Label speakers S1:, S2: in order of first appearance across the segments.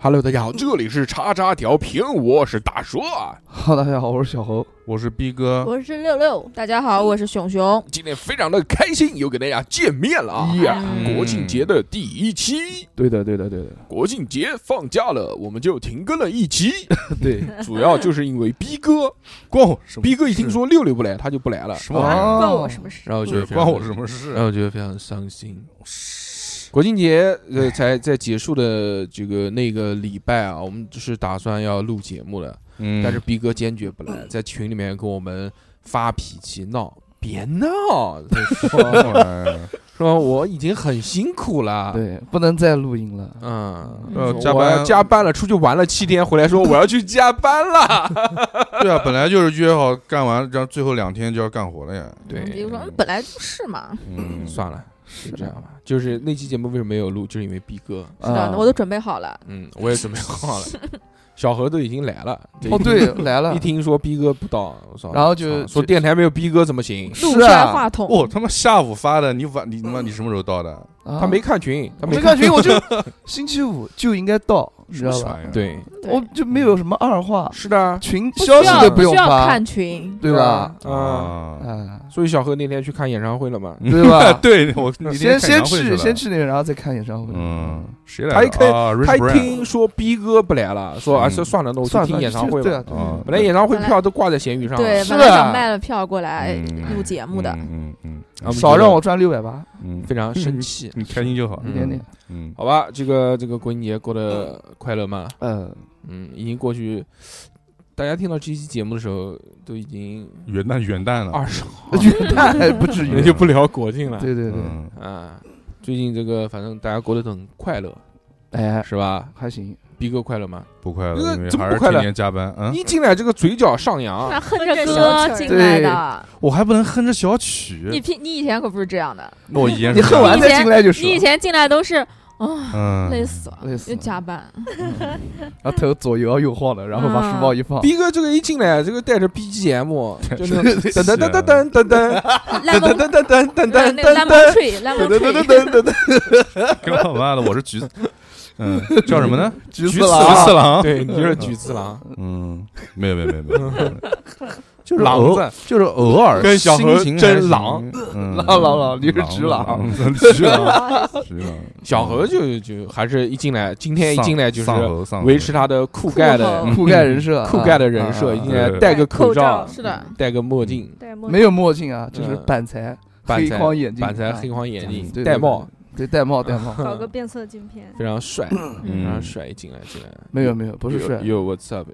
S1: Hello，大家好，这里是叉叉调频，我是大叔啊。
S2: 哈喽，大家好，我是小侯。
S3: 我是逼哥，
S4: 我是六六，大家好，我是熊熊。
S1: 今天非常的开心，又跟大家见面了啊！
S4: Yeah
S3: 嗯
S1: 国庆节的第一期，
S2: 对的，对的，对的，
S1: 国庆节放假了，我们就停更了一期，
S2: 对。
S1: 主要就是因为逼哥，
S3: 关我什么
S1: 逼哥一听说六六不来，他就不来了。
S3: 什么玩意
S2: 哦
S3: 儿？
S4: 关我什么事？
S5: 然后我觉得非常
S3: 哦关我什么事
S5: 然？后我觉得非常伤心。
S1: 哦是
S5: 国庆节呃，才在结束的这个那个礼拜啊，我们就是打算要录节目了，
S3: 嗯
S5: 但是逼哥坚决不来，在群里面跟我们发脾气闹，别闹，他
S3: 什么玩意儿
S5: 说我已经很辛苦了，，
S2: 对，不能再录音了。
S5: 嗯，
S3: 呃
S5: 说
S3: 加
S5: 我要
S3: 班
S5: 加班了，出去玩了七天，回来说我要去加班 了，
S3: 对啊，本来就是约好干完，然后最后两天就要干活了呀。
S5: 对
S4: 比如说嗯本来就是嘛，
S3: 嗯，
S5: 算了，是这样吧，就是那期节目为什么没有录，就是因为逼哥，
S4: 是
S2: 啊
S4: 的，我都准备好了。
S5: 嗯，我也准备 好了，小何都已经来了，就
S2: 哦，对，来了
S5: 一。听说逼哥不到，我操！
S2: 然后就
S5: 说电台没有逼哥怎么行？
S4: 怒
S2: 是
S4: 摔
S2: 啊，
S4: 话筒，
S3: 我他妈下午发的，你晚你他妈你什么时候到的？
S2: 啊
S5: 他没看群，他
S2: 我没
S5: 看
S2: 看群，我就星期五就应该到，你知道
S3: 什么
S2: 吧
S3: 玩意？儿
S5: 对，
S4: 对
S2: 我就没有什么二话，
S5: 是的，啊
S2: 群
S4: 不需
S2: 消息
S4: 要
S2: 都不用
S4: 需要
S2: 发
S4: 看，群，
S2: 啊对吧？
S5: 是 啊，
S3: 啊，？
S2: 啊，
S5: 所以小何那天去看演唱会了嘛？
S2: 对吧
S3: 对我你那
S2: 先
S3: 天看演
S2: 先
S3: 唱会
S2: 去
S3: 了
S2: 先，去那个，然后再看演唱会。
S3: 嗯，谁来
S5: 他一
S3: 的？
S5: 看
S3: 啊
S5: 他一
S3: Rich Brian
S5: 听说逼哥不来了，说啊，
S3: 嗯
S5: 这算了，那我去
S2: 算
S5: 听
S2: 了，
S5: 演唱会
S2: 对
S5: 吧
S2: 啊。，对啊
S3: 嗯
S5: 本来演唱会票都挂在闲鱼上了，
S4: 对，
S2: 是
S4: 本来
S2: 啊
S4: 想卖了票过来
S3: 嗯
S4: 录节目的，
S3: 嗯嗯
S5: 啊
S3: 嗯，
S2: 少让我赚六百八，
S3: 嗯
S5: 非常生气。
S3: 你开心就好。
S2: 一点点。
S3: 嗯，
S5: 好吧，这个这个国庆节过得快乐吗？
S2: 嗯，
S5: 嗯，已经过去，大家听到这期节目的时候都已经
S3: 元旦元旦了，
S5: 二十号，
S2: 元旦还不至于
S5: 那。就不聊国庆了。
S2: 对对对，
S3: 嗯，
S5: 啊，最近这个反正大家过得都很快乐，
S2: 哎，
S5: 是吧？
S2: 还行。
S5: 逼哥快乐吗？
S3: 不快
S5: 那
S3: 乐，因为
S5: 怎么
S3: 还
S5: 不
S3: 是
S5: 快乐
S3: 天天加班。嗯，
S5: 一进来这个嘴角上扬，
S4: 那哼着
S6: 歌
S4: 歌进来的。
S3: 我还不能哼着小曲
S4: 你平你以前可不是这样的，
S3: 啊那我以前
S2: 你
S3: 是这
S2: 喝
S3: 样
S2: 完
S3: 的
S2: 再进来就
S6: 你以
S2: 是，
S6: 前进来都是
S3: 嗯，
S4: 累死了，
S2: 累死
S4: 又
S2: 了
S4: 加班，
S2: 然后头左摇右晃的，然后把书包一放，
S5: 逼哥这个一进来，这个带着 BGM，就那种
S3: 是啊
S5: 噔噔噔噔 噔噔噔
S4: 烂
S5: 噔
S4: 梦
S5: 噔噔噔噔噔
S4: 烂
S5: 噔
S4: 那个烂梦睡，烂梦
S5: 噔噔噔
S4: 睡，
S5: 噔噔噔，
S3: 跟我妈的，我是橘子，嗯，叫什么呢？
S2: 橘
S3: 橘子
S2: 子郎，
S3: 郎，
S5: 对，你就是菊次郎，
S3: 嗯，没有没有没有没有，
S5: 就是
S3: 狼
S5: 狼
S3: 子
S5: 子，
S3: 就是偶尔
S5: 跟小何
S3: 心情还
S5: 争
S3: 行
S5: 狼，
S3: 嗯
S2: 狼狼狼你是橘
S3: 狼， 橘 狼，橘狼，
S5: 小何就就还是一进来，今天一
S3: 丧
S5: 进来就是
S3: 丧猴丧猴
S5: 维持他的酷嗯盖啊的
S4: 酷
S2: 嗯酷盖人设，
S5: 酷盖的人设，一进来
S3: 对
S5: 戴个口罩
S6: 哎口罩，
S4: 是的，
S5: 戴个墨镜，
S6: 对
S2: 没有墨镜啊，就是
S5: 嗯
S2: 板材、
S5: 板材
S2: 黑框眼镜、
S5: 板材
S2: 啊
S5: 黑框眼镜，
S2: 对
S5: 嗯戴帽，，嗯
S2: 对对对戴帽戴帽，
S6: 搞个变色镜片，
S5: 非常帅，非常
S3: 嗯，
S5: 帅，一进来进来
S2: 没有没有，不是帅，
S5: 有 What's up？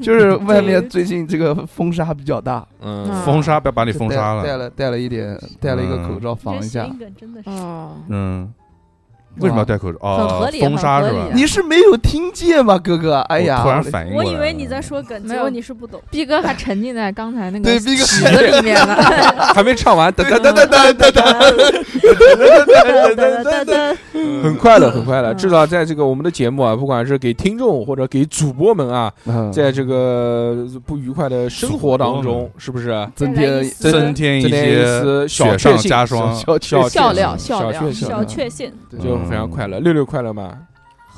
S2: 就是外面最近这个风沙比较大，
S5: 嗯
S4: 嗯，
S3: 封杀不要把你封杀
S2: 戴戴
S3: 了，
S2: 了戴了一点，戴了一个口罩防一下
S6: 谐。音梗真的是
S4: 哦，
S3: 嗯，为什么要戴口罩？
S4: 很合
S3: 哦，
S4: 理
S3: 封杀
S4: 很
S3: 是
S4: 合
S3: 吧
S4: 理？
S2: 你是没有听见吗，哥哥？哎呀，
S3: 我突然反应过
S6: 我
S3: 来了，嗯
S6: 以为你在说梗，
S4: 没
S6: 结
S4: 有
S6: 果你是 不懂。
S4: 逼哥还沉浸在刚才那个
S2: 对逼哥
S4: 曲子里面呢，
S5: 还没唱完，噔噔噔噔噔噔噔，很快乐，很快乐。
S4: 嗯
S5: 至少在这个我们的节目啊，不管是给听众或者给主播们啊，
S2: 嗯
S5: 在这个不愉快的生活当
S3: 主播
S5: 中
S3: 们，
S5: 是不是
S2: 增
S6: 再来
S2: 添
S6: 一丝
S3: 增添一
S5: 增添一
S3: 些
S5: 丝小
S3: 雪上
S5: 确幸
S3: 加霜，
S2: 小
S5: 小
S4: 笑料
S5: 小确
S4: 笑料
S5: 幸
S6: 小确幸
S2: 对
S5: 就非常快乐？六六快乐吗？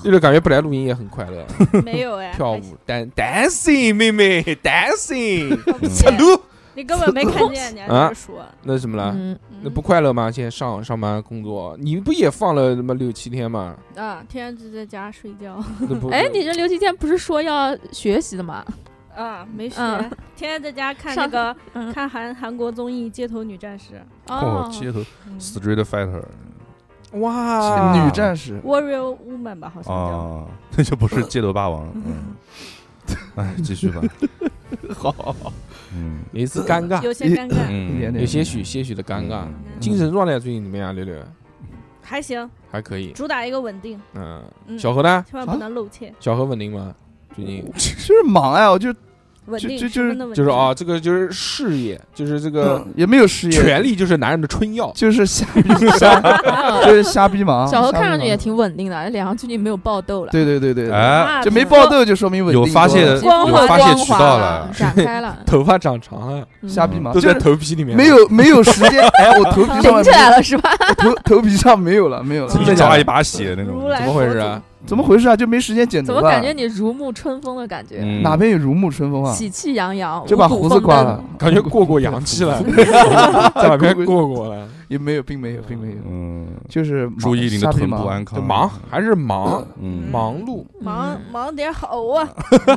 S5: 六六感觉不来录音也很快乐，
S6: 没有哎，
S5: 跳舞 dan dancing 妹妹 dancing
S6: 看不
S5: 小
S6: 见，
S5: 鹿，
S6: 你根本没看见，你还
S4: 啊
S6: 在这说，
S5: 那怎么了？
S4: 嗯
S5: 那不快乐吗？现在上上班工作，你不也放了他妈六七天吗？
S6: 啊，天天就在家睡觉
S5: 那不
S4: 哎，你这刘七天不是说要学习的吗？
S6: 啊，没学
S4: 嗯，
S6: 天天在家看那
S4: 上
S6: 个
S4: 嗯
S6: 看韩韩国综艺《街头女战士
S3: 哦
S4: 哦，，
S3: 街头
S6: 嗯
S3: Street Fighter
S5: 哇，
S2: 女战 士》，
S6: ，Warrior Woman 吧，好像叫。
S3: 啊，那就不是街头霸王。 嗯，哎，继续吧。
S2: 好，
S3: 嗯
S5: 有一次尴尬，
S6: 有些尴尬，
S3: 嗯
S2: 一点点
S5: 有些许些许的尴尬。
S3: 嗯
S5: 精神状态最近怎么样，六六？
S6: 还行，
S5: 还可以。
S6: 主打一个稳定，
S5: 嗯，
S6: 嗯，
S5: 小何啊呢？
S6: 千万不能露怯，
S5: 小何稳定吗？最近
S2: 就是忙哎，我就
S6: 稳定，
S2: 就就
S6: 十分的稳定
S5: 就是，啊，这个就是事业，就是这个
S2: 也没有事业，
S5: 权力就是男人的春药。，
S2: 就是瞎逼瞎，就是瞎逼忙。
S4: 小何
S2: 瞎逼
S4: 看上去
S2: 忙
S4: 也挺稳定的，脸上最近没有爆痘了，
S2: 对对对对，对
S3: 哎，
S6: 啊
S2: 就没
S6: 皮肤
S2: 爆痘就说明稳定
S3: 有发泄
S2: 多
S3: 的
S2: 了
S6: 光
S3: 有
S6: 滑
S3: 发泄
S4: 光
S3: 渠
S4: 滑
S3: 道了。
S4: 展开了
S5: 头发长长了，
S4: 嗯
S2: 瞎逼忙，
S5: 都
S2: 啊就
S5: 在
S2: 是
S5: 头皮里面。
S2: 没，有没有时间， 哎，我头皮上
S4: 顶
S2: 面
S4: 起来了是吧？
S2: 头头皮上没有了，没有了，
S3: 一扎一把血那种
S6: 如。来
S5: 啊怎么回事啊？
S2: 怎么回事啊？就没时间剪
S4: 怎
S2: 头
S4: 么
S2: 发
S4: 感，觉你如沐春风的感
S3: 嗯
S4: 觉？
S2: 哪边有如沐春风啊？
S4: 喜气洋洋，
S2: 就
S4: 五
S2: 把
S4: 谷
S2: 胡子
S4: 丰
S2: 刮
S4: 登
S2: 了，
S5: 感觉过过洋气了， 在哪边过过 了？
S2: 也没有，并没有，并没有，
S3: 嗯，
S2: 就是
S3: 朱一
S2: 林
S3: 林的臀部安康，
S5: 忙还是忙
S3: 嗯，
S5: 忙碌？
S6: 忙
S4: 嗯
S6: 忙点好啊，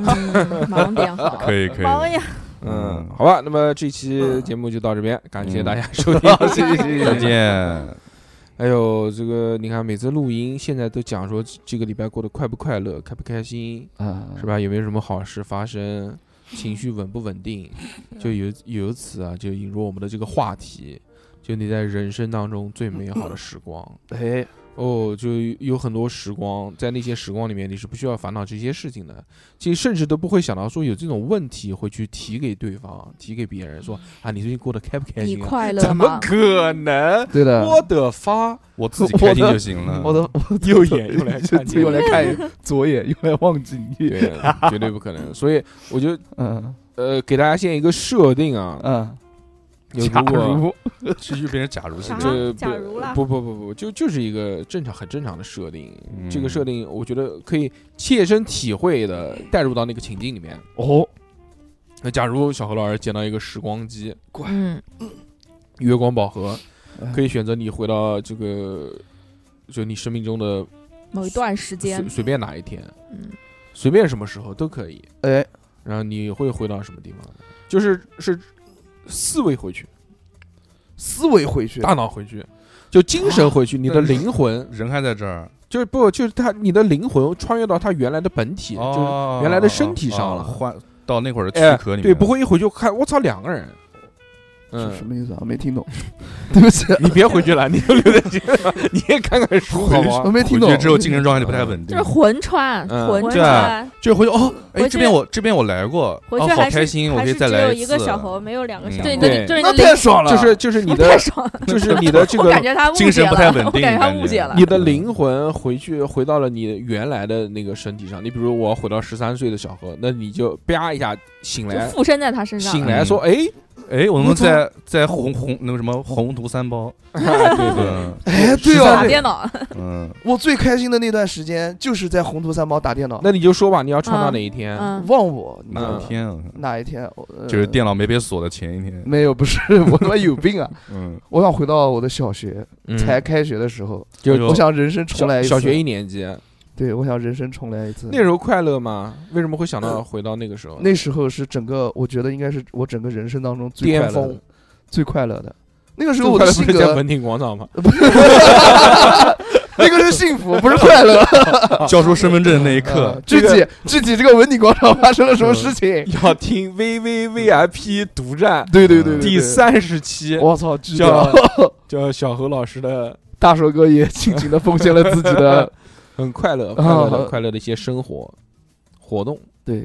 S4: 嗯忙点好，
S3: 可以可以，
S6: 忙呀！
S5: 嗯
S3: 嗯，
S5: 好吧，那么这期节目就到这边，感
S2: 嗯
S5: 谢大家收听。
S2: 谢谢谢谢
S3: 再见。
S5: 还有这个，你看每次录音，现在都讲说这这个礼拜过得快不快乐，开不开心，
S2: 啊，
S4: 嗯
S5: 是吧？有没有什么好事发生？情绪稳不稳 定？就由由此啊，就引入我们的这个话题，就你在人生当中最美好的时
S4: 嗯
S5: 光。
S2: 哎，
S5: 哦，就有很多时光，在那些时光里面，你是不需要烦恼这些事情的，其实甚至都不会想到说有这种问题会去提给对方、提给别人说啊，你最近过得开不开
S4: 嗯你
S5: 心、啊？
S4: 快乐
S5: 怎么
S4: 吗？嗯
S5: 可能？
S2: 对的，
S5: 我的发，
S3: 我自己开心就行了。
S2: 我都
S5: 右眼用来看
S2: 就用来
S5: 你
S2: 看左眼，用来忘记你。
S5: 对，绝对不可能。所以我就
S2: 嗯
S5: 呃，给大家现在一个设定 啊，
S2: 嗯，
S5: 有啊
S2: 假
S5: 如果
S2: 如
S3: 其实变成假如是
S6: 啥
S3: 这样
S5: 这
S6: 啊假如啦
S5: 不不不不，就就是一个正常很正常的设定。
S3: 嗯
S5: 这个设定我觉得可以切身体会的带入到那个情境里面。
S2: 哦，
S5: 那假如小何老师捡到一个时光机，
S4: 嗯，
S5: 月光宝盒，
S3: 哎
S5: 可以选择你回到这个，就你生命中的
S4: 某一段时间
S5: 随，随便哪一天，
S4: 嗯，
S5: 随便什么时候都可以。
S2: 哎，
S5: 然后你会回到什么地方？就是是四维回去，
S2: 思维回去，
S5: 大脑回去，就精
S3: 啊
S5: 神回去，你的灵魂
S3: 人还在这儿，
S5: 就是不就是他你的灵魂穿越到他原来的本体，就是
S3: 哦
S5: 原来的身体上了
S3: 哦换到那会儿的
S5: 哎
S3: 躯壳里面，
S5: 对，不会一回去看我操两个人，嗯
S2: 是，什么意思啊？没听懂， 对不 起，啊
S5: 你别回去了，你就留在这儿，你也看看书好 不
S2: 我
S5: 好？
S2: 没
S3: 回
S2: 听懂
S3: 去。之后精神状态就不太稳
S4: 就
S3: 定
S4: 是。魂穿，
S5: 嗯
S4: 魂
S6: 我
S3: 对
S4: 穿，
S3: 啊就是回去哦，哎，
S6: 回去
S3: 这边我这边我来过，
S6: 回
S3: 哦
S6: 去
S3: 好
S6: 还
S3: 开
S6: 是
S3: 心，我
S6: 还
S3: 可以
S6: 是
S3: 再
S6: 只
S3: 来
S6: 有一个
S3: 次
S6: 小猴，没有两个
S3: 嗯
S6: 小
S4: 对你。
S6: 猴
S4: 的
S5: 对
S4: 就是
S2: 那
S4: 你的
S2: 太爽了，
S5: 就是就是你
S4: 我
S5: 的
S4: 太爽了，
S5: 就是你的这
S4: 我感
S5: 个
S4: 觉他误解
S3: 精神不
S4: 了
S3: 太稳定
S4: 我感觉他
S3: 感觉
S4: 误解了
S5: 你。的灵魂回去回到了你原来的那个身体上。你比如我要回到十三岁的小何，那你就啪一下醒
S4: 就
S5: 来，
S4: 附身在他身上
S5: 醒
S4: 了，
S5: 来 说哎，
S3: 哎，我能
S5: 我
S3: 不能
S5: 操
S3: 再再红红那个什么宏图三 包，
S5: 对对，
S3: 嗯
S2: 哎，对
S5: 13
S2: 哦
S4: 打
S5: 岁，
S4: 电脑，
S3: 嗯，
S2: 我最开心的那段时间就是在宏图三毛打电脑，
S5: 那你就说吧，你要创造哪一天？
S4: 嗯，
S2: 忘我
S5: 嗯
S3: 哪天啊
S2: 哪一天，我呃
S3: 就是电脑没被锁的前一天，
S2: 没有，不是我他妈有 病啊！
S3: 嗯，
S2: 我想回到我的小学，
S5: 嗯
S2: 才开学的时候，
S5: 就
S3: 哎呦
S2: 我想人生重来
S5: 小
S2: 一次。
S5: 小学一年级
S2: 对，我想人生重来一次。
S5: 那时候快乐吗？为什么会想到回到那个时候？
S2: 呃那时候是整个，我觉得应该是我整个人生当中最
S5: 巅
S2: 快乐
S5: 峰
S2: 的、最快乐的。那个时候
S5: 最
S2: 我
S5: 快
S2: 的
S5: 乐不
S2: 性
S5: 是在
S2: 格，呃
S5: 文鼎广场吗？
S2: 那个是幸福，不是 快乐。
S3: 交出啊身份证的那一刻
S5: 嗯
S2: 呃，具体具体这个文鼎广场发生了什么事情？
S5: 要听 V V V I P 独占
S2: 对对对对，对
S5: 嗯第，三十期，
S2: 我操，巨
S5: 叫
S2: 屌！
S5: 叫小何老师的
S2: 大手哥也尽情的奉献了自己 的，
S5: 很快 乐、快乐的、
S2: 啊
S5: 快乐的一些生活活动，
S2: 对，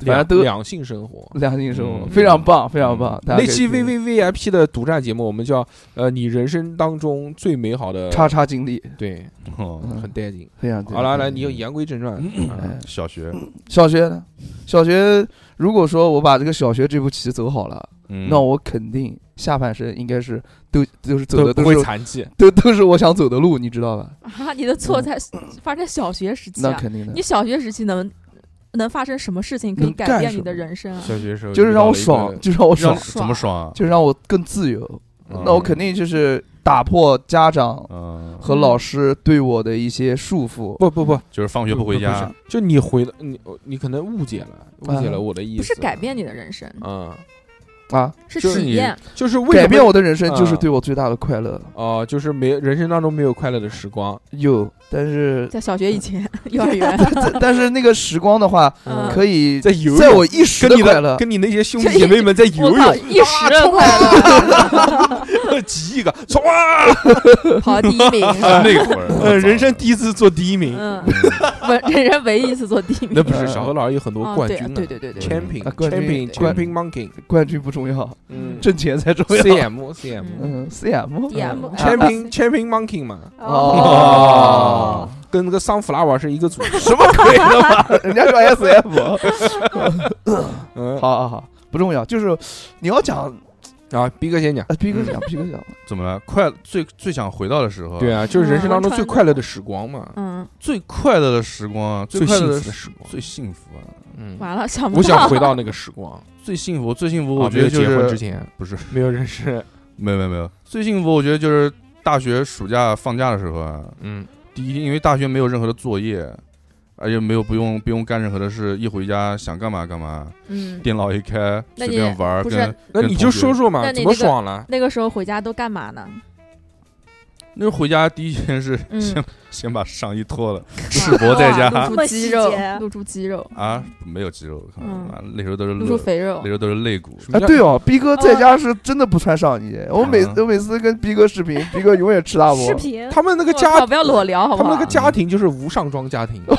S2: 反
S5: 两
S2: 正都
S5: 两性生活。
S2: 良性生活，
S3: 嗯
S2: 非常棒，非常棒。大家
S5: 那
S2: 可以
S5: 期
S2: 听
S5: V V V I P 的独占节目，我们叫呃，你人生当中最美好的
S2: 叉，叉经历，
S5: 对，
S3: 哦，
S2: 嗯
S5: 很带劲。
S2: 非常
S5: 好了，来，你言归正传，啊
S2: 哎
S3: 小学，
S2: 小学呢？小学如果说我把这个小学这步棋走好了，
S3: 嗯
S2: 那我肯定下半生应该是都都是走
S5: 都
S2: 的
S5: 不
S2: 都
S5: 会
S2: 是
S5: 残疾。
S2: 都都是我想走的路，你知道吧？
S4: 啊，你的错在发生在小学时期
S2: 那
S4: 啊，
S2: 肯定的
S4: 你，小学时期能能发生什么事情可以
S2: 能
S4: 改
S2: 干
S4: 变
S2: 什
S4: 你的
S2: 么
S4: 人生啊？
S5: 小学时候
S2: 就是
S5: 遇
S2: 让
S5: 到
S2: 我
S5: 了一个
S2: 爽，，就让我爽
S3: 让，怎么爽啊？
S2: 就让我更自由。
S5: 嗯
S2: 那我肯定就是打破家长
S3: 嗯，
S2: 和老师对我的一些束缚。
S5: 不不不，
S3: 就是放学不回家，
S5: 就你回的你哦你可能误解了，误解
S2: 啊
S5: 了我的意思，
S4: 不是改变你的人生，
S5: 嗯，
S2: 啊，
S4: 是
S5: 就是
S4: 体
S5: 你
S4: 验。
S5: 就是为什
S2: 改
S5: 么
S2: 变我的人生就是
S5: 啊
S2: 对我最大的快乐。
S5: 哦、就是没人生当中没有快乐的时光，
S2: 有，但是
S4: 在小学以前，幼儿园
S2: 但 但是那个时光的话，
S4: 嗯
S2: 可以
S5: 在游泳
S2: 在我一时
S5: 跟你
S2: 快乐，
S5: 跟你那些兄弟 姐妹们在游
S4: 我操，
S5: 泳，
S4: 一时的快
S5: 几亿个冲啊！
S4: 乐 跑第一名，
S3: 啊那会儿
S5: 呃，人生第一次做第一名，
S4: 嗯，文人生唯一一次做第一
S5: 那
S4: 名。
S5: 不是小何老师有很多
S4: 啊
S5: 冠
S4: 对
S5: 军呢、
S4: 对对对对，
S5: ，champion
S2: 啊冠军
S5: champion
S2: 冠
S5: champion monkey，
S2: 冠军不重要，
S5: 嗯
S2: 挣钱才重要。
S5: ，CM CM
S4: 嗯
S2: 嗯，CM
S4: DM 啊
S5: champion champion monkey 嘛，
S2: 哦，
S5: 跟那个桑弗拉瓦是一个组的，
S2: 什么鬼了嘛？人家说 SF，
S5: 嗯，
S2: 好好好，不重要。就是你要讲
S5: 啊，逼哥先讲。
S2: 啊，逼哥讲，逼哥讲，
S3: 怎么了？快最最想回到的时候，
S5: 对，啊，就是人生当中最
S6: 传统
S5: 快乐的时光嘛，
S4: 嗯，
S3: 最快乐的时光啊，
S5: 最
S3: 快
S5: 幸
S3: 乐
S5: 福
S3: 的
S5: 的
S3: 时
S5: 时光。
S3: 最幸福啊，
S5: 嗯，
S4: 完了，想不
S5: 我想
S4: 到
S5: 回到那个时 光，
S3: 最幸福，最幸福，
S5: 啊
S3: 我觉
S5: 没有
S3: 得就
S5: 结
S3: 是
S5: 婚之前
S3: 不是
S5: 没有认识。
S3: 没有没有没有，最幸福我觉得就是大学暑假放假的时候啊，
S5: 嗯，
S3: 第一，因为大学没有任何的作业，而且没有不用不用干任何的事，一回家想干嘛干嘛，
S4: 嗯，
S3: 电脑一开
S4: 那
S3: 随
S4: 你
S3: 便玩儿，
S4: 不是
S3: 跟
S5: 那
S3: 跟
S5: 你
S3: 同
S5: 就
S3: 学
S5: 说说嘛，
S4: 那
S5: 怎
S4: 你
S5: 么
S4: 那个
S5: 爽了？
S4: 那个时候回家都干嘛呢？
S3: 那时候回家第一件事，
S4: 嗯
S3: 先先把上衣脱 了，赤膊在
S4: 哇
S3: 家
S4: 啊露
S6: 这
S4: 出
S6: 么
S4: 肌
S6: 细
S4: 肉
S6: 节，
S4: 露出肌肉，
S3: 啊，没有肌肉，看
S4: 嗯
S3: 啊那时候都是
S4: 露出
S3: 肋，
S4: 肥肉
S3: 那时。候都是肋骨，
S2: 哎，对哦，逼哥在
S5: 嗯
S2: 家是真的不穿上衣，我每
S3: 嗯
S2: 我每次跟逼哥视频，逼哥永远吃
S3: 哦
S2: 大
S6: 视
S2: 馍，
S6: 频
S5: 他们那个
S4: 嗯我
S5: 家
S4: 靠，不啊要裸聊好
S5: 他
S4: 不
S5: 们
S4: 好
S5: 那个？家庭就是无上装家 庭，嗯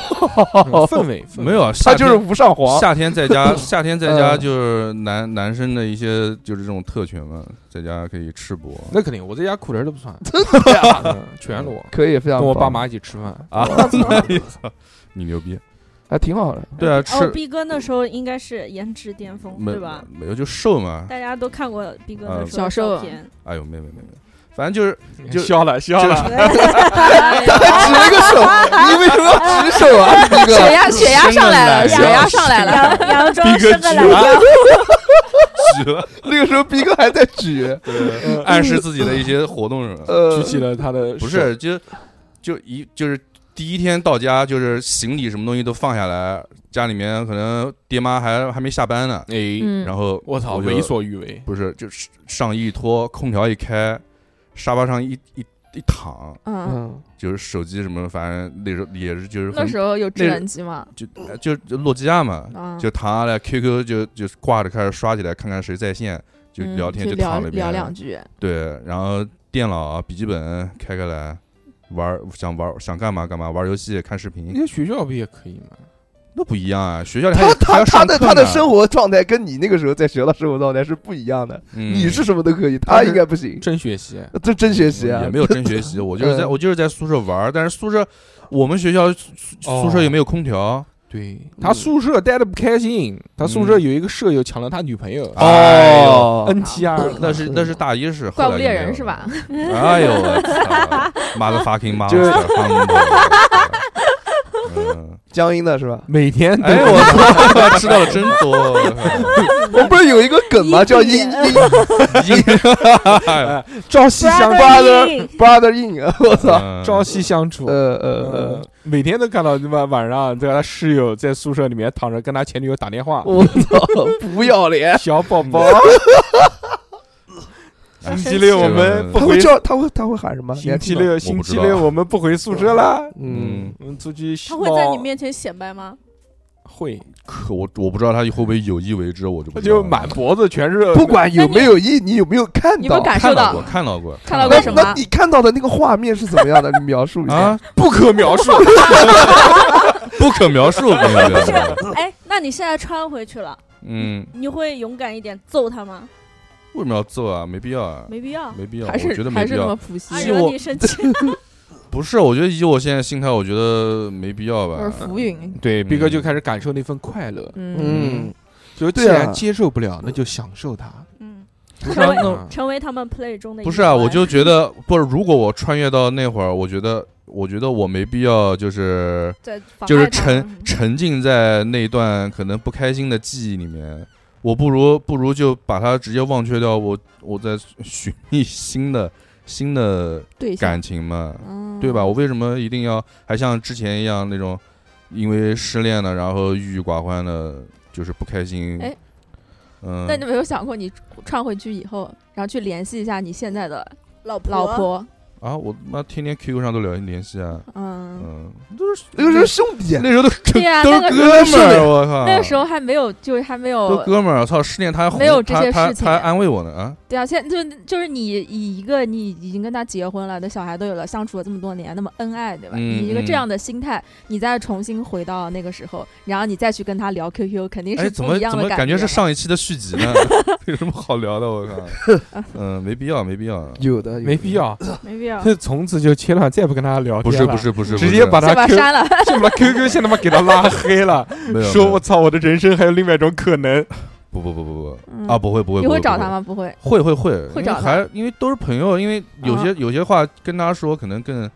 S5: 氛围氛围
S3: 没有 啊，夏
S2: 他就是
S3: 天
S2: 无上皇，
S3: 夏天在 家，夏天在家
S2: 嗯
S3: 就是男男生的一些就是这种特权嘛，在家可以赤膊，
S5: 那肯定，我在家裤腿儿都不 穿，
S2: 真的呀，
S5: 嗯全 裸，
S2: 可以非常
S5: 跟我爸
S2: 棒
S5: 妈一起吃 饭。
S3: 啊，那你操， 你牛逼，
S2: 还哎挺好的，
S3: 对啊，
S6: 哦，
S3: 吃
S6: 逼哥那时候应该是颜值巅峰，
S3: 没
S6: 对吧？
S3: 没有就瘦嘛，
S6: 大家都看过逼哥
S3: 啊
S6: 那时
S4: 小
S6: 候
S4: 时候
S6: 照片，
S3: 哎呦，没有没有没有，反正就是就
S5: 笑了笑
S3: 就，
S4: 哎呀
S2: 指了个手，你为什么要指手 啊，逼
S4: 血
S2: 哥？
S4: 压血压上来了，血
S3: 伸个懒腰
S4: 压上来了。
S6: 佯 佯装
S3: 逼哥啊
S6: 伸个懒
S3: 举
S6: 腰，
S3: 举了，
S2: 那个时候逼哥还在举，
S3: 对，暗示自己的一些活动什么的。
S2: 呃
S5: 举，起了他 的
S3: 不是，就就一就是第一天到家，就是行李什么东西都放下来，家里面可能爹妈还还没下班呢，
S5: 哎，
S4: 嗯，
S3: 然后
S5: 我操，
S3: 就
S5: 为所欲为，
S3: 不是就是上衣一脱，空调一开，沙发上一一一躺，
S4: 嗯，
S5: 嗯，
S3: 就是手机什么的，反正那时候也是就是
S4: 那
S3: 很
S4: 时候有智
S3: 那
S4: 能机吗？
S3: 就就就诺基亚嘛，
S4: 啊，
S3: 就躺下来 QQ 就就挂着开始刷起来，看看谁在线，就
S4: 嗯
S3: 聊天
S4: 就
S3: 躺
S4: 聊
S3: 那
S4: 聊两
S3: 边，
S4: 句。
S3: 对，然后电脑啊笔记本开开来。玩儿想玩儿想干嘛干嘛，玩儿游戏看视频
S5: 你，在学校不也可以吗？
S3: 那不一样啊，学校里还
S2: 他
S3: 有还
S2: 他
S3: 要
S2: 他
S3: 上
S2: 的
S3: 课
S2: 他的
S3: 呢
S2: 生活状态跟你那个时候在学校的生活状态是不一样的，
S3: 嗯
S2: 你是什么都可以，他应该不行，
S5: 真学习，
S2: 这真学习啊
S3: 也，没有 真学习，我就是在
S2: 嗯
S3: 我就是在宿舍玩儿，但是宿舍我们学校宿
S5: 哦
S3: 宿舍也没有空调，
S5: 对嗯他宿舍待的不开心，他宿舍有一个舍友抢了他女朋友
S3: 哎呦，
S2: 哦，
S5: ，NTR，
S3: 那是那是大一是，后
S4: 怪
S3: 来
S4: 物
S3: 就
S4: 猎
S3: 没
S4: 人
S3: 有
S4: 是
S3: 了
S4: 吧？？
S3: 哎呦我操，妈的 fucking 妈
S2: 就是
S3: 的 嗯，
S2: 江阴的 是吧？
S5: 每天
S3: 哎我操，知道的真多，我靠
S2: 我不是有一个梗吗？叫阴阴
S5: 朝夕相
S2: brother
S6: Brother in
S2: brother in，啊我操，
S3: 嗯
S5: 朝夕相处。
S2: 呃呃
S5: 呃，每天都看到他妈晚上在他室友在宿舍里面躺着跟他前女友打电话
S2: 呃，，我操，不要脸，
S5: 小宝 宝，星期六我
S3: 啊
S5: 们不
S2: 他会
S5: 回，
S2: 叫他会他会喊什么？你
S5: 星
S2: 还记
S5: 期
S2: 得吗，
S5: 六星期六我们不回宿舍啦，
S2: 嗯
S3: 嗯，，
S5: 我们出去
S6: 他会在
S3: 哦
S6: 你
S5: 猫
S6: 面前显摆吗？
S5: 会，
S3: 可我我不知道他会不会有意为之，我就不
S5: 他
S3: 知道
S5: 就
S3: 了
S5: 满脖子全是
S2: 不管有没有意，你有没有看
S4: 你有没
S2: 到
S4: 有？感受
S3: 看到
S4: 到
S3: 过？看到过
S4: 看到
S2: 那
S4: 过啊什
S2: 那
S4: 么？
S2: 你看到的那个画面是怎么 样的？你描述一下。
S3: 啊，
S5: 不可 描述，
S3: 不可描述，朋友们，
S6: 哎，那你现在穿回去了，
S3: 嗯。
S6: 你会勇敢一点揍他吗？
S3: 为什么要揍啊？没必要啊，
S6: 没必要，
S3: 没必要，
S4: 还
S3: 我觉
S4: 是
S3: 得没
S4: 还
S3: 必
S4: 是那
S3: 要哎
S4: 么。普
S6: 啊，
S4: 希，
S3: 是
S6: 惹
S3: 我
S6: 你 生气，
S3: 不是，我觉得以我现在心态，我觉得没必要
S4: 我是
S3: 吧。
S4: 浮云。
S5: 对，
S3: 嗯
S5: 毕哥就开始感受那份快 乐，
S4: 嗯，
S2: 嗯，
S5: 就既
S2: 对啊
S5: 然接受不了，那就享受它。
S6: 嗯，
S3: 不是
S6: 成
S3: 啊，
S6: 为
S3: 那
S5: 嗯
S6: 成为他们 play 中的一
S3: 不是啊，
S6: 环
S3: 我就觉得不是。如果我穿越到那会儿，我觉得，我觉得我没必要，就是
S6: 在妨碍
S3: 就是
S6: 他
S3: 沉
S6: 嗯
S3: 沉浸在那一段可能不开心的记忆里面。我不如不如就把它直接忘却掉，我我再寻 觅新的新的
S4: 对象，
S3: 感情嘛。
S4: 嗯
S3: 对吧？？我为什么一定要还像之前一样那种，因为失恋了，然后郁郁寡欢的，就是不开心
S4: 哎？
S3: 嗯，
S4: 那你有没有想过，你串回去以后，然后去联系一下你现在的
S6: 老婆
S4: 老婆？
S3: 啊，我他妈天天 QQ 上都聊联系啊，
S4: 嗯，
S3: 嗯，
S2: 那个时候兄弟，啊
S3: 那时候都是
S4: 对呀
S3: 都
S4: 那
S3: 是
S4: 个
S3: 哥们
S2: 那
S3: 儿，我靠，
S4: 那个时候还没有，就是还没
S3: 都
S4: 有，
S3: 哥们儿，操，失恋他还哄
S4: 没有这些
S3: 他他
S4: 事情
S3: 他还安慰我呢啊，
S4: 对啊，现在就就是你以一个你已经跟他结婚了，的小孩都有了，相处了这么多年，那么恩爱，对吧？
S3: 嗯
S4: 以一个
S3: 嗯
S4: 这样的心态，你再重新回到那个时候，然后你再去跟他聊 QQ，肯定
S3: 哎，
S4: 是
S3: 怎
S4: 不
S3: 么
S4: 一样
S3: 怎
S4: 的
S3: 么感
S4: 觉
S3: 觉
S4: 了
S3: 是上一期的续集 呢？有什么好聊的？我靠，嗯，没必要，没必要，
S2: 有的
S5: 没 必，要，
S6: 没 必要，
S5: 从此就切断，再不跟他聊
S3: 不
S5: 天
S3: 是
S5: 了。
S3: 不是不是，
S5: 直接把
S4: 再
S5: 他
S4: 把
S5: Q，
S4: 删了，
S5: 先把他 QQ 先他妈给他拉黑了， 啊
S3: 没有没有
S5: 说我操，我的人生还有另外一种可能。
S3: 不不不不
S4: 嗯
S3: 不啊，不会不会，
S4: 你
S3: 不
S4: 会找他
S3: 不
S4: 吗？不会，
S3: 会会会，
S4: 会
S3: 因为
S4: 找他嗯
S3: 还因为都是朋友，因为有些有些话跟他说可能更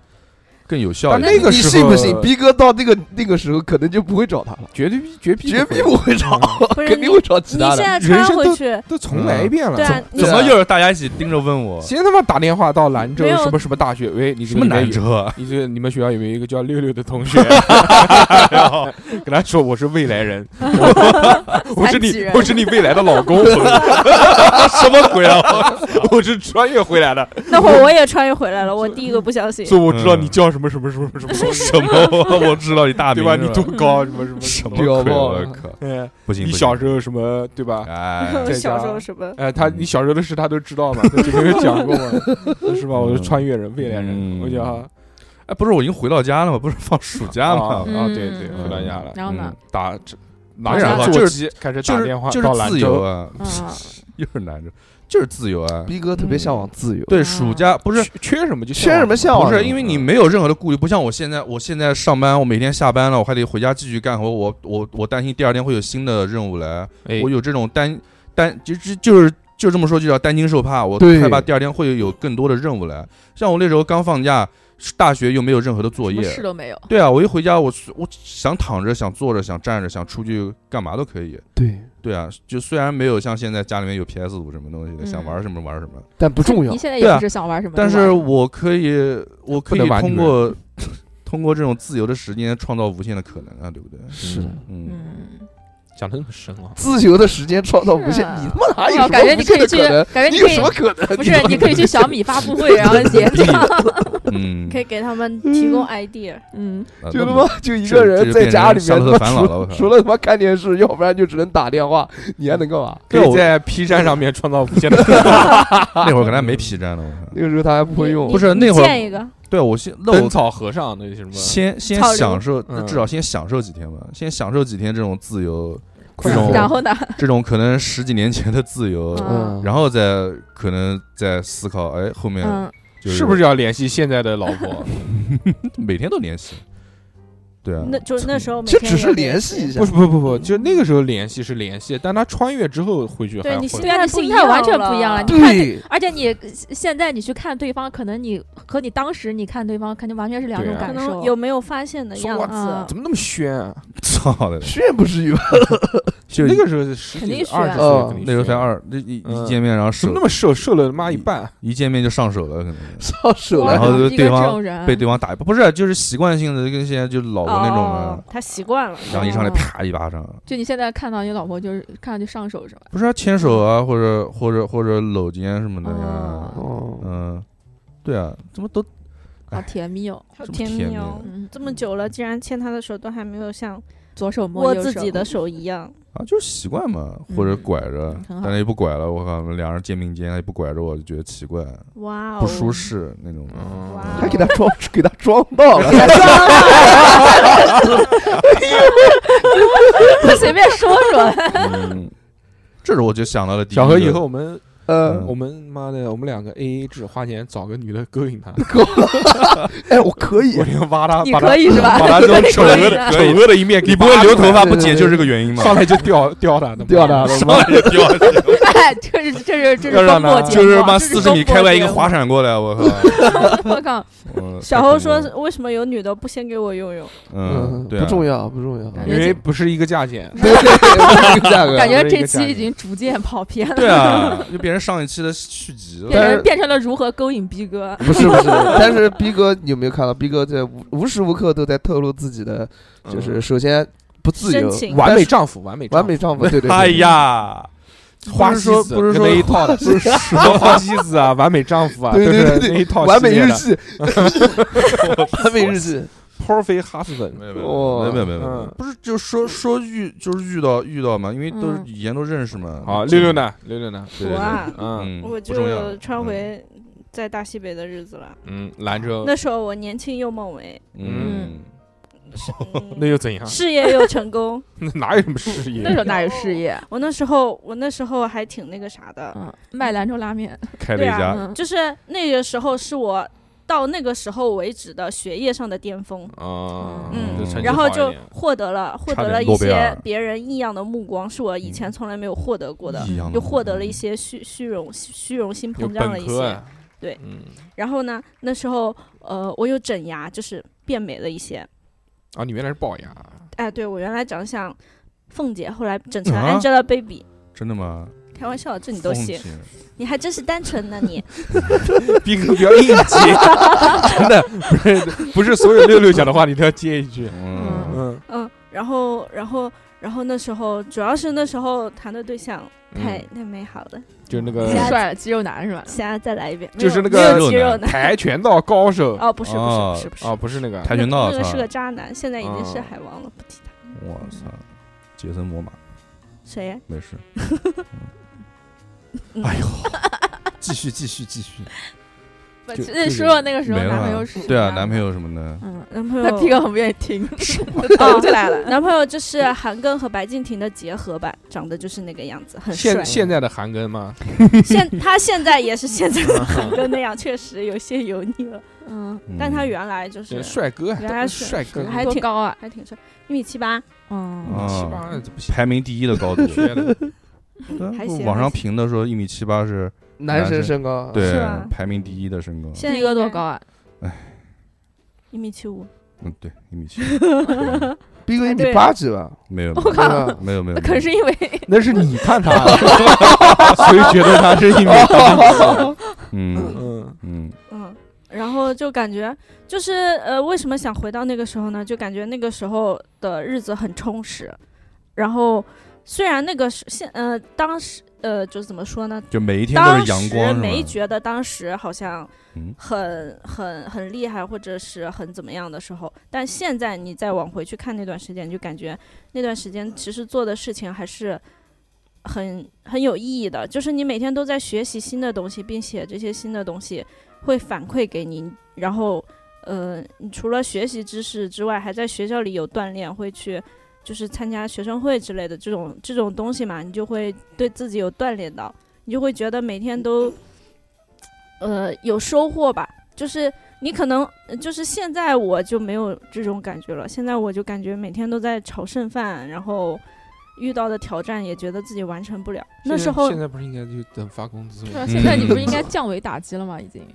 S3: 更有效
S4: 哦
S5: 但
S3: 一点。
S5: 那个
S2: 你
S5: 时
S2: 信不
S5: 候
S2: 信？逼哥到那个那个时候，可能就不会找他了，
S5: 绝对绝逼
S2: 绝逼不会找，
S6: 不是
S2: 肯定会找其
S6: 你
S2: 他
S6: 现
S2: 的。
S6: 在
S5: 人
S6: 穿
S5: 生
S6: 回去，
S5: 都重来一遍了。
S6: 对啊，你
S3: 怎么又是大家一起盯着问我？
S5: 先他妈打电话到兰州
S6: 没有
S5: 什么什么大学，喂，你
S3: 什么难
S5: 州？
S3: 折啊？
S5: 你这个你们学校有没有一个叫六六的同学？ 然后 跟他说我是未来 人，我我是
S4: 残疾
S5: 你
S4: 人
S5: 我是你未来的老公，什么鬼啊！我是穿越回来的，
S6: 那会儿我也穿越回来了，我第一个不相信。
S5: 所以我知道你叫什么什么什么什么什么，
S3: 什么？ 我知道你大
S5: 对
S3: 名
S5: 吧？
S3: 是
S5: 你多高什啊么什么
S3: 什么
S5: 什么
S2: 屌
S3: 鬼？
S2: 爆
S3: 我
S2: 了
S3: 靠！
S5: 哎，
S3: 不行，不
S5: 你
S3: 行
S5: 小时候什么对吧？
S3: 哎，
S6: 我
S5: 在
S6: 小
S5: 家
S6: 时候什么？
S5: 哎，他
S3: 嗯
S5: 你小时候的事他都知道嘛？他就没有讲 过嘛？是吧？我是穿越人，未来人，
S3: 嗯
S5: 我讲啊
S3: 哎，不是我已经回到家了吗？不是放暑假
S5: 啊
S3: 吗？
S5: 啊，对对，
S4: 嗯
S5: 回到家了，
S4: 然后呢？
S5: 打拿
S4: 当然
S5: 着
S4: 了
S5: 座
S3: 就是
S5: 机开始
S3: 就
S5: 打
S3: 是
S5: 电话
S3: 就
S5: 到
S3: 是
S5: 兰
S3: 自
S5: 州
S3: 由。啊，
S4: 嗯，
S3: 又是难折，就是自由啊。
S2: 逼哥特别向往自
S5: 嗯
S2: 由，
S3: 对，
S4: 啊
S3: 暑假不
S5: 不
S3: 是
S5: 缺缺什么就
S2: 缺什么向往
S3: 不
S2: 呢？
S3: 是，因为你没有任何的顾虑，不像我现在，我现在上班，我每天下班了，我还得回家继续干活，我我我担心第二天会有新的任务来，
S5: 哎
S3: 我有这种担担就就就是就这么说就叫担惊受怕，我
S2: 对
S3: 害怕第二天会有更多的任务来。像我那时候刚放假，大学又没有任何的 作
S4: 什么
S3: 业，
S4: 事都没有。
S3: 对啊，我一回家，我我想躺着，想坐着，想站着，想出去干嘛都可以。
S2: 对，
S3: 对啊，就虽然没有像现在家里面有 PS 五什么东西的，
S4: 嗯
S3: 想玩什么玩什么，
S2: 但不重要
S4: 你。现在
S3: 对
S4: 也
S3: 啊
S4: 不是想玩什么就
S3: 但
S4: 玩什么，
S3: 是我可以，我可
S5: 不
S3: 以
S5: 能玩
S3: 通
S5: 女
S3: 过通过这种自由的时间创造无限的可能啊，对不对？
S2: 是的
S3: 嗯，
S4: 嗯，
S5: 讲的那么深啊，
S2: 自由的时间创造无限
S4: 是，啊
S2: 你他妈
S3: 哎
S2: 哪有
S4: 哦
S2: 什
S4: 感觉
S2: 么无
S4: 你可
S2: 限
S4: 以
S2: 的
S4: 去
S2: 可能？，
S4: 感觉
S2: 你有
S4: 可以
S2: 什么可能？
S4: 不是，你可以 去小米发布会，然后结账。
S3: 嗯，
S6: 可以给他们提供 idea，
S4: 嗯，
S3: 那
S2: 就
S3: 那
S2: 他
S3: 么
S2: 妈就一
S3: 这
S2: 个人
S3: 这就
S2: 在家里
S3: 变
S2: 面，
S3: 成夏洛特
S2: 他妈
S3: 烦恼了我
S2: 除
S3: 靠
S2: 除了他妈看电视，要不然就只能打电话，你还能干嘛？
S5: 可
S3: 对
S5: 以
S3: 我
S5: 在 P 站上面创造无限的
S3: 那会儿可能还 没 P 站呢，我靠。
S2: 那个时候他还不会用
S6: 你
S3: 不，是
S6: 你
S3: 那会儿
S6: 建一个，
S3: 对啊，我先那
S5: 灯
S3: 我
S5: 草和尚那什么，
S3: 先先
S6: 草流
S3: 享受，那
S5: 嗯
S3: 至少先享受几天吧，先享受几天这种自由，这
S5: 然后
S3: 种
S4: 然后呢？
S3: 这种可能十几年前的自由，
S4: 嗯
S3: 然后再可能再思考，哎，后面
S4: 嗯，
S3: 就是
S5: 不是要联系现在的老 婆？
S3: 每天都联系？对啊，
S6: 那就那时候每
S2: 就
S6: 天
S2: 只是
S6: 也
S2: 联系一下
S5: 不。是不不不，就那个时候联系是联系，但他穿越之后回去还
S6: 对
S5: 会
S6: 你心
S4: 对啊，你
S6: 不一
S4: 心态完全
S6: 样
S4: 不一样了。
S6: 了
S4: 你看
S2: 对，
S4: 而且你呃现在你去看对方，可能你和你当时你看对方，肯定完全是两种
S5: 对啊
S6: 可
S4: 感受。
S6: 能有没有发现的
S5: 说
S6: 样
S5: 哇
S4: 啊
S6: 子？
S5: 怎么那么宣啊？
S3: 操的，
S2: 炫不至于吧？
S3: 就
S5: 那个时候是十
S4: 肯
S5: 几
S4: 定
S5: 二十
S2: 啊
S4: 宣
S5: 岁，
S3: 哦那时候才，二，那一
S5: 嗯
S3: 一见面然后
S5: 怎
S3: 手
S5: 么那么瘦？瘦了他妈一
S3: 嗯
S5: 半，
S3: 一见面就上手了，可能
S2: 上手
S4: 哇
S3: 然
S2: 了，
S3: 后就
S4: 一
S3: 对
S4: 个
S3: 方
S4: 这种人
S3: 被对方打一巴，不是就是习惯性的跟现在就是老
S6: 哦
S3: 的啊那种人，
S6: 他习惯了。
S3: 然后一上来
S4: 哦
S3: 啪一巴掌，
S4: 就你现在看到你老婆，就是看上去上手是吧？
S3: 不是啊牵手啊，或者或者或者搂肩什么的呀，
S4: 嗯哦，
S2: 哦，
S3: 嗯，对啊，怎么都
S4: 好甜蜜哦。
S3: 这
S6: 好
S3: 么
S6: 甜
S3: 甜
S6: 蜜
S3: 蜜
S6: 哦！
S4: 嗯，
S6: 这么久了，竟然牵他的手都还没有像
S4: 左手摸
S6: 握
S4: 右
S6: 自己 的
S4: 手，
S6: 手一样，
S3: 啊就是习惯嘛，或者
S4: 嗯
S3: 拐着
S4: 嗯，很好
S3: 但他也不拐了，我靠，两人肩并肩，他也不拐着我，就觉得奇怪，
S6: 哇哦，
S3: 不舒。适那种。
S6: 哇
S2: 还给他装，给他装到了，
S4: 随便说 说。
S3: 嗯，这是我就想到了第一
S5: 小何
S3: 个
S5: 以后我们
S2: 呃，
S5: 我们妈的我们两个 A A 制，花钱找个女的勾引他，
S2: 哎，我可以
S5: 我，连挖他，
S4: 你
S5: 把他
S4: 可以 是吧
S5: 把他这种丑
S4: 可
S5: 恶
S4: 以
S5: 的
S4: 的
S5: 丑恶的一面给你不会留头
S2: 发不剪就是这
S3: 个原因
S5: 上来就吊 吊他，他妈
S2: 掉他了，
S3: 上来就掉 下去了。
S4: 哎，这是这是这是
S5: 要让
S4: 中国
S5: 他
S4: 节
S3: 就是
S4: 目
S3: 妈
S4: 啊
S3: 四十米开外一个 滑，闪过来，我 靠！
S4: 这是中国节目我靠，
S3: 嗯
S6: 小侯说：“，为什么有女的不先给我用用？
S3: 嗯，对啊，
S2: 不重要，不重要，
S4: 感
S5: 因
S4: 觉
S5: 为不是一个价钱。
S2: 对对对，这个 价格，
S4: 感觉
S5: 这
S4: 这
S5: 个价
S4: 期
S5: 值
S4: 已经逐渐跑偏了，
S3: 对啊，就变成上一期的续集 了。
S4: 变
S2: 但是
S4: 成变成了如何勾引逼哥。
S2: 不是不 是，但是逼哥，你有没有看到逼哥在无无时无刻都在透露自己的，就是首先不自由
S6: 深，
S5: 嗯
S6: 情
S5: 完美丈夫，完美
S2: 完美丈夫，对对对，
S3: 哎呀，
S5: 花
S3: 不是
S5: 西
S3: 说
S5: 子
S3: 不是
S5: 跟
S3: 说
S5: 那一套的，不是说 花西子啊，完美丈夫啊，
S2: 对对
S5: 都是
S2: 对对
S5: 那一套
S2: 完美
S5: 系列
S2: 日
S5: 的
S2: 记，完美日记，
S5: perfect husband，
S3: 没有没有没有没有没有，不是就说说遇就是遇到遇到嘛，因为都是
S4: 嗯
S3: 以前都认识嘛。
S5: 好，六六？呢？六六呢？
S3: 对
S6: 我啊，
S5: 嗯
S3: 嗯，
S6: 我
S3: 不重要嗯
S6: 就穿回在大西北的日子了。
S5: 嗯，兰
S3: 呃
S5: 州
S6: 那时候我年轻又梦为，
S3: 嗯，
S6: 嗯
S5: 那又怎样？
S6: 事业又成功。
S5: 那哪有什么事业
S4: 那？时候哪有事业？
S6: 我那时候，我那时候还
S4: 嗯
S6: 挺那个啥的，
S4: 嗯，卖兰州拉面，
S3: 开了一
S6: 对啊
S3: 家，
S4: 嗯，
S6: 就是那个时候是我到那个时候为止的学业上的巅峰。
S5: 啊，
S6: 嗯
S5: 这成绩
S6: 然后
S5: 好一
S6: 就
S5: 点
S6: 获得了获
S3: 差
S6: 得
S3: 点
S6: 了一
S3: 诺贝
S6: 些
S3: 尔
S6: 别人异样的目光，是我以前从来没有获得过的，
S3: 异样的
S6: 嗯又
S3: 目
S6: 获得
S3: 光
S6: 了一些虚虚荣虚荣心
S5: 有
S6: 膨胀了
S5: 本
S6: 一
S5: 科
S6: 些。
S5: 啊，
S6: 对
S5: 嗯，
S6: 然后呢，那时候呃，我有整牙，就是变美了一些。
S5: 啊，你原来是龅牙，
S6: 哎，对我原来长得像凤姐，后来整成
S3: 啊
S6: Angelababy，、
S3: 真的吗？
S6: 开玩笑，这你都
S3: 凤
S6: 信？
S3: 姐
S6: 你还真是单纯呢你。
S5: 逼格比较 应急，真的不是不是所有六六讲的话你都要接一句，
S3: 嗯，
S5: 嗯，
S6: 嗯，然后然后然后那时候主要是那时候谈的对象太、
S5: 嗯
S6: 太美好了，
S5: 就是那个
S6: 嗯
S4: 帅了肌肉男是 吧？
S6: 现在再来一遍，没
S5: 就是
S6: 有
S5: 那
S6: 没
S5: 个
S6: 有肌
S3: 肉
S6: 肉男。
S5: 跆拳道高手
S6: 哦，不是不是
S3: 哦
S6: 不是不是
S5: 啊，不是那个
S3: 跆拳道
S6: 那个是
S3: 是
S6: 个
S3: 吧？
S6: 渣男，现在已经是
S5: 嗯
S6: 海王了，不提他。
S3: 我操，杰森·摩玛
S6: 谁呀？
S3: 没事，
S6: 嗯
S3: 哎呦，继续继续继续，
S4: 不
S5: 就
S4: 那
S5: 就
S4: 说
S5: 是
S4: 到那个时候，
S3: 没
S4: 男朋友
S3: 了
S4: 是
S3: 对啊，
S4: 什么
S3: 男
S4: 样
S3: 朋
S4: 的，
S3: 友什么的，
S4: 嗯，
S6: 男朋友
S4: 他 P 哥很不愿意 听，
S6: 哦
S4: 抖起来了。
S6: 男朋友就是韩庚和白敬亭的结合版，长得就是那个样子，很帅
S5: 现。现在的韩庚吗？
S6: 现他现在也是现在的韩庚那样，确实有些油腻了，
S4: 嗯，
S3: 嗯
S6: 但他原来就是
S5: 这帅哥，
S6: 原来是
S5: 帅哥，
S6: 还
S4: 多
S6: 挺
S4: 高啊？
S6: 还挺帅，一米七八，
S4: 嗯，
S3: 啊
S5: 七八这不行，
S3: 排名第一的高 度，啊
S5: 缺的
S6: 还行。
S3: 网上
S6: 还行哦
S3: 评的说一米七八是
S2: 男
S3: 男
S2: 神
S3: 生
S2: 身高，
S3: 对
S6: 是啊吧
S3: 排名第一的身高，
S6: 现在
S4: 一哥多高？啊？
S6: 一米七五，
S3: 嗯，对，一 米七，
S2: 逼哥一
S6: 哎
S2: 米
S6: 对
S2: 八几吧？
S3: 没有
S4: 我
S3: 没
S4: 靠，
S2: 啊
S3: 有没有没有，
S4: 那 可能是因为
S5: 那是你看 他，所以觉得他是 一米八几。
S3: 嗯
S5: 嗯，
S3: 嗯
S6: 嗯，然后就感觉就是呃，为什么想回到那个时候呢？就感觉那个时候的日子很充实，然后虽然那个时现呃当时呃就怎么说呢？
S3: 就每一天都
S6: 当
S3: 是阳光
S6: 时没
S3: 是吧？
S6: 觉得当时好像
S3: 嗯
S6: 很很很厉害，或者是很怎么样的时候，但现在你再往回去看那段时间，你就感觉那段时间其实做的事情还是很很有意义的，就是你每天都在学习新的东西，并且这些新的东西会反馈给你，然后呃，你除了学习知识之外，还在学校里有锻炼，会去。就是参加学生会之类的这种这种东西嘛，你就会对自己有锻炼到，你就会觉得每天都，呃，有收获吧。就是你可能呃就是现在我就没有这种感觉了，现在我就感觉每天都在炒剩饭，然后遇到的挑战也觉得自己完成不了。那时候
S5: 现在不是应该就等发工资
S4: 对
S5: 吗
S3: 嗯
S4: 啊，？现在你不是应该降维打击了吗？已 经，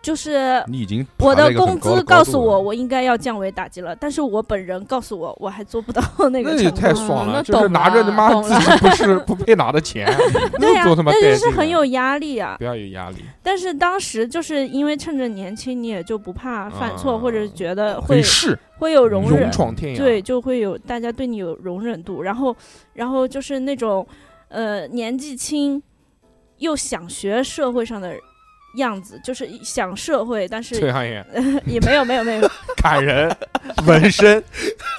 S6: 就是
S3: 你已经
S6: 我
S3: 爬到
S6: 的
S3: 一个
S6: 工
S3: 很高
S6: 资
S3: 高
S6: 告
S3: 度
S6: 诉我
S3: 了，
S6: 我应该要降维打击了，但是我本人告诉我我还做不到 那个
S5: 那也
S6: 程度。
S5: 太爽了，
S4: 那
S5: 就是
S4: 懂
S5: 拿着他
S4: 了
S5: 妈
S4: 懂
S5: 自己不是不配拿的钱，
S6: 对呀、
S5: 那多他妈
S6: 但
S5: 带
S6: 是是
S5: 劲
S6: 很
S5: 啊
S6: 有压力啊。
S5: 不要有压力，
S6: 但是当时就是因为趁着年轻，你也就不怕犯错，
S5: 啊
S6: 或者觉得
S5: 可以
S6: 会
S5: 试，
S6: 会有容
S5: 勇
S6: 忍，
S5: 闯天涯。
S6: 对，，就会有大家对你有容忍度，然后，然后就是那种，呃，年纪轻，又想学社会上的样子，就是想社会，但
S5: 崔
S6: 是
S5: 航远
S6: 也没有没有 没有，
S5: 砍 人，纹身，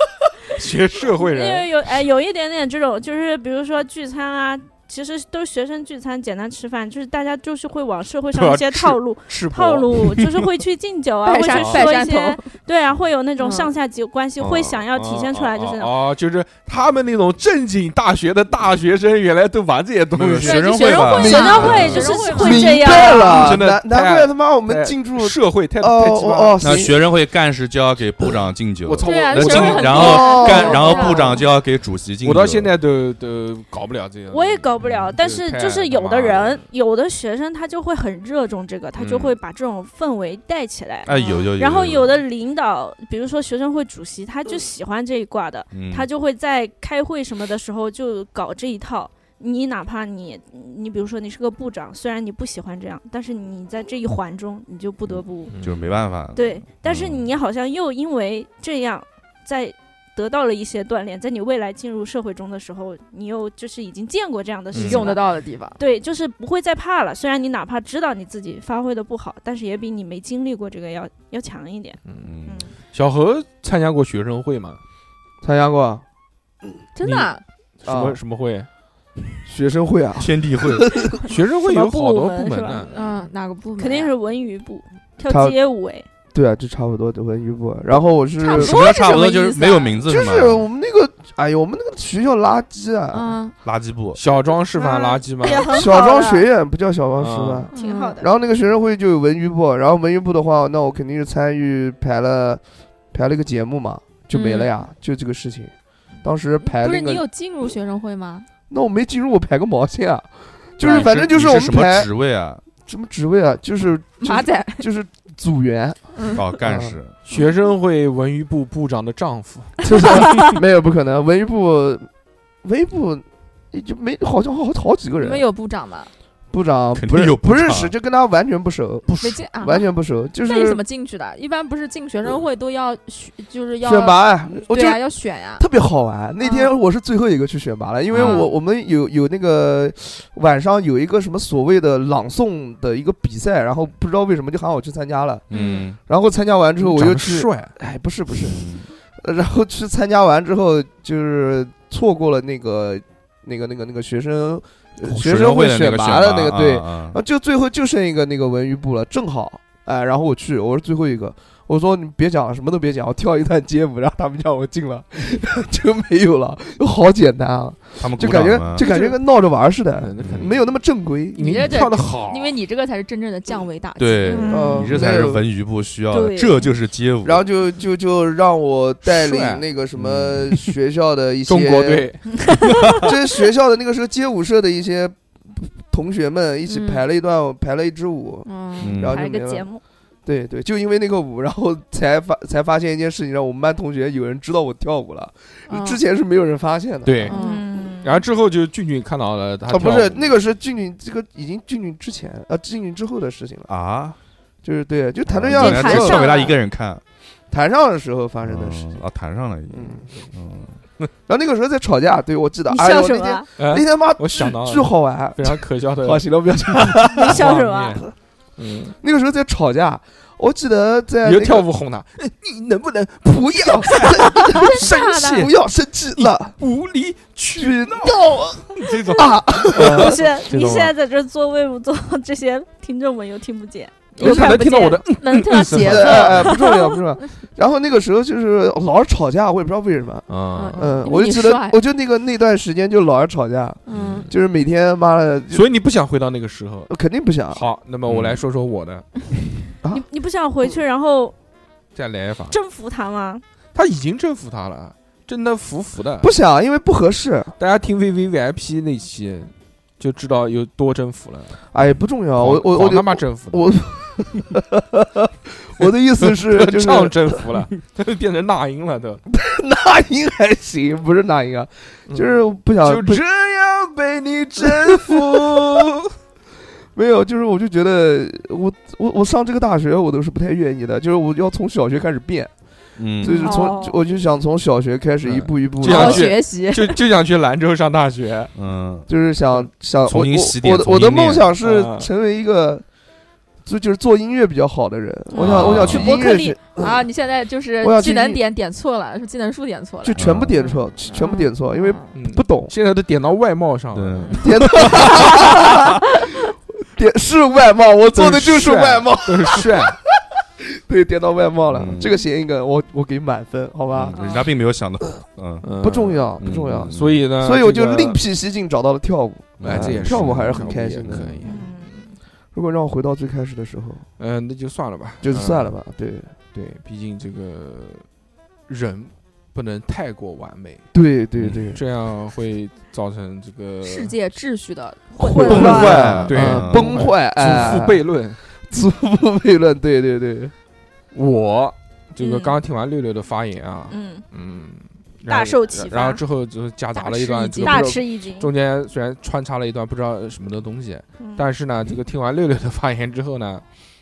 S5: 学社会
S6: 因
S5: 人，
S6: 为有哎有一点点这种，就是比如说聚餐啊，其实都是学生聚餐，简单吃饭，就是大家就是会往社会
S5: 都
S6: 上
S5: 要
S6: 一些
S5: 吃
S6: 套路
S5: 赤膊啊
S6: 套，路，就是会去敬酒啊，
S4: 拜
S6: 会去
S4: 山
S5: 是
S4: 拜
S6: 说一
S4: 山
S6: 些
S4: 头，
S6: 对啊，会有那种
S4: 嗯
S6: 上下级关系，会想
S5: 啊
S6: 要体现出来，就是那种
S5: 哦，就是他们那种正经大学的大学生，原来都玩这些东
S3: 没有
S5: 西，
S3: 学生
S4: 学
S3: 会
S4: 生
S3: 吧，
S4: 会
S6: 学生
S4: 嘛
S6: 会
S4: 学
S6: 就
S4: 生会
S6: 是
S4: 啊
S6: 会
S4: 嘛
S6: 这
S2: 明
S6: 样。
S2: 白了，
S5: 真的
S2: 难难怪他妈我
S5: 太
S2: 们进驻
S5: 社会太太鸡巴
S2: 哦哦
S5: 了。
S2: 哦，
S3: 那
S2: 行
S3: 学生会干事就要给部长敬酒，
S5: 我操！
S4: 对啊
S5: 我
S3: 那
S4: 学
S3: 敬
S4: 生会
S3: 然
S4: 很多
S3: 后
S2: 哦
S3: 干，然后
S4: 对啊
S3: 部长就要给主席敬酒，
S5: 我到现在都都搞不了这个，
S6: 我也搞不了，但是就是有的人，有的学生他就会很热衷这个，他就
S5: 嗯
S6: 会把这种氛围带起来。
S3: 哎有有有，
S6: 然后有
S3: 有
S6: 的领导，比如说学生会主席，他就喜欢这一挂的，
S3: 嗯
S6: 他就会在开会什么的时候就搞这一套。你哪怕你，你比如说你是个部长，虽然你不喜欢这样，但是你在这一环中，你就不得不
S3: 就是没办法，
S6: 对，但是
S3: 嗯
S6: 你好像又因为这样，在得到了一些锻炼，在你未来进入社会中的时候，你又就是已经见过这样的事情、
S5: 嗯
S4: 用得
S6: 到。
S4: 到的地方。
S6: 对，就是不会再怕了。虽然你哪怕知道你自己发挥的不好，但是也比你没经历过这个要要强一点。
S5: 嗯，
S3: 嗯
S6: 嗯，
S5: 小何参加过学生会吗？
S2: 参加过
S3: 嗯
S4: 真的啊，
S5: 什么
S2: 啊
S5: 什么会？
S2: 学生会啊，
S3: 天地会，
S5: 学生会
S6: 什么
S5: 有好多
S6: 部门
S5: 部门
S6: 是吧
S5: 呢。
S4: 嗯，哪个部门啊？
S6: 肯定是文娱部
S2: 他
S6: 跳街舞哎，
S2: 对啊，就差不多的文娱部。然后我是
S4: 差不
S3: 什么
S4: 多
S3: 差不多就是
S4: 什么意思啊
S3: 没有名字
S2: 就是
S3: 吗？
S2: 我们那个哎呦，我们那个学校垃圾啊，
S4: 嗯，
S3: 垃圾部，
S5: 小庄示范垃圾吗？
S6: 也很
S2: 小
S6: 好
S2: 庄
S6: 了
S2: 学院不叫小庄师范。
S5: 嗯
S3: 啊
S6: 挺好的。
S2: 然后那个学生会就有文娱部，然后文娱部的话，那我肯定是参与排了排了一个节目嘛，就没了呀，就这个事情。当时排
S4: 嗯不
S2: 那
S4: 是你
S2: 个，
S4: 有进入学生会吗？
S2: 那我没进入，我排个毛线啊！就
S3: 你
S2: 是
S3: 是
S2: 反正就是
S3: 你
S2: 我
S3: 是
S2: 们
S3: 什么
S2: 排
S3: 职位啊？
S2: 什么职位 啊，就是嗯
S4: 马仔，
S2: 就是组员，
S3: 哦，干事，
S5: 学生会文娱部部长的丈夫，
S2: 就是没有不可能，文娱部文娱部也就没好像好好几个
S4: 你们
S2: 人，
S4: 有部长吗？
S2: 部长
S3: 肯
S2: 不
S3: 定
S2: 是
S3: 有部
S2: 不认
S3: 长
S2: 识，就跟他完全不熟，
S3: 不
S4: 没进啊？
S2: 完全不熟，就
S4: 那你
S2: 是
S4: 怎么进去的？一般不是进学生会都要选，就是要
S2: 选拔呀，我
S4: 对啊嗯
S2: 就
S4: 呀、要选呀、
S2: 特别好玩。那天我是最后一个去选拔了，因为
S4: 嗯
S2: 我我们有有那个晚上有一个什么所谓的朗诵的一个比赛，然后不知道为什么就喊我去参加了。
S3: 嗯，
S2: 然后参加完之后我又
S5: 长得
S2: 去，
S5: 帅，
S2: 哎，不是不是，呃然后去参加完之后就是错过了那个那个那个那个学生呃学生
S3: 会
S2: 会
S3: 的那
S2: 选
S3: 个
S2: 拔的那个对，呃
S3: 啊
S2: 然后就最后就剩一个那个文娱部了，正好哎，然后我去，我是最后一个。我说你别讲了，什么都别讲，我跳一段街舞，然后他们让我进了， 就没有了，就好简单啊，
S3: 他们
S2: 就
S3: 鼓
S2: 感觉
S3: 掌吗
S2: 就感觉跟闹着玩儿似的，
S5: 嗯那肯定
S2: 呃没有那么正规。
S4: 你这
S5: 跳的好，
S4: 因为你这个才是真正的降维打击。
S3: 对，
S6: 嗯
S2: 呃
S3: 你这才
S2: 没
S3: 是
S2: 有
S3: 文娱部需要的，
S6: 对
S3: 这就是街舞。
S2: 然后就就就让我带
S5: 帅
S2: 领那个什
S3: 嗯
S2: 么学校的一些
S5: 中国，队
S2: 这学校的那个时候街舞社的一些同学们一起
S4: 嗯
S2: 排了一段，排了一支舞，
S4: 嗯，
S2: 然后
S6: 还有
S2: 就没
S6: 一个节
S2: 了。
S6: 目，
S2: 对对，就因为那个舞，然后才发才发现一件事情，让我们班同学有人知道我跳舞了，
S4: 嗯
S2: 之前是没有人发现的。
S5: 对。
S4: 嗯，
S6: 嗯，
S5: 然后之后就俊俊看到了他
S2: 啊，不
S5: 跳舞
S2: 是那个是俊俊，这个已经俊俊之前啊，俊俊之后的事情了，
S3: 啊，
S2: 就是对，就谈对
S3: 哦
S2: 象
S3: 原
S2: 的
S3: 来
S2: 时
S3: 只
S4: 谈
S2: 候，
S3: 跳给
S4: 上
S3: 他
S4: 了
S3: 一个人看
S2: 谈上的时候发
S3: 发
S2: 生啊的事情。
S3: 啊，谈上了已经
S2: 嗯，，
S3: 嗯，
S2: 然后那个时候在吵架，对我记得，
S4: 你
S2: 哎呦
S4: 笑什
S2: 那
S4: 么
S2: 天
S4: 啊？
S5: 哎
S2: 那天妈
S5: 我哦想到了
S2: 巨巨好玩，
S5: 非常可笑的
S2: 好行了，不要讲。
S6: 你笑什么
S5: 画
S6: 啊？
S5: 面？嗯，
S2: 那个时候在吵架，我记得在
S5: 你就
S2: 呃那
S5: 跳
S2: 个
S5: 舞哄他，
S2: 你能不能不要生
S4: 真
S2: 气，不要生气了，
S5: 无理取
S2: 去闹
S5: 这种
S2: 啊！
S6: 不是，
S5: 种
S6: 你现
S5: 吗
S6: 在在这做为不做， 这些听众们又听不见，
S5: 我
S6: 又
S5: 可能
S6: 看不
S5: 听到我
S6: 见。
S5: 的，嗯
S4: 能 特写
S2: 对，哎哎，不重要，不重要。 然后那个时候就是老是吵架，我也不知道为什么。
S5: 啊，
S2: 嗯，
S4: 因为
S2: 我就
S4: 你
S2: 记得
S4: 帅，
S2: 我就那个那段时间就老是吵架，
S4: 嗯，
S2: 就是每天妈的，就呃
S5: 所以你不想回到那个时候。
S2: 肯定不想。
S5: 好，那么我
S2: 嗯
S5: 来说说我的
S6: 你你不想回去，然后
S5: 再来一发，
S6: 征服他吗？
S5: 他已经征服他了，真的服服的。
S2: 不想，因为不合适。
S5: 大家听 V V V I P 那期就知道有多征服了。
S2: 哎，不重要。我我
S5: 狂
S2: 我
S5: 他妈
S2: 的
S5: 征服的，
S2: 我我 的意思 是， 就是
S5: 唱征服了，变成那英了都。
S2: 那英还啊行，不是那英啊， 就是不想
S5: 嗯就
S2: 不
S5: 这样被你征 服，
S2: 没有，就是我就觉得我我我上这个大学我都是不太愿意的，就是我要从小学开始变，
S3: 嗯
S2: 就是从、
S4: 哦
S2: 我就想从小学开始一步一步
S5: 嗯这
S4: 嗯好
S5: 样
S4: 好
S2: 地
S5: 去
S4: 学习。
S5: 就就想去兰州上大学。
S3: 嗯，
S2: 就是想想我
S3: 重新洗
S2: 我
S3: 点
S2: 我的
S3: 重
S2: 我的
S3: 新练
S2: 梦想是
S5: 啊
S2: 成为一个，就就是做音乐比较好的人。我
S4: 啊
S2: 想我想
S4: 去
S2: 去
S6: 伯
S2: 音
S6: 克
S2: 乐
S6: 利
S2: 学，
S4: 啊，你现在就是
S2: 嗯我想
S4: 技
S2: 去
S4: 能
S2: 一
S4: 点点错了，是技能数点错了，
S2: 就全部点错，全部点错，因为
S5: 嗯，
S2: 不懂
S5: 现在都点到外貌上了。
S3: 对，
S2: 点点是外貌，我做的就是外貌，
S5: 都是 帅，
S2: 对，点到外貌了
S3: 嗯，
S2: 这个谐音梗我我给满分，好吧，
S3: 嗯人家并没有想到，嗯，
S5: 嗯
S2: 不重。要，不重要
S3: 嗯。
S5: 所以呢，
S2: 所以我
S5: 这
S2: 就
S5: 个
S2: 另辟蹊径找到了跳舞。
S5: 哎，这也
S3: 嗯
S5: 是
S2: 跳舞还是很开心
S5: 跳
S2: 的
S5: 舞也可以。
S6: 嗯，
S2: 如果让我回到最开始的时候，
S5: 嗯，那就算了吧，
S2: 就算了
S5: 嗯。
S2: 吧。对
S5: 对，毕竟这个人不能太过完美，
S2: 对对对，
S5: 这样会造成这个
S4: 世界秩序的
S6: 混
S2: 崩
S6: 乱
S2: 坏，
S5: 对
S2: 嗯崩坏，哎
S5: 祖父悖论。
S2: 祖父悖论，对对对，
S5: 我这个
S6: 嗯
S5: 刚刚听完六六的发言啊，
S6: 嗯，
S5: 嗯，然后
S6: 大受启
S5: 然后
S6: 发，
S5: 之后就夹杂
S4: 大
S5: 了一
S4: 吃
S5: 段
S4: 一
S5: 这个
S6: 大
S5: 不知道
S6: 吃一惊。
S5: 中间虽然穿插了一段不知道什么的东西，
S6: 嗯
S5: 但是呢，这个听完六六的发言之后呢，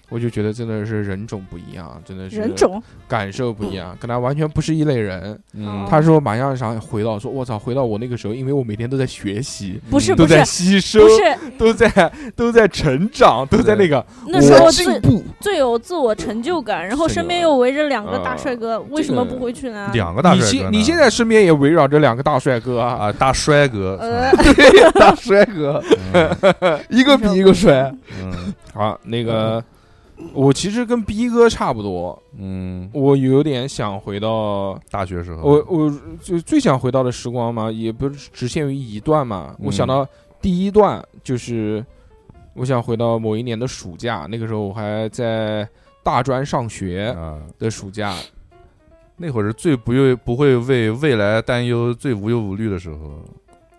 S5: 我就觉得真的是人种不一嗯样，真的是
S6: 人种
S5: 感受不一样，跟他完全不是一类人。
S6: 哦
S3: 嗯，
S5: 他说马上想回到说，我操，回到我那个时候，因为我每天都在学习，
S6: 不是
S5: 都
S6: 不是
S5: 在吸收
S6: 不，是，
S5: 都在都在成长，都在那个
S6: 那
S5: 我
S6: 时候
S2: 进
S6: 最
S2: 步，
S6: 最有自我成就感，然后
S5: 是
S6: 身
S5: 的
S6: 边又围着两个大
S5: 啊
S6: 帅哥，为
S5: 这
S6: 什么
S5: 个
S6: 不回去呢？
S3: 两个大
S5: 你
S3: 帅哥
S5: 现
S3: 呢
S5: 你现在身边也围绕着两个大帅哥啊，
S3: 啊，大帅哥，
S6: 呃，
S2: 对，大帅哥，
S3: 嗯
S2: 一个比一个帅，
S3: 嗯，
S5: 好，那个我其实跟逼哥差不多，
S3: 嗯，
S5: 我有点想回到
S3: 大学时候，
S5: 我我就最想回到的时光嘛，也不是只限于一段嘛。
S3: 嗯
S5: 我想到第一段就是，我想回到某一年的暑假，那个时候我还在大专上学
S3: 啊，
S5: 的暑假，
S3: 那会儿是最不用不会为未来担忧、最无忧无虑的时候。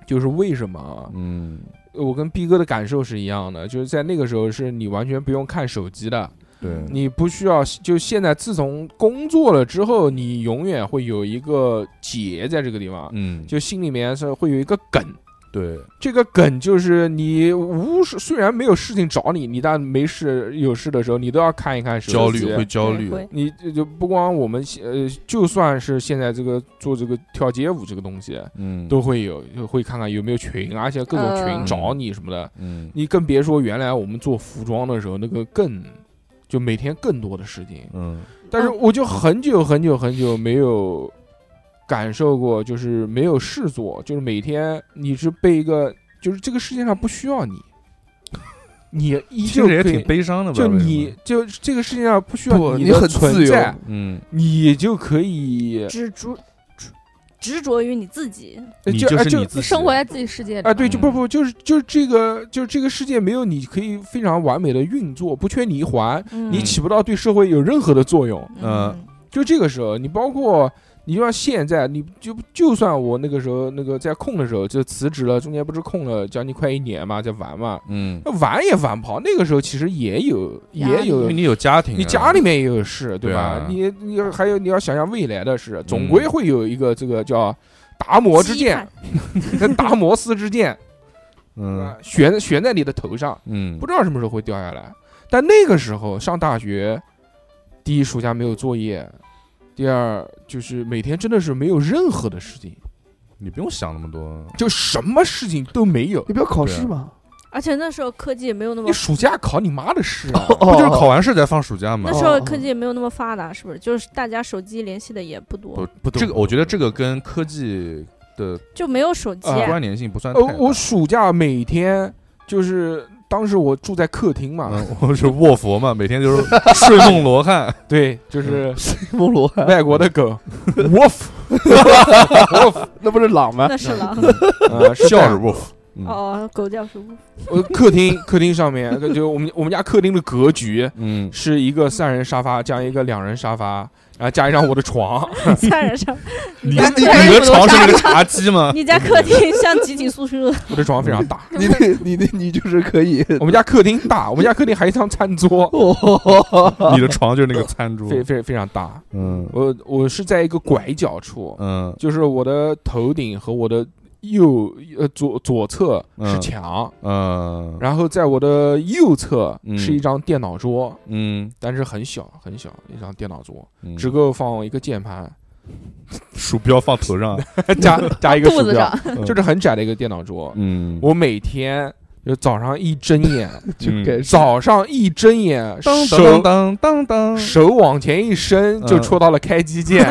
S5: 就是为什么啊？
S3: 嗯，
S5: 我跟逼哥的感受是一样的，就是在那个时候是你完全不用看手机的，
S3: 对，
S5: 你不需要。就现在自从工作了之后，你永远会有一个结在这个地方，
S3: 嗯，
S5: 就心里面是会有一个梗。
S3: 对，
S5: 这个梗就是你无事，虽然没有事情找你，你但没事有事的时候，你都要看一看手机。
S3: 焦虑会焦
S6: 对
S3: 虑，
S6: 会
S5: 你就就不光我们现呃，就算是现在这个做这个跳街舞这个东西，
S3: 嗯，
S5: 都会有就会看看有没有群，而且各种群
S4: 嗯
S5: 找你什么的。
S3: 嗯
S5: 你更别说原来我们做服装的时候，那个更就每天更多的事情。
S3: 嗯
S5: 但是我就很久很久很久没有感受过，就是没有事做，就是每天你是被一个，就是这个世界上不需要你，你依旧
S3: 听着也
S5: 可以
S3: 挺，悲伤的吧？
S5: 就
S3: 为什么
S5: 你就这个世界上不需
S2: 不
S5: 要
S2: 你
S5: 的
S2: 很自
S5: 存
S2: 由
S5: 在，
S3: 嗯，
S5: 你就可以，
S6: 执着执执着于你自己，
S5: 呃
S3: 你
S5: 就
S3: 就
S5: 哎
S3: 是
S5: 就
S3: 你自己，
S4: 生活在自己世界里
S5: 啊，对，就不
S3: 嗯
S5: 不就是就是这个就是这个世界没有你可以非常完美的运作，不缺你一环，
S6: 嗯
S5: 你起不到对社会有任何的作用。
S3: 呃
S5: 就这个时候，你包括你就像现在，你就就算我那个时候那个在空的时候就辞职了，中间不是空了将近快一年嘛，在玩嘛，
S3: 嗯，
S5: 那玩也玩不好。那个时候其实也有也
S3: 因
S5: 有
S3: 为，你有家庭啊，
S5: 你家里面也有事，对
S3: 对
S5: 吧
S3: 啊？嗯
S5: 你你还有你要想想未来的事，总归会有一个这个叫达摩之剑，跟达摩斯之剑，对
S3: 嗯
S5: 吧悬悬在你的头上，
S3: 嗯
S5: 不，知道什么时候会掉下来。但那个时候上大学，第一暑假没有作业，第二就是每天真的是没有任何的事情，
S3: 你不用想那么多，
S5: 就什么事情都没有。
S2: 你不要考
S3: 对啊
S2: 试嘛，
S6: 而且那时候科技也没有那么
S5: 你，暑假考你妈的试 啊！
S3: 不就是考完试再放暑假吗
S6: 那？时候
S2: 哦
S6: 科技也没有那么发达，是不是？就是大家手机联系的也
S3: 不
S6: 不多，
S3: 不，
S5: 懂
S3: 这个我觉得这个跟科技的
S6: 就没有手机。
S5: 啊
S3: 关联性不算
S5: 呃
S3: 太大。，
S5: 我暑假每天就是当时我住在客厅嘛，
S3: 嗯，我是卧佛嘛，每天就是睡梦罗汉，
S5: 对，就是
S2: 梦罗汉
S5: 外国的狗，wolf，
S2: 那不是狼吗？
S6: 那是了，
S5: 呃，是
S3: 啊笑
S5: 在
S3: 着卧佛。嗯
S6: 哦，狗叫什么？
S5: 呃，客厅客厅上面，就我们我们家客厅的格局
S3: 嗯，
S5: 是一个三人沙发加一个两人沙发，然后加一张我的 床，
S6: 三人上，
S3: 你
S6: 家
S3: 你
S6: 客厅
S3: 的床是那个茶几吗？
S6: 你家 客厅像集体宿舍，
S5: 我的床非常 大。
S2: 你那你那你就是可以，
S5: 我们家客厅大，我们家客厅还有一张餐桌，
S2: 哦，
S3: 你的床就是那个餐桌。
S5: 非非非常大。
S3: 嗯
S5: 我我是在一个拐角处，
S3: 嗯
S5: 就是我的头顶和我的右呃左左侧是墙，
S3: 嗯
S5: 然后在我的右侧
S3: 嗯
S5: 是一张电脑桌，
S3: 嗯，
S5: 但是很小很小一张电脑桌，
S3: 嗯
S5: 只够放一个键盘，
S3: 鼠标放头上，
S5: 加加一个
S4: 肚
S5: 鼠
S4: 子
S5: 标
S4: 上，，
S5: 就是很窄的一个电脑桌。
S3: 嗯，
S5: 我每天就早上一睁眼，
S2: 就
S3: 嗯
S2: 该上
S5: 早上一睁眼，
S3: 当
S5: 手
S3: 当当当当，
S5: 手往前一伸，就
S3: 嗯
S5: 戳到了开机 键。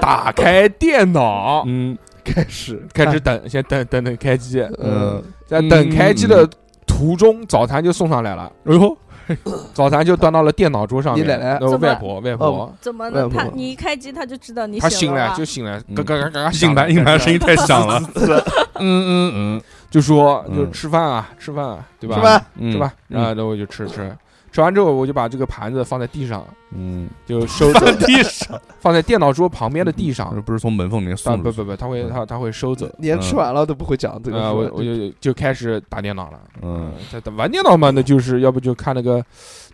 S5: 打开电脑，
S3: 嗯
S2: 开始呃
S5: 开始
S6: 嗯
S5: 呃等，先等等等开机，
S3: 嗯，
S5: 在等开机的途中，早餐就送上来了，
S3: 哎呦，
S5: 早餐就端到了电脑桌上面。
S2: 你奶奶
S5: 那我
S6: 怎么
S5: 外婆，外
S3: 哦
S5: 婆，
S6: 怎么
S2: 外
S6: 呢？
S2: 婆
S6: 他你一开机他就知道你
S5: 她醒
S6: 了啊
S5: 来
S6: 吧
S5: 就醒来，
S3: 嗯
S5: 嘎嘎嘎嘎嘎啊响
S3: 硬
S5: 了，
S3: 盘硬盘声音太响了， 嗯嗯
S5: 就说
S3: 嗯
S5: 就吃饭啊，吃饭啊，对吧？
S2: 是吧？
S3: 嗯，
S5: 是吧？
S3: 嗯
S5: 然后我就吃吃，吃完之后我就把这个盘子放在地上，
S3: 嗯，
S5: 就收走，
S3: 地上，
S5: 放在电脑桌旁边的地
S2: 嗯
S5: 上。
S3: 不是从门缝里面
S5: 啊
S3: 送出
S5: 不
S3: 去，
S5: 不不，他会他他会收走。嗯
S2: 连吃完了都不会讲嗯这个
S5: 啊，我
S2: 说
S5: 我就就开始打电脑了。嗯
S3: 嗯，，
S5: 在在玩电脑嘛，那就是要不就看那个，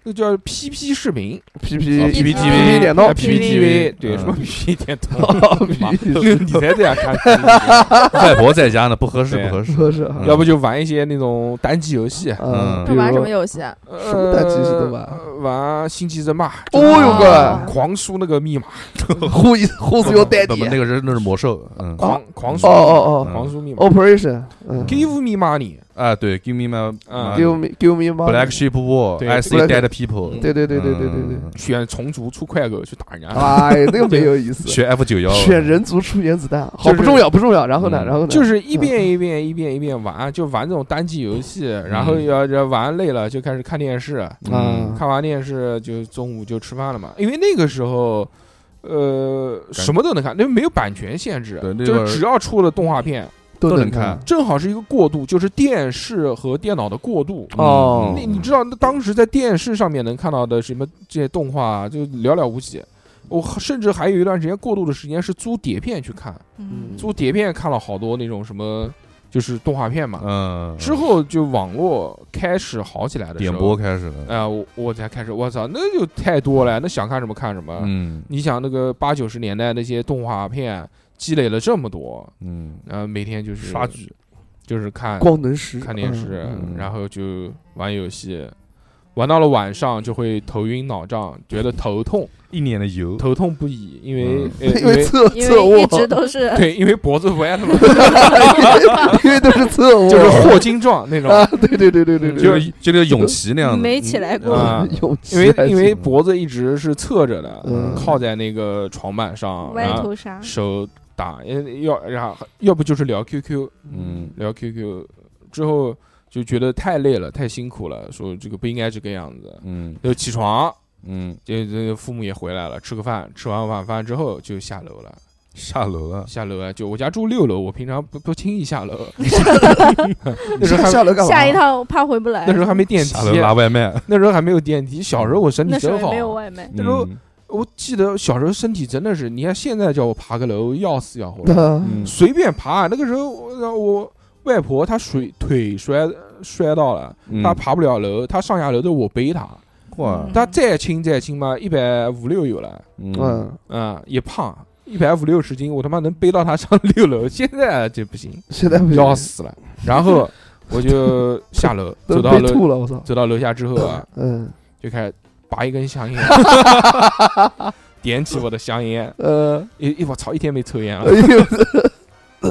S5: 那叫 PP 视频呃
S2: P P
S3: 啊
S2: P
S3: PPTV
S2: P 点到
S5: p t v 对，
S3: 嗯
S5: 什么 PP 点头，妈
S2: P
S5: 你才这样看
S2: 嗯
S5: PPTV，
S3: 外婆在家呢，不合适不合适，
S2: 说是啊
S3: 嗯
S5: 要不就玩一些那种单机游戏，
S3: 嗯
S2: 嗯
S4: 都玩什么游戏啊？
S5: 什
S2: 么单机游戏都玩
S5: 玩星际争霸，
S2: 哦
S4: 呦
S5: 啊
S4: 哥
S5: 狂输那个密码，
S2: ，Who is Who's your
S3: 不不
S2: daddy？
S3: 那个人那是魔兽，嗯
S5: 啊狂狂输
S2: 哦哦哦
S5: 狂输密码
S2: 哦，Operation，嗯，
S5: ，Give me money，
S3: 啊，对，Give me my
S5: 嗯
S3: my
S2: Give me, give me money.
S3: black sheep war,
S5: 对
S3: I see
S2: Black-
S3: dead people。
S2: 对对对对对对对。
S3: 嗯，
S5: 选虫族出快狗去打人啊家，
S2: 哎，那个没有意思。
S3: 学 F 九幺，
S2: 选人族出原子弹，好
S5: 就是
S2: 不重要，不重要。然后呢，
S3: 嗯
S2: 然后呢，
S5: 就是一遍一遍一遍一遍玩，就玩这种单机游戏，然
S3: 嗯
S5: 后要要玩累了就开始看电视，
S2: 啊，
S5: 看完电视就中午就吃饭了嘛，因为那个时候。呃，什么都能看，那没有版权限制
S3: 对，那会
S5: 就
S3: 儿
S5: 只要出了动画片，
S2: 都
S3: 都
S2: 能
S3: 能看。
S5: 正好是一个过渡，就是电视和电脑的过渡。
S3: 嗯
S2: 哦
S5: 那你知道，那当时在电视上面能看到的什么这些动画、啊，就寥寥无几。我甚至还有一段时间过渡的时间是租碟片去看，
S2: 嗯
S5: 租碟片看了好多那种什么，就是动画片嘛。
S3: 嗯，
S5: 之后就网络开始好起来的时
S3: 点
S5: 候，
S3: 播开始了，
S5: 哎、我我才开始，我操，那就太多了，那想看什么看什么。
S3: 嗯
S5: 你想那个八九十年代那些动画片积累了这么多，
S3: 嗯，
S5: 呃，每天就是
S3: 刷剧，
S5: 就是看
S2: 光能石
S5: 看电视，
S3: 嗯嗯
S5: 然后就玩游戏，玩到了晚上就会头晕脑胀，觉得头痛，
S3: 一脸的油，
S5: 头痛不已，因为、呃
S3: 嗯
S2: 因为侧
S6: 因
S2: 侧卧
S6: 为一，直都是
S5: 对，因为脖子 歪了嘛，
S2: 因为都是侧卧，
S5: 就是
S3: 哦
S5: 霍金状 那种，
S2: 啊，对对对对对，
S3: 就就那个永琪那样的，
S6: 没起来 过。
S5: 啊
S2: 勇
S5: 因为因为脖子一直是侧着的，
S2: 嗯
S5: 靠在那个床板上，
S6: 歪
S5: 然后
S6: 头杀，
S5: 手打，呃要然后要不就是聊 QQ，
S3: 嗯
S5: 聊 QQ 之后就觉得太累了，太辛苦了，说这个不应该这个样子，
S3: 嗯
S5: 就起床。
S3: 嗯，
S5: 这这父母也回来了，吃个饭，吃完晚饭之后就下楼了。
S3: 下楼了，
S5: 下楼啊，就我家住六楼，我平常不不轻易下楼，那时候还
S2: 下楼干嘛？
S6: 下一趟怕回不来。
S5: 那时候还没电梯
S3: 下，楼拿外卖，
S5: 那时候还没有电梯。小时候我身体
S6: 那时候
S5: 真
S6: 也
S5: 好
S6: 没，有外卖，
S5: 那时候
S3: 嗯
S5: 我记得小时候身体真的是，你看现在叫我爬个楼要死要活的，
S2: 嗯
S3: 嗯
S5: 随便爬。那个时候我我外婆她水腿摔摔到了，
S3: 嗯
S5: 她爬不了楼，她上下楼都我背她，
S2: 嗯
S3: 哇，
S5: 她再轻再轻嘛，一百五六有了。
S3: 嗯，
S2: 嗯，
S5: 嗯，也胖，一百五六十斤，我他妈能背到他上六楼， 现在这不行，
S2: 现在不行
S5: 要死了。然后我就下楼，
S2: 都
S5: 走到
S2: 被
S5: 楼，
S2: 吐了，我操！
S5: 走到楼下之后啊，
S2: 嗯
S5: 就开始拔一根 香烟，点起我的香烟，
S2: 呃，
S5: 一一我操，一天没抽烟啊
S2: 哎
S5: 了，
S2: 呦，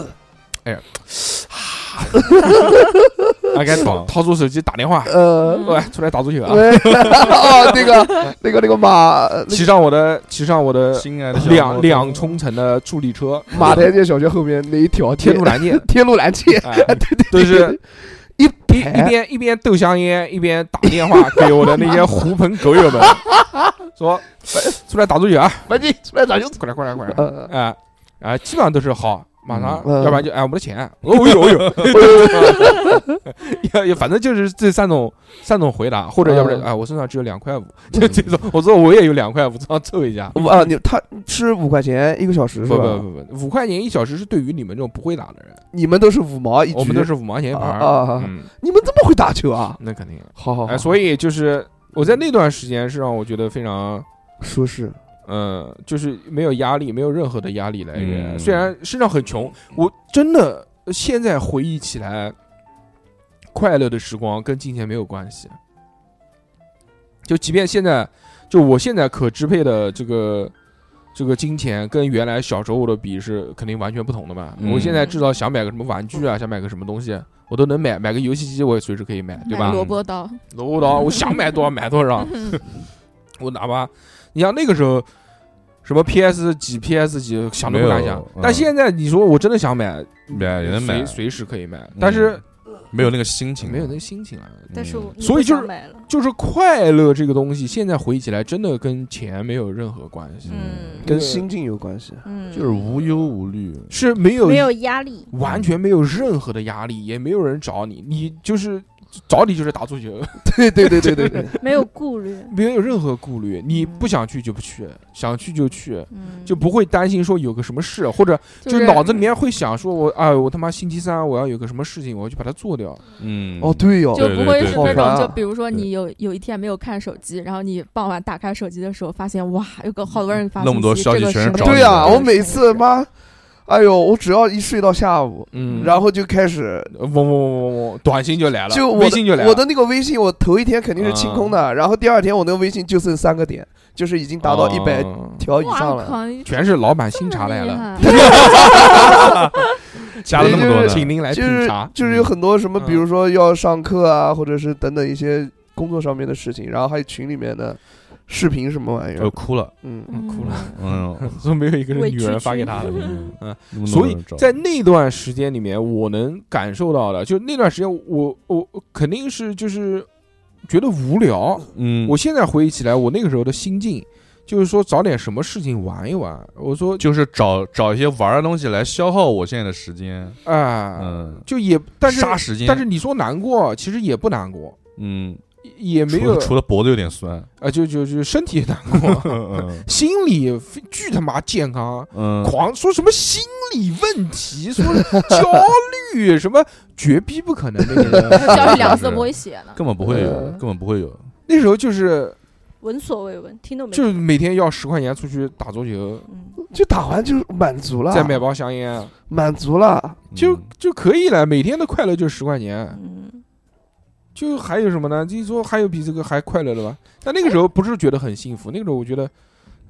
S5: 啊，该
S3: 爽
S5: 掏出手机打电话，
S2: 呃，
S5: 喂，出来打足球啊，
S2: 喂， 哦，那个那个那个马
S5: 骑上我的，骑上我的
S3: 亲爱的小伙
S5: 两
S3: 子
S5: 两冲程的助力 车，
S2: 马台街小学后面那一条，
S5: 天路蓝箭
S2: 天路蓝线，
S5: 哎，
S2: 对对，
S5: 都是
S2: 一
S5: 一一边一边斗香烟，一边打电话给我的那些狐朋狗 友们，说哎出来打足球啊，
S2: 赶紧出来打球。
S5: 过来过来过来，
S2: 呃，
S5: 哎啊，基本上都是好，马上
S2: 嗯
S5: 要不然就哎我们的钱，哦呦哦 呦，也反正就是这三种三种回答，或者要不然
S2: 嗯
S5: 哎我身上只有两块五，就这种，我说我也有两块五，正好凑一下。
S2: 五啊，你他是五块钱一个小时
S5: 不
S2: 是
S5: 不
S2: 吧？
S5: 不不，五块钱一小时是对于你们这种不会打的人，
S2: 你们都是五毛一局，
S5: 我们都是五毛钱一盘
S2: 啊啊
S5: 儿
S2: 啊，
S5: 嗯，
S2: 你们这么会打球啊？
S5: 那肯定。
S2: 好好
S5: 哎，
S2: 好，
S5: 所以就是我在那段时间是让我觉得非常，
S2: 舒适，
S5: 嗯，就是没有压力，没有任何的压力来源。
S3: 嗯
S5: 虽然身上很穷，我真的呃现在回忆起来，快乐的时光跟金钱没有关系。就即便现在，就我现在可支配的这个。这个金钱跟原来小时候的比是肯定完全不同的嘛。
S3: 嗯
S5: 我现在至少想买个什么玩具啊，想买个什么东西，我都能买，买个游戏机我也随时可以买，对吧？
S4: 买萝卜刀，
S5: 萝卜刀，我想买多少买多 少。 我哪怕你像那个时候，什么 PS 几 PS 几，想都不敢
S3: 没有
S5: 想
S3: 嗯。
S5: 但现在你说我真的想买，
S3: 买也能买嗯
S5: 随，随时可以买，但是
S3: 啊没有那个心情，
S5: 没有那个心情了。
S6: 但是
S3: 嗯
S6: 我
S5: 所以就是
S6: 你不想买了，
S5: 就是快乐这个东西，现在回忆起来真的跟钱没有任何关系，
S6: 嗯
S2: 跟心境有关系。啊
S6: 嗯，
S3: 就是无忧无虑，
S5: 是没有
S6: 没有压力，
S5: 完全没有任何的压力，也没有人找你，你就是找你就是打 足球，
S2: 对对对对对对，
S6: 没有顾虑，
S5: 没有任何顾虑，你不想去就不去，想去就去，
S6: 嗯，
S5: 就不会担心说有个什么事，或者就是脑子里面会想说我，哎，我他妈星期三我要有个什么事情，我要去把它做掉。
S3: 嗯，
S2: 哦，对哟，
S4: 就
S3: 对
S4: 不
S3: 对
S4: 会
S3: 对
S4: 是
S2: 好
S4: 那
S2: 烦啊
S4: 种，就比如说你有有一天没有看手机，然后你傍晚打开手机的时候，发现哇，有个好多人发
S3: 那么多
S4: 信息
S3: 消息
S4: 这个
S3: 全
S4: 什
S3: 是
S4: 么
S3: 找
S4: 什
S3: 你
S4: 么
S2: 对呀、啊
S3: 的
S4: 这
S2: 我
S4: 个
S2: 每
S4: 什么
S2: 次
S4: 什么
S2: 妈，哎呦，我只要一睡到下午，
S5: 嗯，
S2: 然后就开始
S5: 嗡嗡嗡嗡嗡，短信就来了，
S2: 就我
S5: 微信就来
S2: 的
S5: 了，
S2: 我的那个微信，我头一天肯定是清空的，然后第二天我那个微信就剩三个点，就是已经达到一百
S5: 哦
S2: 条以上
S4: 哇
S2: 了。
S4: 靠，你
S5: 全是老板
S4: 这
S5: 新茶
S4: 么
S5: 来
S4: 厉
S5: 了，
S4: 害，
S3: 加了那么多
S2: 对
S3: 呢，
S2: 就是
S5: 请您来
S2: 就
S5: 品
S2: 是
S5: 茶，
S2: 就是有很多什么，
S5: 嗯
S2: 比如说要上课啊，或者是等等一些工作上面的事情，然后还有群里面的视频什么玩意
S3: 呃
S5: 哦
S2: 儿，
S3: 哭了，
S2: 嗯，
S4: 嗯
S5: 哭 了
S3: 嗯，
S5: 怎么没有一个是
S6: 委
S5: 女
S6: 屈
S5: 人发
S6: 屈
S5: 给他的？
S3: 嗯
S5: 嗯，
S3: 那么多
S5: 所以
S3: 人找
S5: 在那段时间里面，我能感受到的，就那段时间我，我我肯定是就是觉得无聊。
S3: 嗯，
S5: 我现在回忆起来，我那个时候的心境，就是说找点什么事情玩一玩。我说
S3: 就是找找一些玩儿的东西来消耗我现在的时间，
S5: 啊，
S3: 嗯，
S5: 就也但是
S3: 杀时间，
S5: 但是你说难过，其实也不难过，
S3: 嗯，
S5: 也没
S3: 除
S5: 有
S3: 了除了脖子有点酸，
S5: 啊，就就就身体也难 过，
S3: 嗯
S5: 心理非巨他妈健康。
S3: 嗯，
S5: 狂说什么心理问题，说焦虑什么绝逼不可能。那个人
S4: 教育两字不会写了，
S3: 根本不会有，
S2: 呃
S3: 根本不会有，
S5: 那时候就是
S6: 闻所未闻，听都没
S5: 就是
S6: 听。
S5: 每天要十块钱出去打桌球，
S6: 嗯，
S2: 就打完就满足了，
S5: 再买包香烟啊
S2: 满足了，
S5: 就
S3: 嗯
S5: 就可以了。每天的快乐就十块钱，
S6: 嗯，
S5: 就还有什么呢？就是说还有比这个还快乐的吧？但
S3: 哎
S5: 那个时候不是觉得很幸福，那个时候我觉得，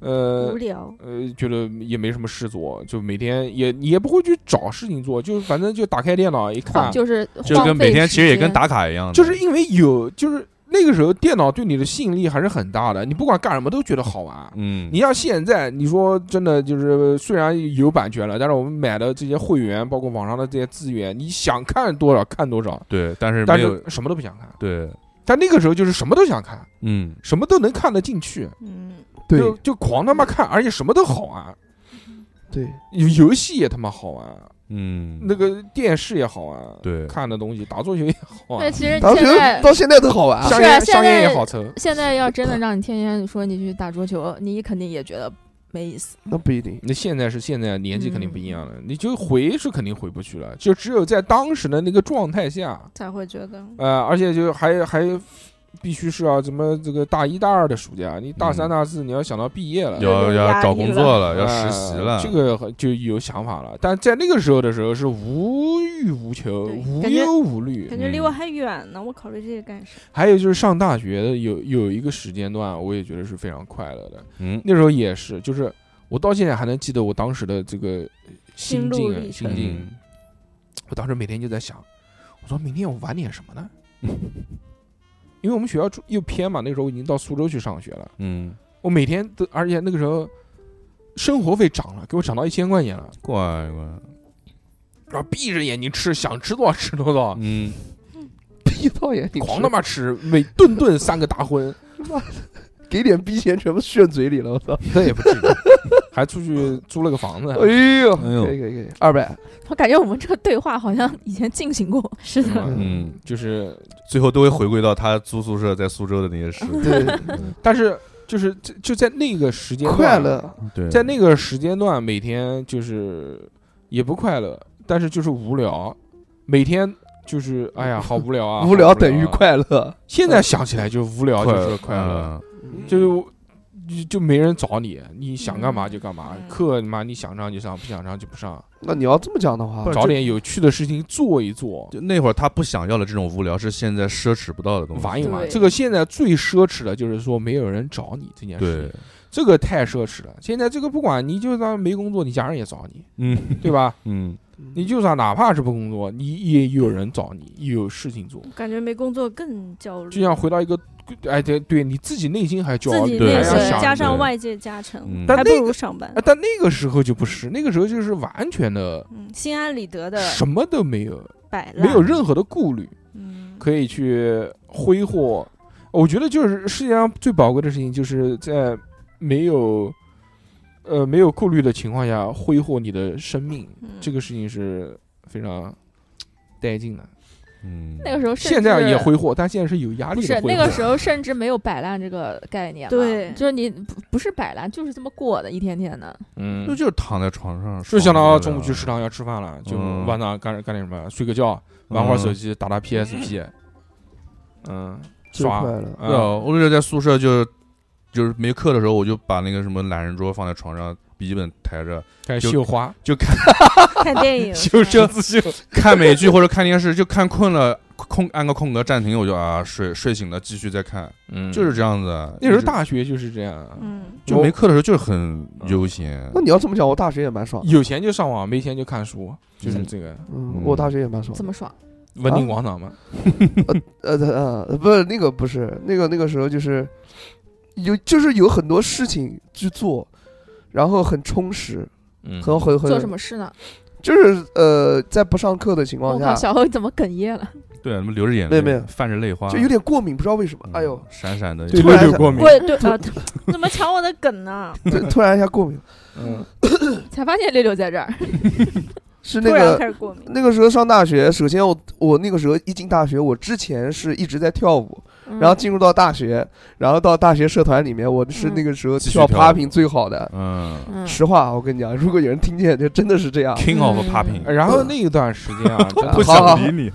S5: 呃
S6: 无。聊。
S5: 呃，觉得也没什么事做，就每天也你也不会去找事情做，就反正就打开电脑一
S2: 啊
S5: 看，
S4: 就是
S3: 啊 就跟
S4: 荒废
S3: 每天
S4: 时
S3: 其实也跟
S4: 间
S3: 打卡一样的，
S5: 就是因为有，就是那个时候电脑对你的吸引力还是很大的，你不管干什么都觉得好玩。
S3: 嗯
S5: 你，像现在，你说真的，就是虽然有版权了，但是我们买的这些会员，包括网上的这些资源，你想看多少看多少，
S3: 对，但是
S5: 但
S3: 没有
S5: 是什么都不想看。
S3: 对，
S5: 但那个时候就是什么都想看，
S3: 嗯，
S5: 什么都能看得进去，
S6: 嗯，
S2: 对
S5: 就就狂他妈看，而且什么都好玩，
S2: 对，
S5: 有游戏也他妈好玩，
S3: 嗯，
S5: 那个电视也好玩，
S3: 对
S5: 看的东西，打桌球也好啊
S4: 对，
S5: 玩，
S4: 其实
S2: 打
S4: 哎现
S2: 球
S4: 在
S2: 到现在都好玩啊，
S5: 香
S4: 是啊
S5: 烟
S4: 现
S5: 香烟也
S4: 在
S5: 好抽，
S4: 现在要 真的让你天天说你去打桌球，你肯定也觉得没意思。
S2: 那不一定，
S5: 那现在是现在年纪肯定不一样了，
S4: 嗯
S5: 你就回是肯定回不去了，就只有在当时的那个状态下，
S6: 才会觉得
S5: 呃，而且就还还必须是啊，怎么这个大一大二的暑假，你大三
S3: 嗯
S5: 大四你要想到毕业了，
S3: 要
S6: 有
S3: 要
S6: 压
S3: 找
S6: 力
S3: 工
S6: 了
S3: 作了，要
S5: 呃
S3: 实习了，
S5: 这个很就有想法了。但在那个时候的时候是无欲无求、
S6: 对
S5: 无
S6: 感觉
S5: 忧无虑。
S6: 感觉离我还远呢，我考虑这些干啥？
S5: 还有就是上大学的有有一个时间段，我也觉得是非常快乐的。
S3: 嗯
S5: 那时候也是，就是我到现在还能记得我当时的这个心
S6: 心路
S5: 境啊
S6: 历
S5: 心
S6: 程
S5: 境。
S3: 嗯
S5: 我当时每天就在想，我说明天我玩点什么呢？因为我们学校住又偏嘛，那时候我已经到苏州去上学了。
S3: 嗯，
S5: 我每天都，而且那个时候生活费涨了，给我涨到一千块钱了，
S3: 怪
S5: 啊
S3: 怪，
S5: 然后闭着眼睛吃，想吃多少吃多少，
S3: 嗯，
S2: 闭到眼睛
S5: 狂他妈吃，每顿顿三个大荤，
S2: 给点逼钱全部炫嘴里了，我操！
S5: 那也不至于，还出去租了个房子。
S2: 哎呦，
S3: 哎呦
S2: 可以可以可以，二百，
S4: 我感觉我们这个对话好像以前进行过，
S6: 是
S5: 是吗
S6: 的，
S3: 嗯，
S5: 就是，
S3: 最后都会回归到他租宿舍在苏州的那 些事，
S2: 对，
S5: 但是就是就就在那个时间段
S2: 快乐，
S3: 对，
S5: 在那个时间段，每天就是也不快乐，但是就是无聊，每天就是哎呀，好无聊 啊！
S2: 无聊
S5: 好
S2: 等于
S5: 啊。
S2: 快乐，
S5: 现在想起来就是无聊，啊就是快乐，
S3: 乐，
S2: 嗯
S5: 就是我就就没人找你，你想干嘛就干嘛，
S6: 嗯
S5: 课你妈你想上就上，不想上就不上，
S2: 那你要这么讲的话
S3: 不，是
S5: 找点有趣的事情做一做。
S3: 就那会儿他不想要的这种无聊是现在奢侈不到的东西，
S5: 玩一玩，
S6: 对
S5: 这个现在最奢侈的就是说没有人找你这件事
S3: 对
S5: 情，，这个太奢侈了。现在这个不管你就算没工作，你家人也找你，
S3: 嗯
S5: 对吧？
S3: 嗯，
S5: 你就算哪怕是不工作，你也有人找你，也有事情做。
S6: 感觉没工作更焦虑。
S5: 就像回到一个，哎，对对，你自己内心还焦
S6: 自
S5: 虑，
S6: 己
S3: 对
S5: 还要
S6: 内心
S3: 对
S5: 想
S6: 加
S5: 着
S6: 上
S3: 对
S6: 外界加成
S3: 嗯，
S5: 但
S6: 还不
S5: 那
S6: 如上班
S5: 哎。但那个时候就不是，那个时候就是完全的
S6: 嗯，心安理得的
S5: 什么都没有，
S6: 摆烂，
S5: 没有任何的顾虑，
S6: 嗯，
S5: 可以去挥霍。我觉得就是世界上最宝贵的事情，就是在没有呃没有顾虑的情况下挥霍你的生命，
S6: 嗯
S5: 这个事情是非常带劲的。
S3: 嗯，
S4: 那个时候甚
S5: 现在
S4: 至
S5: 也挥霍，但现在是有压
S4: 不
S5: 力
S4: 是
S5: 的挥
S4: 那
S5: 霍
S4: 个时候甚至没有摆烂这个概念嘛，
S6: 对
S4: 就是你不不是摆烂，就是这么过的，一天天的，
S5: 嗯
S3: 就就是躺在床上，
S5: 就想到
S3: 爽
S5: 中午去
S3: 着
S5: 食堂要吃饭了，就
S3: 嗯
S5: 晚上干干点什么，睡个觉，玩会儿手
S3: 嗯
S5: 机，打打 PSP，嗯，
S2: 最
S5: 耍
S2: 快乐，
S5: 啊
S3: 对啊，我那时候在宿舍就就是没课的时候，我就把那个什么懒人桌放在床上，笔记本抬着，
S5: 开始
S3: 就
S5: 绣花，
S3: 就看
S6: 嗯看电影
S5: 绣
S6: 是
S5: 生
S4: 嗯
S6: 吧
S5: 字绣，
S3: 看美剧或者看电视，就看困了，空按个空格暂停，我就啊睡睡醒了继续再看，
S5: 嗯
S3: 就是这样子。
S5: 那时候
S3: 一直
S5: 大嗯学就是这样，啊
S6: 嗯，
S3: 就没课的时候就是很悠闲，
S2: 那你要这么讲，我大学也蛮爽的。
S5: 有钱就上网，没钱就看书，就是这个
S2: 嗯
S3: 嗯，
S2: 我大学也蛮爽的
S4: 怎。么爽？
S5: 文鼎广场嘛。
S2: 啊呃呃，呃不是那个，不是那个，那个时候就是有，就是有很多事情去做，然后很充实，
S5: 嗯，
S2: 很很很
S4: 做什么事呢？
S2: 就是呃，在不上课的情况
S4: 我靠，
S2: 下，
S4: 小欧怎么哽咽了？
S3: 对，啊什么流着眼泪，
S2: 没有没有
S3: 泛着泪花，
S2: 就有点过敏，不知道为什么
S3: 嗯，
S2: 哎呦，
S3: 闪闪的，
S5: 对
S2: 突然
S5: 六
S2: 想
S5: 六过敏，
S6: 我对啊， 怎么抢我的梗呢？
S2: 对 突然一下过敏，
S5: 嗯，
S4: 才发现六六在这儿，
S2: 是那
S6: 突然开
S2: 个
S6: 始过敏，
S2: 那个时候上大学，首先我我那个时候一进大学，我之前是一直在跳舞，
S4: 嗯
S2: 然后进入到大学，然后到大学社团里面，我是那个时候
S3: 继续
S2: 跳
S3: 跳舞
S2: popping 最好的。
S3: 嗯
S4: 嗯，
S2: 实话，我跟你讲，如果有人听见，就真的是这样。
S3: ，King of
S4: 嗯
S3: Popping，
S5: 然后那一段时间 啊，真
S2: 不
S5: 的
S2: 想好好
S3: 你，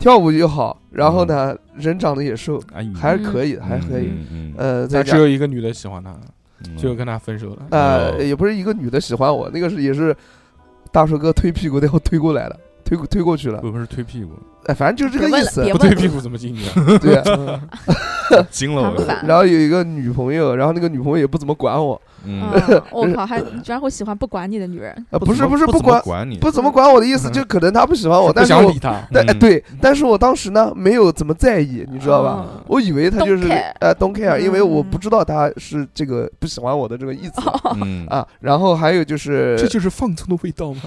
S2: 跳舞就好，然后呢，人长得也瘦，
S3: 哎呀，
S2: 还是可以的，还是可以。
S3: 嗯，嗯
S2: 呃，
S5: 但
S2: 再
S5: 只
S2: 加
S5: 有一个女的喜欢他，
S3: 嗯
S5: 最后跟他分手了。
S3: 哦
S2: 呃，也不是一个女的喜欢我，那个是也是大叔哥推屁股然后推过来了，推过推过去了
S3: 会。不会是推屁股？
S2: 哎，反正就是这
S4: 别
S2: 个
S4: 问
S2: 意
S4: 了
S2: 思
S4: 别。
S5: 不
S4: 问
S5: 对
S4: 了
S5: 屁股怎么进去啊？
S2: 对，
S3: 嗯惊了
S4: 他们
S3: 我，
S4: 反
S2: 然后有一个女朋友，然后那个女朋友也不怎么管我，
S3: 嗯，
S4: 嗯，我靠，还你居然会喜欢不管你的女人，
S2: 呃，不是
S3: 不
S2: 是
S3: 不怎么
S2: 管
S3: 管你，
S2: 不怎么管我的意思，就可能她不喜欢我，
S5: 不
S2: 但是
S5: 想
S2: 我
S5: 理他，
S2: 但哎
S3: 嗯
S2: 对，但是我当时呢没有怎么在意， 你知道
S3: 啊
S2: 吧？
S4: 哦
S2: 我以为她就是
S4: Don't care
S2: 呃 don't care，因为我
S4: 嗯
S2: 不知道她是这个不喜欢我的这个意思
S4: 哦
S3: 嗯
S2: 啊。然后还有就是
S5: 这就是放纵的味道吗？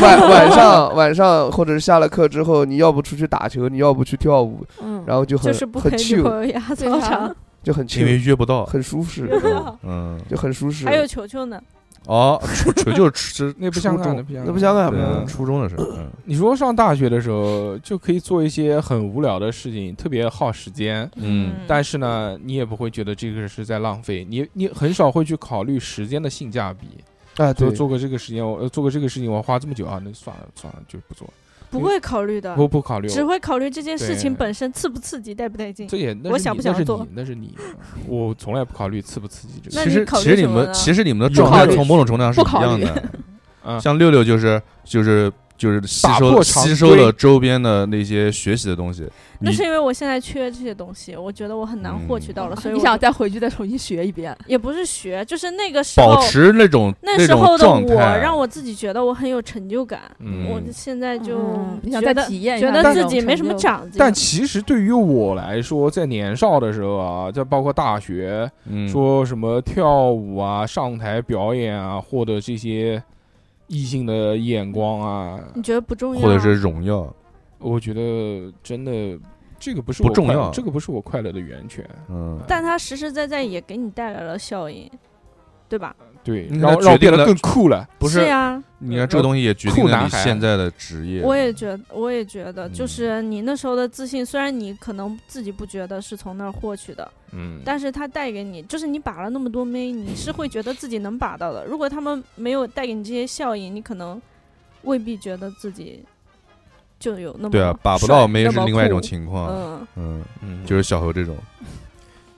S2: 晚晚上晚上或者是下了课之后，你要不出去打球，你要不去跳舞，
S4: 嗯，啊
S2: 然后就
S6: 就
S2: 很
S6: 是不
S2: 很
S6: 陪女
S2: chill，
S6: 朋友压操场，
S2: 就很
S3: 因为
S2: chill，
S3: 约不到，
S2: 很舒适，
S3: 嗯，
S2: 就很舒适。
S6: 还有球球呢，
S3: 哦，球 球就是吃
S5: 那不
S3: 初
S5: 相干，
S3: 中
S5: 那不相
S2: 那不相干，
S3: 对啊
S2: 嗯
S3: 初中的事儿，嗯
S5: 你说上大学的时候就可以做一些很无聊的事情，特别耗时间，
S3: 嗯
S5: 但是呢，你也不会觉得这个是在浪费，你你很少会去考虑时间的性价比。
S2: 啊，
S5: 做
S2: 对，
S5: 做过这个时间，我呃做过这个事情，我花这么久啊，那算了算了，就不做，
S6: 不会考虑的，
S5: 不不考虑。
S6: 只会考虑这件事情
S5: 对
S6: 本身刺不刺激、带不带劲。
S5: 这也那
S6: 我
S5: 是
S6: 想
S5: 你
S6: 不想
S5: 那是
S6: 做
S5: 你那是你，我从来不考虑刺不刺激这个
S6: 那
S3: 其
S6: 你
S3: 实
S6: 考虑
S3: 其实你
S6: 什么
S3: 们
S6: 呢
S3: 其实你们的
S5: 不
S3: 状
S5: 考
S3: 态
S5: 虑
S3: 从某种程度上是
S4: 不考
S3: 一样
S4: 虑
S3: 的，
S2: 嗯
S5: 啊。
S3: 像六六就是就是就是吸
S5: 打
S3: 收
S5: 破常
S3: 吸收
S5: 规
S3: 了周边的那些学习的东西，
S6: 那
S3: 你
S6: 是因为我现在缺这些东西，我觉得我很难获取到了，所
S4: 嗯
S6: 以
S4: 你
S6: 我
S4: 想
S6: 就
S4: 再回去再重新学一遍，
S6: 也不是学，就是那个时候
S3: 保持那种
S6: 那
S3: 那
S6: 时
S3: 种
S6: 候的
S3: 状
S6: 我
S3: 态，
S6: 让我自己觉得我很有成就感。
S5: 嗯
S6: 我现在就
S4: 嗯你想
S6: 觉
S4: 再
S6: 得
S4: 体验一
S6: 觉
S4: 下
S6: 得
S4: 那
S6: 自
S4: 种
S6: 己没
S4: 成
S6: 什么
S4: 就
S6: 长进，
S5: 但其实对于我来说，在年少的时候啊，就包括大学，
S3: 嗯
S5: 说什么跳舞啊、上台表演啊，获得这些异性的眼光啊，
S6: 你觉得不重要，
S3: 或者是荣耀，
S5: 我觉得真的这个不是
S3: 不
S5: 我
S3: 重
S5: 快
S3: 要
S5: 这个不是我快乐的源泉。
S3: 嗯，
S6: 但它实实在在也给你带来了效应，对吧？
S5: 对，
S3: 你
S5: 然后
S3: 看
S5: 让
S3: 决定
S5: 我变得
S3: 了
S5: 更酷了。
S3: 不
S6: 是
S3: 是，
S6: 呀，
S3: 你看这个东西也决定
S5: 酷
S3: 了
S5: 男
S3: 你
S5: 孩
S3: 现在的职业，
S6: 我也觉我也觉得，
S3: 嗯
S6: 就是你那时候的自信，虽然你可能自己不觉得是从那儿获取的，
S5: 嗯，
S6: 但是它带给你，就是你把了那么多妹，你是会觉得自己能把到的。如果他们没有带给你这些效应，你可能未必觉得自己就有那么
S3: 对啊，把不
S6: 帅
S3: 到妹
S6: 那
S3: 是
S6: 么
S3: 另外一种
S6: 酷
S3: 情况，
S6: 嗯，
S3: 嗯，
S5: 嗯
S3: 就是小何这 种，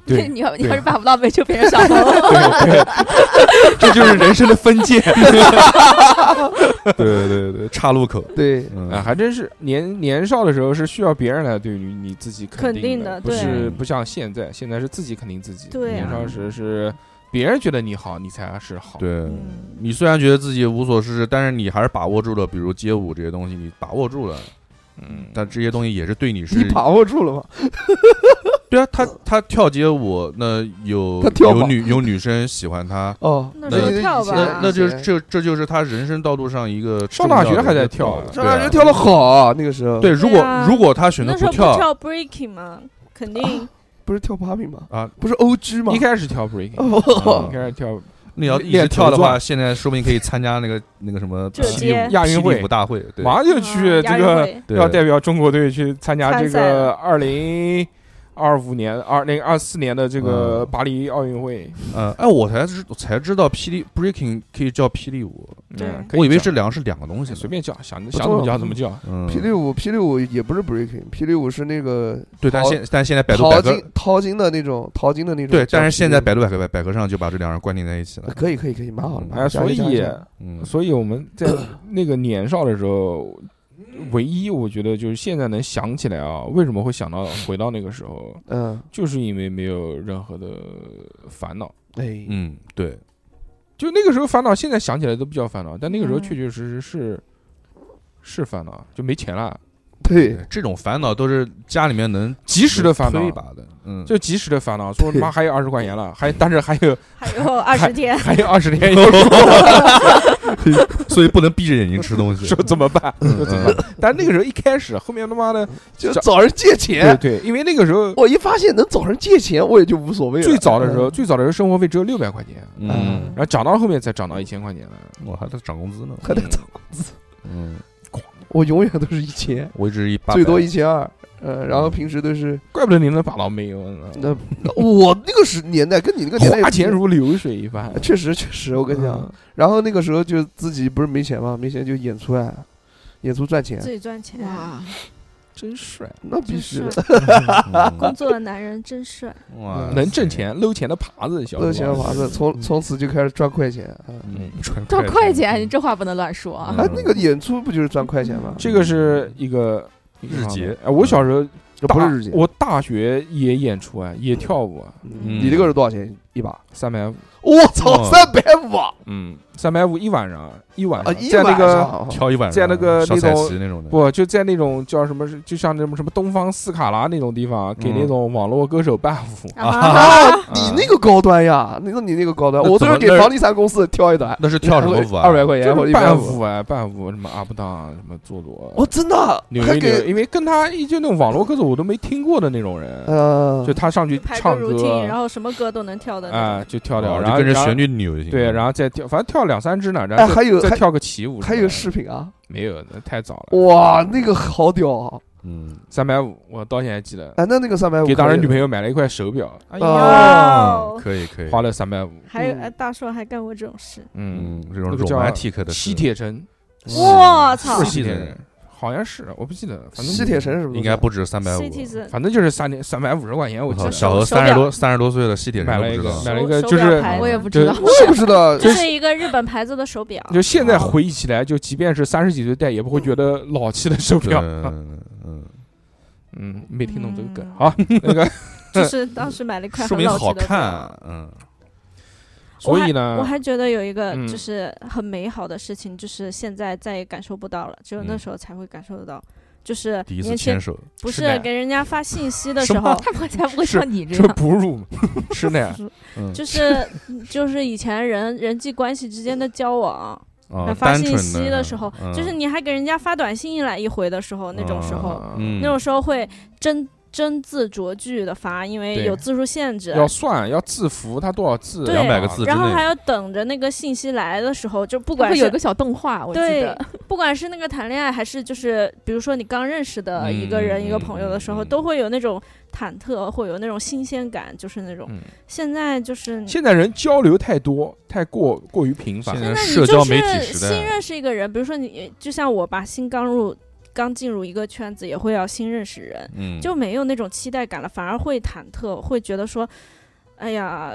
S5: 对
S4: 你要你要
S5: 对
S4: 是把不到妹就变成小猴，
S5: 对对，这就是人生的分界
S3: 对对对，岔路口，
S2: 对，
S3: 嗯
S5: 啊！还真是年年少的时候是需要别人来对于你自己定
S6: 肯定的
S5: 不
S6: 对
S5: 是不像现在，现在是自己肯定自己。
S6: 对
S5: 年
S3: 啊
S5: 少时是别人觉得你好，你才是好。
S3: 对。
S6: 嗯
S3: 你虽然觉得自己无所事事，但是你还是把握住了，比如街舞这些东西，你把握住了，
S5: 嗯，
S3: 但这些东西也是对你是
S2: 你把握住了吗？
S3: 对啊，他他跳街舞，那有
S2: 他跳吗
S3: 有女有女生喜欢他，
S2: 哦，
S6: 那
S3: 时候
S2: 你
S6: 跳吧
S3: 那那就是
S2: 以前
S3: 这这就是他人生道路上一个重要
S5: 上大学
S3: 的
S5: 还在
S3: 一个
S5: 跳
S3: 坎
S5: 啊
S2: 上大
S3: 对
S2: 学
S3: 啊
S2: 跳的好啊，那个时候
S3: 对，如果
S6: 对啊
S3: 如果他选择
S6: 那时候不
S3: 跳，
S6: 跳 breaking 嘛，肯定
S2: 不是跳 popping 吗？
S3: 啊，
S2: 不是 OG 吗
S5: 一？开始跳 breaking，
S2: 哦
S5: 一开始跳
S3: 你要一
S5: 练
S3: 直跳的
S5: 头
S3: 话，
S5: 转
S3: 现在说不定可以参加那个那个什么
S6: 这
S3: 霹雳
S6: 届
S3: 舞
S5: 亚运
S3: 霹雳
S5: 会
S3: 舞，大会，对
S5: 马上就
S6: 嗯
S5: 去这
S6: 亚运
S5: 个
S6: 会
S3: 对
S5: 要代表中国队去参加这
S6: 参赛
S5: 个
S6: 了
S5: 二零二五年二那个二四年的这个
S3: 嗯
S5: 巴黎奥运会，
S3: 呃，哎，我才知才知道霹雳 breaking 可以叫霹雳舞，
S6: 对
S5: 嗯，可
S3: 我以为
S5: 叫
S3: 这两个是两个东西呢。
S5: 随便叫，想
S2: 错
S5: 想怎么叫怎么叫。
S3: 嗯，
S2: 霹雳舞，霹雳舞也不是 breaking，霹雳舞是那个
S3: 对，但
S2: 淘
S3: 现但现在百度百
S2: 淘
S3: 科
S2: 金淘金的那种，淘金的那种叫霹
S3: 对
S2: 雳舞。，
S3: 但是现在百度百嗯科百百科上就把这两人关联在一 起了。
S2: 可以可以可以，蛮好的。蛮好
S5: 哎，
S2: 的
S5: 所
S2: 加一
S5: 以
S2: 加一
S3: 嗯，
S5: 所以我们 在那个年少的时候，唯一我觉得就是现在能想起来啊，为什么会想到回到那个时候，
S2: 嗯，
S5: 就是因为没有任何的烦恼。
S2: 哎，
S3: 嗯，对，
S5: 就那个时候烦恼，现在想起来都不叫烦恼，但那个时候
S4: 嗯
S5: 确确实实是是烦恼，就没钱了，
S2: 对，
S3: 这种烦恼都是家里面能
S5: 及时的烦恼啊
S3: 推一，把的。嗯，
S5: 就及时的烦恼，说他妈还有二十块钱了，还但是还 有，
S6: 还有二十天
S5: 还有二十天要
S3: 所以不能闭着眼睛吃东西
S5: 说。怎么办？ 说怎
S3: 嗯
S5: 么办？但那个时候一开始，后面他妈的
S2: 就
S5: 找
S2: 找人借
S5: 对
S2: 钱。
S5: 对，因为那个时候
S2: 我一发现能找人借钱，我也就无所谓了。
S5: 最早的时候，
S2: 嗯，
S5: 最早的时候生活费只有六百块钱，
S3: 嗯，
S5: 然后涨到后面才涨到一千块钱了。
S3: 我还在涨工资呢。
S2: 还得找
S3: 嗯，
S2: 我永远都是一千，
S3: 我一直嗯一八
S2: 最多
S3: 百嗯
S2: 一千二。呃，然后平时都是
S5: 怪不得你能把到没有呢，
S2: 那我那个时年代跟你那个年代也
S5: 花
S2: 不
S5: 钱
S2: 一样
S5: 如流水一 般。
S2: 确实确实，我跟你讲，然后那个时候就自己不是没钱嘛，没钱就演出啊，演出赚钱
S6: 自，己赚钱，
S4: 哇，
S5: 真帅，
S2: 那必
S6: 真
S2: 须
S6: 帅
S2: 的。，
S6: 工
S3: 嗯
S6: 作的男人真帅。
S3: 哇
S5: 嗯能挣
S3: 塞。
S5: 钱搂钱的耙子，小
S2: 乐
S5: 子
S2: 嗯钱法子，从
S5: 嗯
S2: 从此就开始赚快钱啊！
S3: 嗯，
S4: 赚
S3: 赚
S4: 快钱， 你这话不能乱说啊！
S3: 嗯
S2: 哎，那个演出不就是赚快钱吗？
S5: 这个是一个一个
S3: 日
S5: 方
S3: 结
S5: 面哎，我小时候
S2: 这不
S5: 大
S2: 是日结，
S5: 我大学也演出啊，也跳舞啊，
S2: 嗯你这个是多少钱一把？
S5: 三百五，
S2: 我操，
S3: 哦
S2: 三百五啊！
S5: 嗯，三百五一晚上，一晚上，
S2: 一
S5: 啊在那
S2: 晚
S5: 个
S2: 上
S3: 跳一晚上，
S5: 在那个
S3: 小
S5: 那
S3: 彩
S5: 种
S3: 旗那种的，
S5: 不就在那种叫什么，就像那种什么东方斯卡拉那种地方，给
S3: 嗯
S5: 那种网络歌手 buff，
S2: 啊，
S5: 啊
S2: 你那个高端呀，你那你那个高端，
S3: 那
S2: 我
S3: 怎
S2: 都
S3: 么
S2: 是给
S3: 那是
S2: 房地产公司挑一段，
S3: 那是跳什么舞啊？
S2: 二百块
S5: 就
S2: 钱或者
S5: 是
S2: 一百
S5: 半
S2: 五。
S5: 舞啊，半舞什么 up down 啊什么做多，
S2: 我真的啊
S5: 扭
S2: 还
S5: 一扭，
S2: 给
S5: 因为跟他一就那种网络歌手我都没听过的那种人，
S2: 呃
S5: 就，他上去
S6: 排个
S5: 唱
S6: routine，然
S5: 歌
S6: 后什么歌都能跳的
S5: 啊
S6: 那种。
S5: 就跳跳，
S3: 哦
S5: 然
S3: 就
S5: 后
S3: 跟着
S5: 然后
S3: 旋律嗯扭就行。
S5: 对，然后再跳，反正跳两三支呢，然
S2: 哎，
S5: 后再
S2: 还有
S5: 再
S2: 还
S5: 跳个起舞什么的，
S2: 还有视频啊，
S5: 没有，那太早了。
S2: 哇，那个好屌啊！
S3: 嗯，
S5: 三百五，我到现在还记得，
S2: 哎，那那个三百五
S5: 给当时女朋友买了一块手表，哎
S2: 哦
S5: 呀，
S6: 哇哦，
S3: 嗯可以可以，
S5: 花了三百五，
S6: 还有
S2: 嗯
S6: 哎大硕还干过这种事，
S5: 嗯
S3: 嗯，，这种
S5: 那个叫
S3: romantic 的
S5: 西
S3: 事
S5: 铁城，
S6: 我操
S3: 是
S5: 西
S3: 西
S5: 铁
S3: 铁
S5: 人
S3: 人，
S5: 好像是，我不记得，反正
S2: 啊西铁神是不是
S3: 应该不止三百五。
S6: CTs
S5: 反正就是三千三百五十块钱，我
S3: 我
S5: 记
S3: 操，
S5: 得
S3: 小何
S6: 手表
S3: 三十多三十多岁了，西铁
S5: 买
S3: 人
S5: 了
S3: 都
S5: 一
S3: 不知
S5: 个
S3: 道。
S5: 买了一
S6: 手
S5: 个，
S6: 手
S5: 就
S6: 表
S5: 是
S6: 牌
S4: 我也
S6: 子
S4: 不知道，
S2: 我也不知 道，
S6: 这是一个日本牌子的手表，
S5: 就现在回忆起来，就即便是三十几岁戴，也不会觉得老气的手
S3: 对
S5: 表。
S3: 嗯嗯，
S5: 嗯，没听懂这个梗。
S6: 嗯
S5: 好，那个，
S6: 就是当时买了一块
S3: 说
S6: 很
S3: 明
S6: 老气
S3: 好
S6: 的表
S3: 看，嗯，
S5: 所以呢
S6: 我还我，还觉得有一个
S5: 嗯
S6: 就是很美好的事情，就是现在再也感受不到了，只有那时候才会感受得到。就是
S3: 第一
S6: 年
S3: 次
S6: 轻
S3: 牵，手，
S6: 不
S5: 是的
S6: 是给人家发信息的时候，
S4: 他们才不会
S5: 是
S4: 像你这
S5: 这
S4: 样。
S5: 哺乳是 的，
S3: 嗯
S6: 就是就是以前人人际关系之间的交往，
S3: 啊，
S6: 发
S3: 单
S6: 信
S3: 纯
S6: 息的时候，
S3: 嗯
S6: 就是你还给人家发短信一来一回的时候，那种时候，
S3: 嗯，
S6: 那种时候会真真字酌句的发，因为
S5: 对
S6: 有字数限制。
S5: 要算要字符，它多少字？啊
S6: 对啊
S3: 200个字
S6: 然后
S3: 之内
S6: 还要等着那个信息来的时候，就不
S4: 它
S6: 管
S4: 会有
S6: 是
S4: 一个小动画，我记
S6: 对
S4: 得，
S6: 不管是那个谈恋爱，还是就是比如说你刚认识的一个
S3: 嗯嗯
S6: 人、一个朋友的时
S3: 嗯
S6: 候，
S3: 嗯
S6: 都会有那种忐忑，会有那种新鲜感，就是那种。
S5: 嗯
S6: 现在就是你
S5: 现在人交流太多，太过过于频繁
S3: 现。在
S6: 现在哎你
S3: 社
S6: 就
S3: 交媒体
S6: 是
S3: 时
S6: 新
S3: 代，
S6: 认识一个人，比如说你就像我吧，新刚入刚进入一个圈子，也会要新认识人，
S3: 嗯，
S6: 就没有那种期待感了，反而会忐忑，会觉得说。哎呀，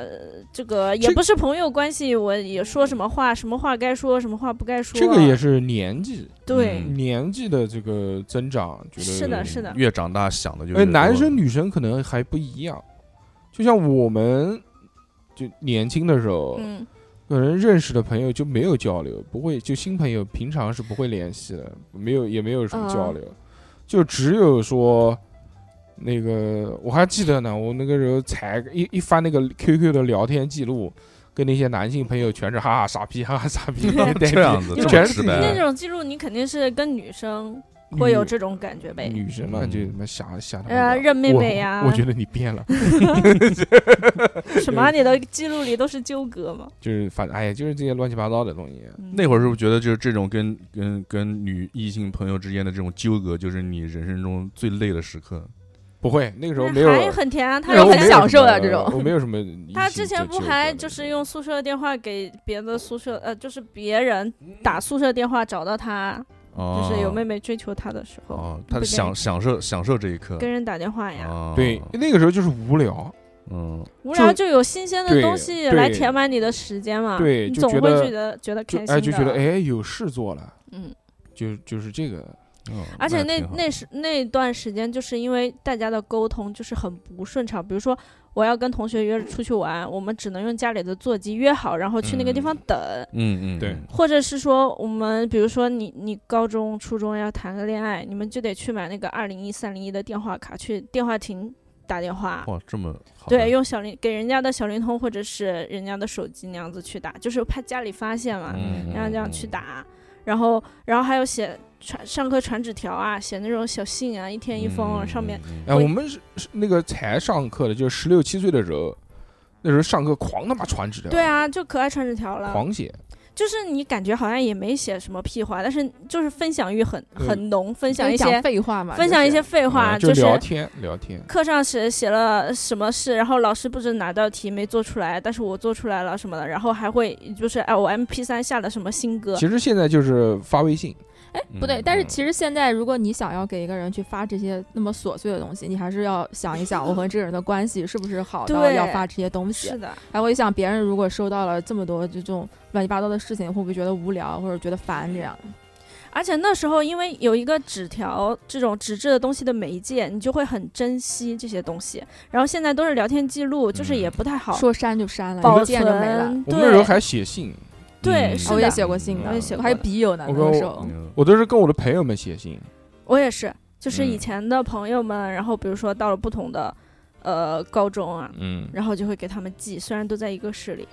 S6: 这个也
S5: 这
S6: 不是朋友关系，我也说什么话，什么话该说，什么话不该说。
S5: 这个也是年纪
S6: 对，
S3: 嗯
S5: 年纪的这个增长，觉得
S6: 是的是的
S3: 越长大想的就越
S5: 哎，男
S3: 多
S5: 生
S3: 了
S5: 女生可能还不一样，就像我们就年轻的时候，
S6: 嗯，
S5: 可能认识的朋友就没有交流，不会就新朋友平常是不会联系的，没有也没有什么
S6: 嗯
S5: 交流，就只有说那个我还记得呢，我那个时候才一一翻那个 QQ 的聊天记录。跟那些男性朋友全是哈哈傻逼，哈哈傻逼，哈哈呆逼
S3: 这样子
S5: 就
S6: 这么
S5: 全是
S3: 直
S5: 自己
S3: 白
S6: 那
S5: 的
S6: 种记录你肯定是跟女生
S5: 呃女
S6: 会有这种感觉呗。
S5: 女生嘛，
S3: 嗯
S5: 就什么想想他们
S6: 呃，
S5: 聊
S6: 认妹
S5: 我
S6: 妹呀、
S5: 我觉得你变了，
S6: 什么你的记录里都是纠葛嘛。嗯
S5: 就是反正哎呀，就是这些乱七八糟的东西。
S3: 那会儿是不是觉得就是这种跟跟跟女异性朋友之间的这种纠葛，就是你人生中最累的时刻？
S5: 不会，那个时候没有，
S6: 还很甜啊，他
S5: 那时候我
S6: 有
S4: 很
S5: 没有
S4: 享受的
S5: 什么
S4: 这种
S5: 我没有什么一起纠结过的。
S6: 他之前不还就是用宿舍电话给别的宿舍，呃，就是别人打宿舍电话找到他，
S3: 哦
S6: 就是有妹妹追求他的时候，
S3: 哦，他
S6: 不
S3: 享
S6: 跟
S3: 享受享受这一刻
S6: 跟人打电话呀，
S3: 啊，
S5: 对那个时候就是无聊，
S3: 嗯，
S6: 无
S5: 就
S6: 聊就有新鲜
S5: 对
S6: 的东西
S5: 对
S6: 来填满你的时间嘛，
S5: 对
S6: 你
S5: 就
S6: 总
S5: 觉
S6: 会
S5: 得
S6: 觉得觉得
S5: 就
S6: 开心
S5: 哎就觉得
S6: 的，
S5: 哎有事做了，
S6: 嗯，
S5: 就就是这个，
S3: 哦
S6: 而且那
S3: 挺好
S6: 那时那段时间，就是因为大家的沟通就是很不顺畅，比如说我要跟同学约着出去玩，我们只能用家里的座机约好，然后去那个地方等。
S3: 嗯嗯
S5: 对
S3: 嗯
S6: 或者是说，我们比如说你你高中、初中要谈个恋爱，你们就得去买那个二零一、三零一的电话卡，去电话亭打电话，
S3: 哇这么好的嗯
S6: 对，用小灵给人家的小灵通或者是人家的手机那样子去打，就是怕家里发现嘛，
S3: 嗯
S6: 然后这样
S3: 嗯
S6: 去
S3: 嗯
S6: 打，然后然后还有写传上课传纸条啊，写那种小信啊，一天一封，
S3: 嗯
S6: 上面
S3: 嗯
S5: 哎，
S6: 会
S5: 我们是是那个才上课的，就是十六七岁的时候，那时候上课狂他妈传纸条，
S6: 对，啊，就可爱传纸条了，
S5: 狂写，
S6: 就是你感觉好像也没写什么屁话，但是就是分享欲很
S5: 对
S6: 很浓，分享
S4: 就
S6: 一
S4: 讲
S6: 些
S4: 废话嘛，
S6: 分享一些废话，
S5: 啊就
S6: 就是
S5: 聊天聊天，
S6: 课上写写了什么事，然后老师布置哪道题没做出来，但是我做出来了什么的，然后还会就是哎，我 M P 三下了什么新歌，
S5: 其实现在就是发微信，
S4: 哎，不对，
S3: 嗯
S4: 但是
S3: 嗯
S4: 其实现在，如果你想要给一个人去发这些那么琐碎的东西，你还是要想一想，我和这个人的关系是不是好到
S6: 对
S4: 要发这些东西
S6: 是。的，
S4: 还会想别人如果收到了这么多这种乱七八糟的事情，会不会觉得无聊或者觉得烦这样？
S6: 而且那时候因为有一个纸条这种纸质的东西的媒介，你就会很珍惜这些东西。然后现在都是聊天记录，就是也不太好
S4: 说删就删了，
S6: 保
S4: 一见就没了。
S6: 存。
S5: 我们那时候
S6: 对，
S5: 还写信，
S6: 对
S3: 嗯
S6: 是
S4: 啊我也
S6: 的
S4: 写过信的，
S6: 我也写过
S4: 还有
S6: 的
S4: 笔友呢，那
S5: 我跟
S4: 个时
S5: 我
S4: 候。
S3: 嗯
S5: 我都是跟我的朋友们写信，
S6: 我也是，就是以
S3: 嗯
S6: 前的朋友们，然后比如说到了不同的呃高中啊，
S5: 嗯，
S6: 然后就会给他们寄，虽然都在一个市里，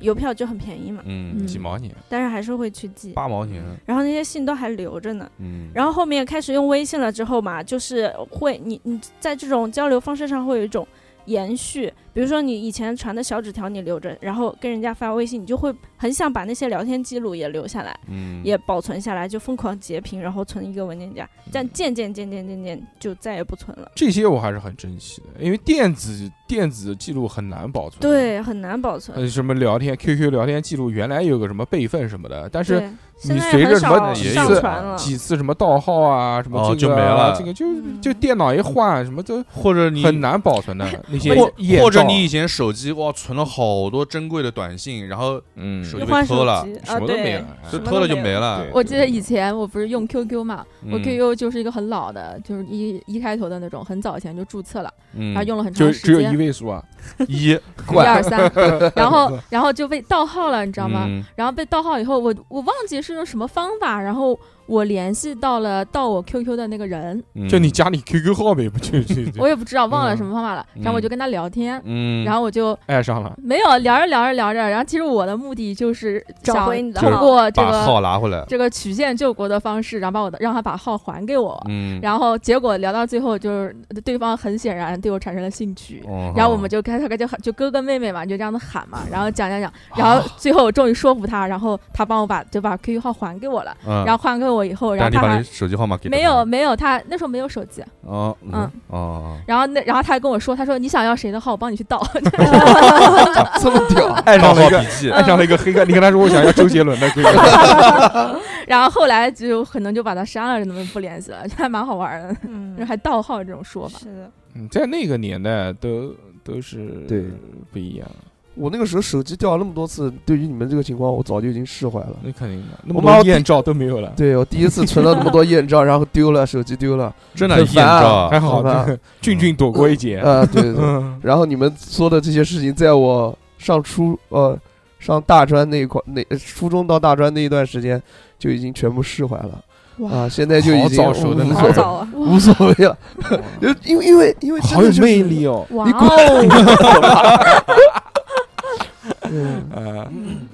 S6: 邮票就很便宜嘛，
S3: 嗯
S4: 嗯
S5: 几毛钱，
S6: 但是还是会去寄。
S3: 八毛钱
S6: 然后那些信都还留着呢。
S3: 嗯
S6: 然后后面开始用微信了之后嘛，就是会你你在这种交流方式上会有一种延续，比如说你以前传的小纸条你留着，然后跟人家发微信，你就会很想把那些聊天记录也留下来，
S3: 嗯
S6: 也保存下来，就疯狂截屏，然后存一个文件夹。但渐渐渐渐渐渐就再也不存了，
S5: 这些我还是很珍惜的，因为电子电子记录很难保存，。
S6: 对，很难保存。
S5: 呃，什么聊天 QQ 聊天记录，原来有个什么备份什么的，但是
S6: 对，现在
S5: 随
S6: 也
S5: 着
S6: 很
S5: 什么
S6: 少
S3: 也
S6: 上
S3: 有
S6: 传了。
S5: 几次什么盗号啊，什么
S3: 哦
S5: 这
S3: 就
S5: 个
S3: 没
S5: 啊
S3: 了
S5: 这个就
S6: 嗯
S5: 就电脑一换，什么都
S3: 或者你
S5: 很难保存的那些
S3: 或
S5: 艳
S3: 或者
S5: 照啊
S3: 你以前手机哇存了好多珍贵的短信，然后
S5: 嗯
S3: 手
S6: 一
S3: 机
S6: 换
S3: 被
S6: 手
S3: 偷了
S6: 机
S5: 什
S6: 啊，
S5: 么都没
S6: 对，
S5: 了，
S3: 就
S6: 什么
S3: 偷
S6: 都
S3: 了就
S6: 没
S3: 没
S6: 有
S3: 了
S5: 对。
S4: 我记得以前我不是用 QQ 嘛，我
S3: 嗯
S4: QQ 就是一个很老的，就是一一开头的那种，很早以前就注册了，
S3: 嗯
S4: 然后用了很
S5: 就
S4: 长时
S5: 只有
S4: 间
S5: 一，位数啊，
S3: 一
S4: 一二 三，然后然后就被盗号了，你知道吗？？
S3: 嗯
S4: 然后被盗号以后，我我忘记是用什么方法，然后我联系到了盗我 QQ 的那个人，
S3: 嗯
S5: 就你家里 QQ 号呗，不就就就
S4: 我也不知道忘了什么方法了，
S3: 嗯
S4: 然后我就跟他聊天，
S3: 嗯，
S4: 然
S3: 后
S4: 后我就
S5: 爱上了。
S4: 没有聊着聊着聊着，然后其实我的目的就是
S6: 找
S4: 想
S6: 回你的
S4: 通
S6: 号
S4: 过这
S3: 把
S4: 个
S3: 号拿回来。
S4: 这个曲线救国的方式，然后把我的让他把号还给我，
S3: 嗯，
S4: 然后结果聊到最后就是对方很显然对我产生了兴趣。
S3: 哦
S4: 然后我们就开始就喊，就哥哥妹妹嘛，就这样子喊嘛，然后讲讲讲，然后最后我终于说服他，然后他帮我把就把 QQ 号还给我了，
S3: 嗯
S4: 然后还给我以后，
S3: 但
S4: 然后
S3: 你
S4: 他
S3: 把你
S4: 还
S3: 手机号码给他
S4: 没有没有他那时候没有手机，
S3: 哦嗯
S4: 嗯
S3: 哦，
S4: 然后那然后他还跟我说，他说你想要谁的号，我帮你去 盗，
S2: 这么屌，
S5: 爱
S3: 账
S5: 上了
S3: 号
S5: 一
S3: 笔
S5: 个，
S3: 记，
S5: 爱上了一个黑客。你跟他说我想要周杰伦的 QQ，
S4: 然后后来就可能就把他删了，怎么不联系了，还蛮好玩的，
S6: 嗯，
S4: 还盗号这种 说法。
S6: 是的，
S5: 嗯在那个年代都都是
S2: 对
S5: 不一样，
S2: 我那个时候手机掉了那么多次，对于你们这个情况，我早就已经释怀了。
S5: 那肯定的，那么
S2: 我妈
S5: 多艳照都没有了。
S2: 对我第一次存了那么多艳照，然后丢了手机丢了，
S3: 真的
S2: 很
S3: 艳
S2: 烦啊
S3: 照啊
S5: 还好
S2: 好吧
S5: 这个俊俊躲过一劫。
S2: 啊、对对对。
S5: 嗯，
S2: 然后你们说的这些事情，在我上初呃上大专那一块，那初中到大专那一段时间，就已经全部释怀了
S4: 哇
S2: 啊，现在就已
S5: 好
S2: 经
S5: 早熟的
S2: 无
S5: 那
S2: 所
S6: 好
S5: 种
S2: 谓
S6: 早啊，
S2: 无所谓了，就因为因为因为真
S5: 好
S2: 的
S5: 有
S2: 就是
S5: 魅力哦！
S4: 哇
S2: 你滚
S4: 哦，
S2: 嗯
S5: 呃，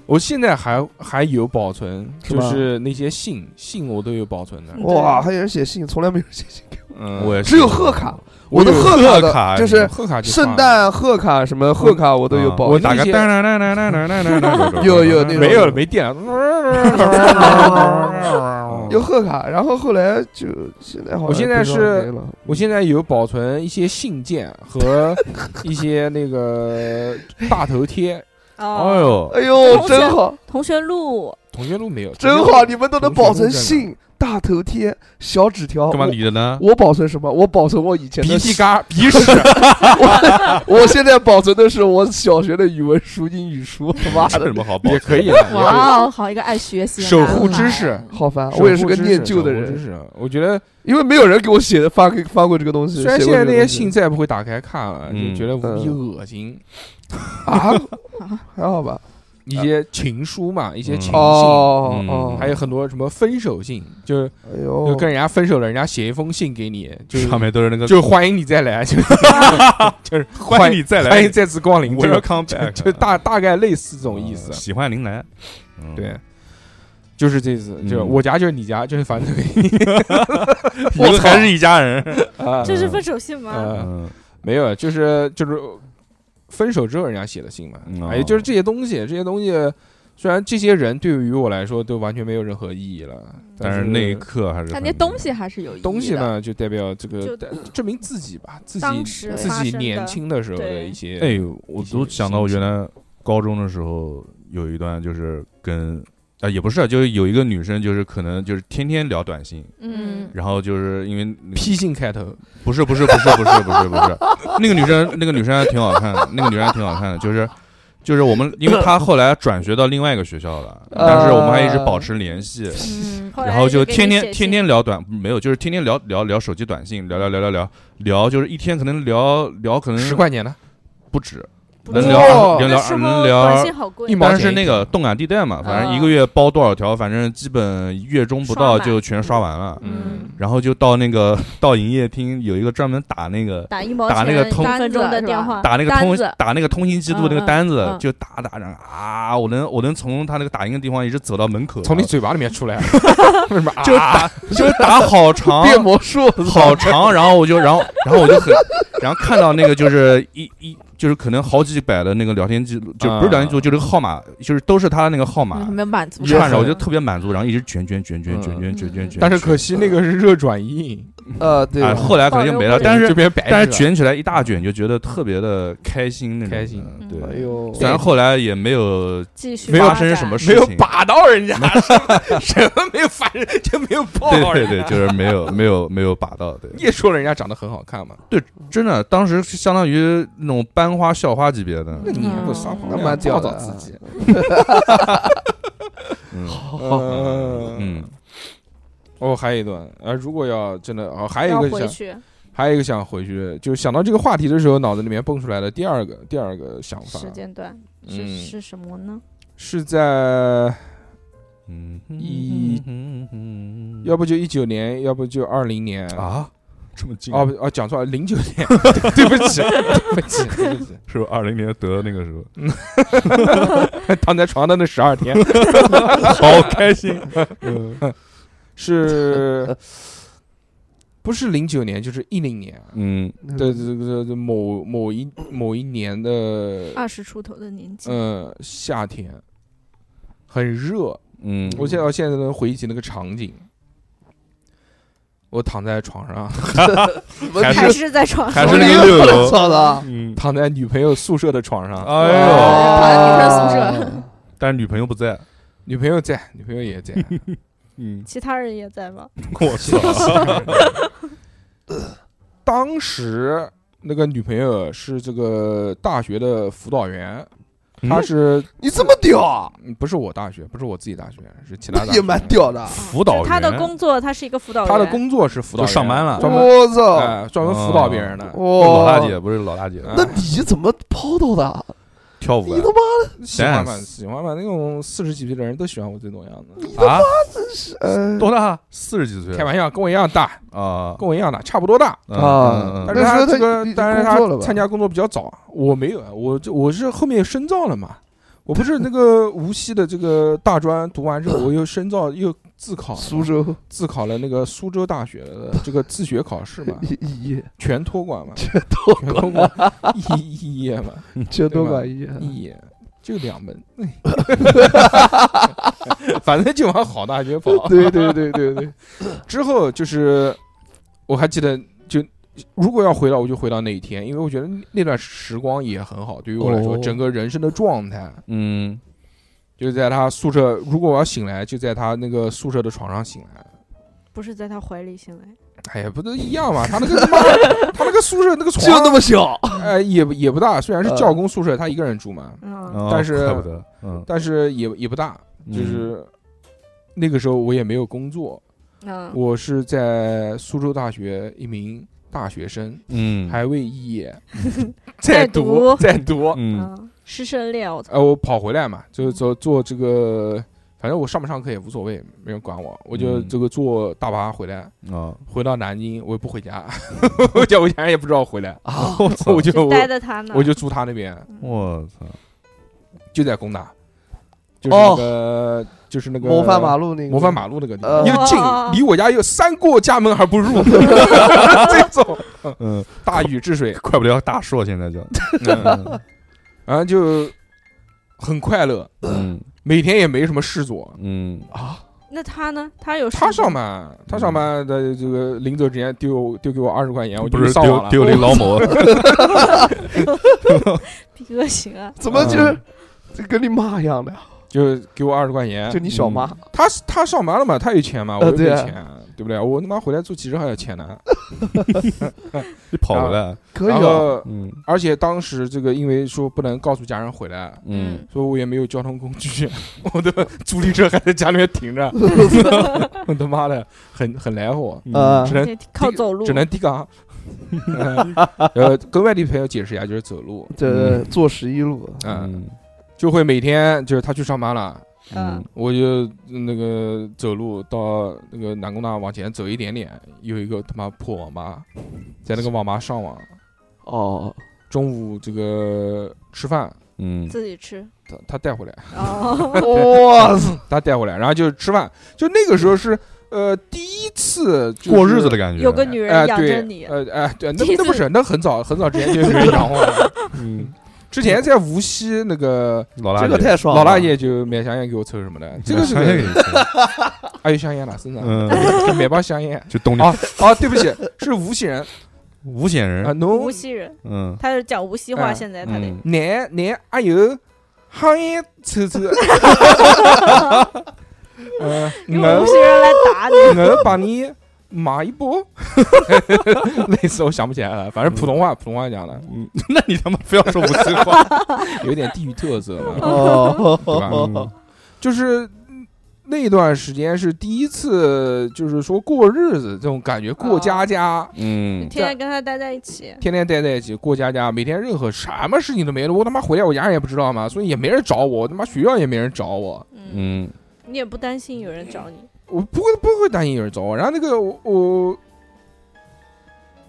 S5: 我现在还还有保存，
S2: 是
S5: 就
S2: 吧
S5: 是那些信信我都有保存的。
S2: 哇，还有人写信，从来没有人写信给
S5: 嗯，
S3: 我也
S2: 我，
S3: 是
S2: 只有贺卡，
S3: 我
S2: 我的
S3: 有
S2: 贺卡
S3: 贺卡
S2: 的就是
S5: 贺卡就放
S2: 圣诞贺卡什么贺卡我都有保
S3: 我
S5: 我
S3: 打
S5: 那
S3: 个
S5: 些
S3: 哒哒哒哒哒哒哒哒哒，
S2: 有有那种
S5: 没有了，没电了。
S2: 嗯有贺卡，然后后来就现在好像
S5: 我现在
S2: 不知道
S5: 是
S2: 没了
S5: 我现在有保存一些信件和一些那个大头贴，
S3: 哎
S6: 哦，
S3: 呦，
S2: 哎呦，
S6: 同学
S2: 真好，
S6: 同学录，
S5: 同学录没有，
S2: 真
S5: 同学录
S2: 好，你们都能保
S5: 同
S2: 存
S5: 学录
S2: 信、大头贴、小纸条。
S3: 干嘛
S2: 我
S3: 理的呢？
S2: 我保存什么？我保存我以前的
S1: 鼻涕嘎、鼻屎，
S2: 我我现在保存的是我小学的语文书、英语书。妈
S3: 这有
S2: 的
S3: 什，么好保
S5: 也
S3: 存？
S5: 可以了，也可以
S4: 哇哦，好一个爱学习的
S5: 守
S4: 男
S5: 护
S4: 孩
S5: 知识，
S2: 好烦！
S5: 守
S2: 我也是
S5: 护
S2: 个
S5: 知识
S2: 念旧的
S5: 守护知
S2: 人，
S5: 识，我觉得
S2: 因为没有人给我写的发给发过这个东西。
S5: 虽然
S2: 写
S5: 现
S2: 过
S5: 在
S2: 这
S5: 那
S2: 个
S5: 些
S2: 东西
S5: 信再也不会打开看了，
S3: 嗯
S5: 就觉得无比恶心。
S2: 啊，
S4: 啊
S2: 还好吧？
S5: 一些情书嘛，一些
S3: 啊嗯
S5: 情信，
S2: 哦
S3: 嗯
S2: 哦，
S5: 还有很多什么分手信，就是
S2: 哎
S5: 就
S2: 呦，
S5: 跟人家分手了，人家写一封信给你，就是
S3: 哦上面都是那个，
S5: 就欢迎你再来，就是就是
S3: 欢迎你再来，
S5: 欢迎再次光临，这个
S3: Welcome
S5: 就
S3: back，
S5: 就大大概类似这种意思
S3: 嗯。喜欢您来，嗯
S5: 对，就是这次，就是
S3: 嗯
S5: 我家就是你家，就是反正
S3: 你们还是一家人。
S5: 啊
S6: 这是分手信吗？
S5: 呃
S3: 嗯，
S5: 没有，就是就是分手之后人家写的信嘛
S3: 嗯。
S5: 哎，就是这些东西，这些东西虽然这些人对于我来说都完全没有任何意义了，
S6: 嗯
S3: 但
S5: 是
S3: 是那一刻还是
S4: 但
S3: 很
S4: 那东西还是有意义的
S5: 东西，呢，就代表这个
S6: 就
S5: 代证明自己吧，自己
S6: 当时
S5: 自
S6: 发
S5: 己
S6: 生的
S5: 年轻的时候的
S6: 对
S5: 一些
S3: 哎，我都想到我原来高中的时候有一段，就是跟啊、也不是啊，就是有一个女生，就是可能就是天天聊短信，
S6: 嗯，
S3: 然后就是因为那
S5: 批信开头，
S3: 不是不是不是不是不是不是，那个女生那个女生还挺好看的，那个女生还挺好看的，就是。就是我们，因为她后来转学到另外一个学校了，但是我们还一直保持联系，
S4: 嗯，
S6: 来
S3: 然后就
S6: 给你
S3: 天天
S6: 写
S3: 天
S6: 信
S3: 天聊短，没有，就是天天聊聊聊手机短信，聊聊聊聊聊聊，就是一天可能聊聊可能
S5: 十块钱呢，
S3: 不止，
S6: 不
S3: 能
S6: 知
S3: 聊
S6: 道
S3: 二能
S6: 那
S3: 聊
S6: 时
S3: 二
S6: 候
S3: 能
S6: 短信
S3: 聊，
S6: 好贵
S5: 一，毛
S3: 但
S5: 钱
S3: 是
S5: 一
S3: 那
S5: 条
S3: 个动感地带嘛，反正一
S6: 啊
S3: 个月包多少条，反正基本月中不
S6: 刷
S3: 到
S6: 满
S3: 就全刷完了。
S5: 嗯，
S3: 然后就到那个到营业厅有一个专门打那个
S6: 打一毛
S3: 打那
S6: 钱
S3: 个通
S6: 一分钟
S4: 单
S6: 的
S4: 子
S6: 电
S4: 是吧
S6: 话，
S3: 打那个通
S4: 单子
S3: 打那个通信记录那个
S4: 嗯嗯
S3: 单子
S4: 嗯，
S3: 就打打着啊，我能我能从他那个打印的地方一直走到门口，
S5: 从你嘴巴里面 出来，为什么啊？
S3: 就打就打好长
S2: 变魔术，
S3: 好长，然后我就，然后，然后我就很，然后看到那个就是一一就是可能好几百的那个聊天记录，就不是聊
S5: 啊
S3: 天记录，就是号码，就是都是他的那个号码
S4: 嗯，没有满足
S3: 一
S4: 感，
S3: 串着，我就特别满足，然后一直卷卷卷卷卷卷卷卷卷，
S5: 但是可惜那个是热转印，
S2: 呃，对，
S5: 哎
S3: 啊，后来可能就没了，
S6: 对
S3: 但
S5: 这
S3: 是
S5: 边白
S3: 但是
S5: 纸了
S3: 卷起来一大卷，就觉得特别的开心那种的，
S5: 开心
S3: 对。
S2: 哎呦，
S3: 虽然后来也没有
S6: 继续
S3: 没有
S6: 发
S3: 发生
S6: 展
S3: 什么事
S5: 没有
S3: 情，
S5: 把到人家， 什么没有反正就没有抱到
S3: 对对
S5: 人家。
S3: 对，就是没有没有没有把到，对
S5: 你，也说了人家长得很好看嘛，
S3: 真的当时是相当于那种班花校花级别的，
S5: 那你还不撒
S4: 嗯
S5: 谎，
S2: 那蛮屌
S5: 暴
S2: 的
S5: 躁
S2: 啊
S5: 自己。
S3: 呃嗯
S2: 呃
S5: 嗯
S3: 嗯，
S5: 哦，还有一段，呃，如果要真的，哦，还有
S6: 要
S5: 一个
S6: 回
S5: 想，
S6: 去，
S5: 还有一个想回去，就是想到这个话题的时候，脑子里面蹦出来的第二个第二个想法
S6: 时间段是
S5: 嗯
S6: 是什么呢？
S5: 是在，
S3: 嗯，
S5: 一
S3: 嗯
S5: 要不就一九年，要不就二零年。
S3: 啊，这么近
S5: 哦不哦，讲错了，零九年， 对不起， 对不起，对不起，
S3: 是不是二零年得那个时 候，
S5: 躺在床上的那十二天，
S3: 好开心。
S5: 是，不是零九年就是一零年？啊
S3: 嗯，
S5: 对对对对，某某一某一年的
S6: 二十出头的年纪，
S5: 呃夏天，很热，
S3: 嗯，
S5: 我现在现在都能回忆起那个场景。我躺在床上，
S3: 还
S6: 还
S3: 是
S6: 是在床
S3: 还
S6: 上，
S3: 是那个六楼
S2: 操的，
S3: 嗯，
S5: 躺在女朋友宿舍的床上，
S3: 哎呦，
S4: 在女生宿
S2: 舍，
S3: 但是女朋友不在，
S5: 女朋友在，女朋友 也在，
S3: 嗯，
S6: 其他人也在吗？
S3: 我操，
S5: 当时那个女朋友是这个大学的辅导员，
S3: 嗯
S5: 她是
S2: 你这么屌啊，
S5: 嗯不是我大学，不是我自己大学，是其他 大学
S2: 也蛮。屌的，
S3: 辅导
S6: 就他的
S3: 员
S6: 工作，他是一个辅导员，
S5: 她的工作是辅导员，
S3: 就上班了哦
S5: 专门
S2: 我操，
S5: 哎专门辅导别人的。
S3: 老
S2: 哇，
S3: 大姐不是老大姐
S5: 啊
S2: 那你怎么抛到的？啊
S3: 跳舞
S2: 你他妈
S5: 喜欢吧，
S3: Dance
S5: 喜欢吧，那种四十几岁的人都喜欢我这种样子。
S3: 啊？
S2: 是呃，
S3: 多大？四十几岁
S5: 开玩笑，跟我一样大，
S3: 啊
S5: 跟我一样大，差不多大。
S3: 嗯
S2: 啊
S3: 嗯嗯
S5: 但是
S2: 那时
S5: 他
S2: 候他
S5: 这个
S2: 已经，
S5: 但是
S2: 工作了
S5: 他
S2: 吧
S5: 参加工作比较早，我没有，我就我是后面深造了嘛。我不是那 个无锡的这个大专读完之后，我又深造又自考了嘛，
S2: 苏州，
S5: 自考了那个苏州大学的这个自学考试嘛
S2: 一夜，
S5: 全托管嘛，
S2: 全多
S5: 全托管一一夜嘛，
S2: 全多
S5: 嗯对吧
S2: 管一夜，
S5: 一夜。就两门， 反正就往好大学跑。
S2: 对对对对 对，
S5: 之后就是，我还记得，就如果要回到，我就回到那一天，因为我觉得那段时光也很好，对于我来说，
S2: 哦
S5: 整个人生的状态
S3: 嗯，
S5: 就是在他宿舍。如果我要醒来，就在他那个宿舍的床上醒来。
S6: 不是在他怀里醒来，
S5: 哎呀，不都一样嘛？他那个他妈，他那个宿舍那个
S2: 就
S5: 床，
S2: 那么小，
S5: 哎，也不也不大，虽然是教工宿舍，他一个人住嘛，
S6: 嗯，
S3: 哦
S5: 但是
S3: 怪不得，嗯，
S5: 但是也也不大， 就是那个时候我也没有工作，
S6: 嗯，
S5: 我是在苏州大学一名大学生，
S3: 嗯，
S5: 还未肄业，
S6: 在
S5: 读
S6: 读
S5: 在读。
S3: 嗯
S6: 嗯，师生恋，我 操，
S5: 呃，我跑回来嘛，就是做做这个，反正我上不上课也无所谓，没人管我，我就
S3: 嗯
S5: 这个坐大巴回来，
S3: 啊，
S5: 回到南京，我也不回家， 我家我家人也不知道我回来，
S3: 我
S5: 我就
S6: 就待在他那，
S5: 我就住他那边，
S3: 我操，
S5: 就在工大，就是那个就是那个
S2: 模范马路那个
S5: 模范马路那个地方，
S2: 呃
S5: 又近，
S6: 哦
S5: 离我家又三过家门而不入，这种
S3: 嗯，
S5: 大禹治水，
S3: 怪不得要大硕，现在就，嗯
S5: 然后就很快乐，
S3: 嗯
S5: 每天也没什么事做。
S3: 嗯，
S2: 啊，
S6: 那他呢？他有
S5: 他
S6: 事吗
S5: 上班，他上班的这个临走之前丢丢给我二十块钱，我
S3: 不
S5: 就是上网
S3: 丢丢
S5: 了。
S3: 了一劳模，
S6: 比恶行啊，
S2: 怎么就是
S5: 嗯
S2: 就跟你妈一样的呀，
S5: 就给我二十块钱
S2: 就。你小妈，
S5: 他他上班了嘛，他有钱嘛，我
S2: 呃
S5: 又没
S2: 对啊
S5: 钱，对不对？我他妈回来做几十还有钱呢。
S3: 你跑回来，
S2: 可以
S5: 然
S2: 啊，
S5: 后，
S3: 嗯
S5: 而且当时这个因为说不能告诉家人回来，
S3: 嗯，
S5: 所以我也没有交通工具， 我的租赁车还在家里面停着， 我他妈的很很来火，
S2: 呃
S5: 只能
S6: 得靠走路，
S5: 只能低岗。 呃，跟外地朋友解释一下，就是走路，
S2: 这坐十一路，
S5: 嗯，
S3: 嗯
S5: 就会每天就是他去上班了，
S3: 嗯
S5: 我就那个走路到那个南工大往前走一点点，有一个他妈破网吧，在那个网吧上网，
S2: 哦，
S5: 中午这个吃饭。
S3: 嗯
S6: 自己吃，
S5: 他他带回来，
S6: 哦，
S2: 哇塞，
S5: 他带回来，然后就吃饭。就那个时候是呃第一次、就是、
S3: 过日子的感觉，
S6: 有个女人
S5: 哎，
S6: 养
S5: 对，
S6: 着你，
S5: 呃，哎，对，那
S4: 第一
S5: 那不
S4: 次
S5: 是，那很早很早之前就有人养我了。
S3: 嗯，
S5: 之前在无锡那个
S3: 老大
S2: 这个
S3: 姐
S2: 太爽了，
S5: 老大爷就买香烟给我抽什么的， 这个是
S3: 哎
S5: 个还有香烟了，身上
S3: 嗯，
S5: 买包香烟。
S3: 就东
S5: 啊啊，对不起，是无锡人
S3: 吴显
S5: 啊，
S3: 人，
S5: 侬
S6: 无锡人，
S3: 嗯
S6: 他是讲无锡话，
S5: 哎
S6: 现在他得
S3: 嗯，
S5: 男男阿友香烟抽抽， 呃，
S6: 用无
S5: 我
S6: 锡人来打你，
S5: 我把你买一波， 类似我想不起来了，反正普通话普通话讲的，
S3: 嗯，那你他妈非要说无锡话，
S5: 有一点地域特色嘛。
S2: 哦，
S5: 就是嗯那段时间是第一次，就是说过日子这种感觉，过家家，
S3: 嗯
S6: 天天跟他待在一起，
S5: 天天待在一起过家家，每天任何什么事情都没了。我他妈回来，我家人也不知道嘛，所以也没人找我，我他妈学校也没人找我，
S6: 嗯，
S3: 嗯
S6: 你也不担心有人找你，
S5: 我不会不会担心有人找我。然后那个我我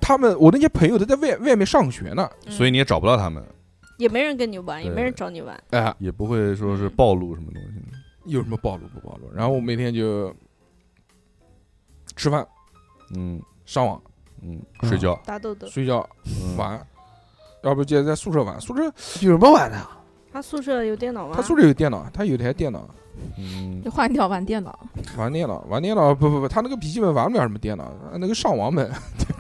S5: 他们我那些朋友都在外外面上学呢，
S6: 嗯
S3: 所以你也找不到他们，
S6: 也没人跟你玩，也
S3: 对
S6: 没人找你玩，
S5: 哎、
S3: 也不会说是暴露什么东西，
S5: 有什么暴露不暴露？然后我每天就吃饭、
S3: 嗯
S5: 上网、
S3: 嗯，睡觉，
S6: 打豆豆。
S5: 睡觉、
S3: 嗯
S5: 玩，要不就在宿舍玩，宿舍。
S2: 有什么玩的？啊
S6: 他宿舍有电脑吗？
S5: 他宿舍有电脑，他有台电脑，
S3: 嗯
S4: 就换掉玩电脑，
S5: 玩电脑，玩电脑，不不不，他那个笔记本玩不了什么电脑，那个上网本，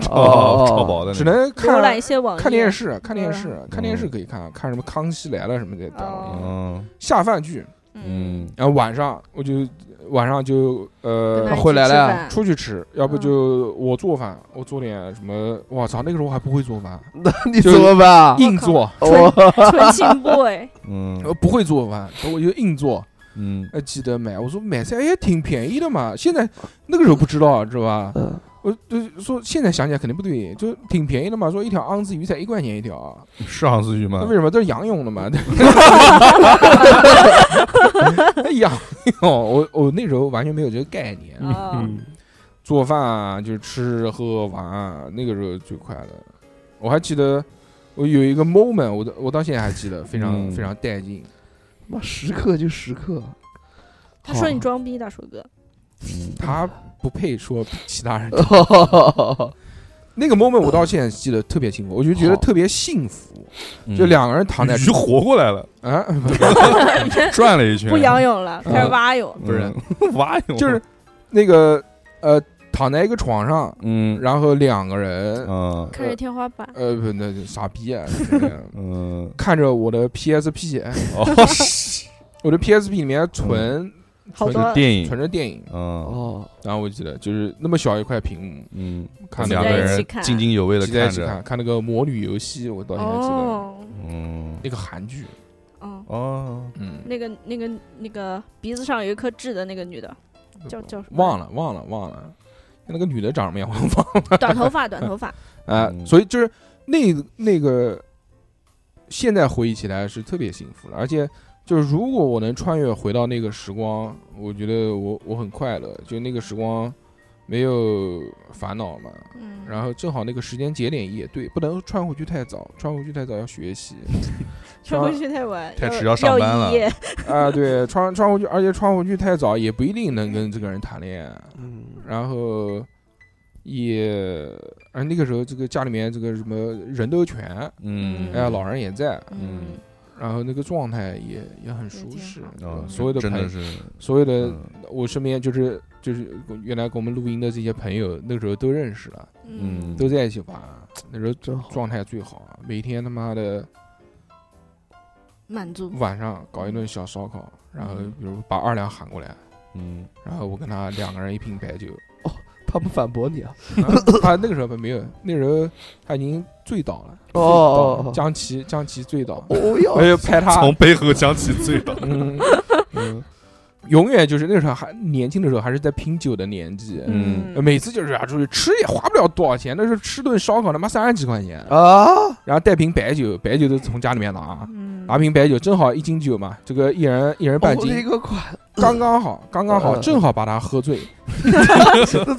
S3: 哦，超薄的那个，
S5: 只能
S6: 浏览
S5: 看
S6: 一些网页，
S5: 看电视，看电视，看
S2: 嗯
S5: 电视可以看，看什么《康熙来了》什么的，
S6: 哦
S3: 嗯
S5: 下饭剧。
S6: 嗯，
S3: 嗯
S5: 然后晚上我就晚上就
S6: 跟
S5: 呃
S6: 他一起
S2: 回来
S6: 吃
S2: 了
S6: 饭嗯
S5: 出去吃，要不就我做饭，我做点什么，我操，那个时候我还不会做饭，
S2: 那你怎么办啊？
S5: 硬做，
S2: 我
S6: 纯情 boy，
S5: 我
S3: 嗯
S5: 不会做饭，我就硬做。
S3: 嗯
S5: 呃，记得买，我说买菜也挺便宜的嘛，现在那个时候不知道，知道吧？
S2: 嗯
S5: 我就是说现在想起来肯定不对，就挺便宜的嘛，说一条昂子鱼才一块钱一条，啊
S3: 是杭子鱼
S5: 那
S3: 吗
S5: 为？什么都是羊用 的嘛？羊哎用，我我那时候完全没有这个概念，
S3: 嗯
S6: 啊，
S5: 做饭啊，就是吃喝玩啊，那个时候最快乐。我还记得我有一个 moment，我到我到现在还记得，非常、
S3: 嗯
S5: 非常带劲。
S2: 妈时刻就时刻，
S6: 他说你装逼，大叔哥，
S5: 他不配说其他人，
S2: 哦，
S5: 那个 moment 我到现在记得特别清楚，我就觉得
S2: 好
S5: 特别幸福，
S3: 嗯
S5: 就两个人躺在
S3: 鱼活过来了，
S5: 啊，
S3: 转了一圈，
S6: 不仰泳了，开始
S5: 嗯
S6: 蛙泳。
S3: 不是蛙泳，
S5: 就是那个呃躺在一个床上，
S3: 嗯
S5: 然后两个人
S3: 嗯
S6: 看着天花 板，
S5: 呃不那傻逼啊，那个
S3: 嗯
S5: 看着我的 PSP，
S3: 哦，
S5: 我的 PSP 里面存
S6: 好
S5: 纯
S6: 多
S3: 电影，
S5: 存着电影，
S3: 嗯
S2: 哦，
S5: 然后我记得就是那么小一块屏幕，
S3: 嗯，
S5: 看
S3: 两
S5: 两
S3: 个
S5: 个人
S6: 挤在一起
S3: 人
S6: 看
S3: 津津有味的
S5: 挤在一
S3: 看
S5: 起
S3: 着，
S5: 看，看那个魔女游戏，我到现在记得
S6: 哦，
S3: 嗯
S5: 那个韩剧，
S6: 哦，
S3: 哦，
S5: 嗯，
S6: 那个那个那个鼻子上有一颗痣的那个女的，叫叫什么？
S5: 忘了忘了忘了，那个女的长什么样我忘了。
S6: 了， 短头发，短头发。
S5: 啊、
S3: 嗯
S5: 所以就是那那个，现在回忆起来是特别幸福的，而且就是如果我能穿越回到那个时光，我觉得我我很快乐，就那个时光没有烦恼嘛。
S6: 嗯，
S5: 然后正好那个时间节点也对，不能穿回去太早，穿回去太早要 学习
S6: 穿回去太晚，
S3: 太迟要
S6: 要
S3: 上班了
S6: 一夜
S5: 啊、对，穿穿回去，而且穿回去太早也不一定能跟这个人谈恋爱。
S2: 嗯，
S5: 然后也，而那个时候这个家里面这个什么人都全，
S3: 嗯，
S5: 哎，老人也在，
S6: 嗯，
S5: 然后那个状态也也很舒
S6: 挺
S5: 适
S6: 好，
S5: 对吧
S3: 哦，
S5: 所有的
S3: 真
S5: 朋
S3: 的
S5: 友，呃
S3: 是，
S5: 所有的
S3: 嗯
S5: 我身边就是就是原来跟我们录音的这些朋友，那个时候都认识了，
S6: 嗯，
S5: 都在一起玩，啊那时候
S2: 真好，
S5: 状态最好啊，每天他妈的
S6: 满足。
S5: 晚上搞一顿小烧烤，然后
S6: 嗯
S5: 比如把二两喊过来，
S3: 嗯，
S5: 然后我跟他两个人一瓶白酒，
S2: 他不反驳你啊？
S5: 啊他那个时候没有，那时候他已经醉倒了，
S2: 哦哦哦
S5: 江琪江琪醉倒，
S2: 哦哟
S5: 我，就拍他，
S3: 从背后讲起醉倒，
S5: 嗯。
S2: 嗯
S5: 永远就是那个时候还年轻的时候，还是在拼酒的年纪。
S3: 嗯
S5: 每次就是啊，出去吃也花不了多少钱，那时候吃顿烧烤他妈三十几块钱，
S2: 啊，
S5: 然后带瓶白酒，白酒都从家里面拿，啊
S6: 嗯，
S5: 拿瓶白酒正好一斤酒嘛，这个一人一人半
S2: 我
S5: 斤，
S2: 的哦个款，
S5: 刚刚好，刚刚好，
S2: 嗯
S5: 正好把他喝醉，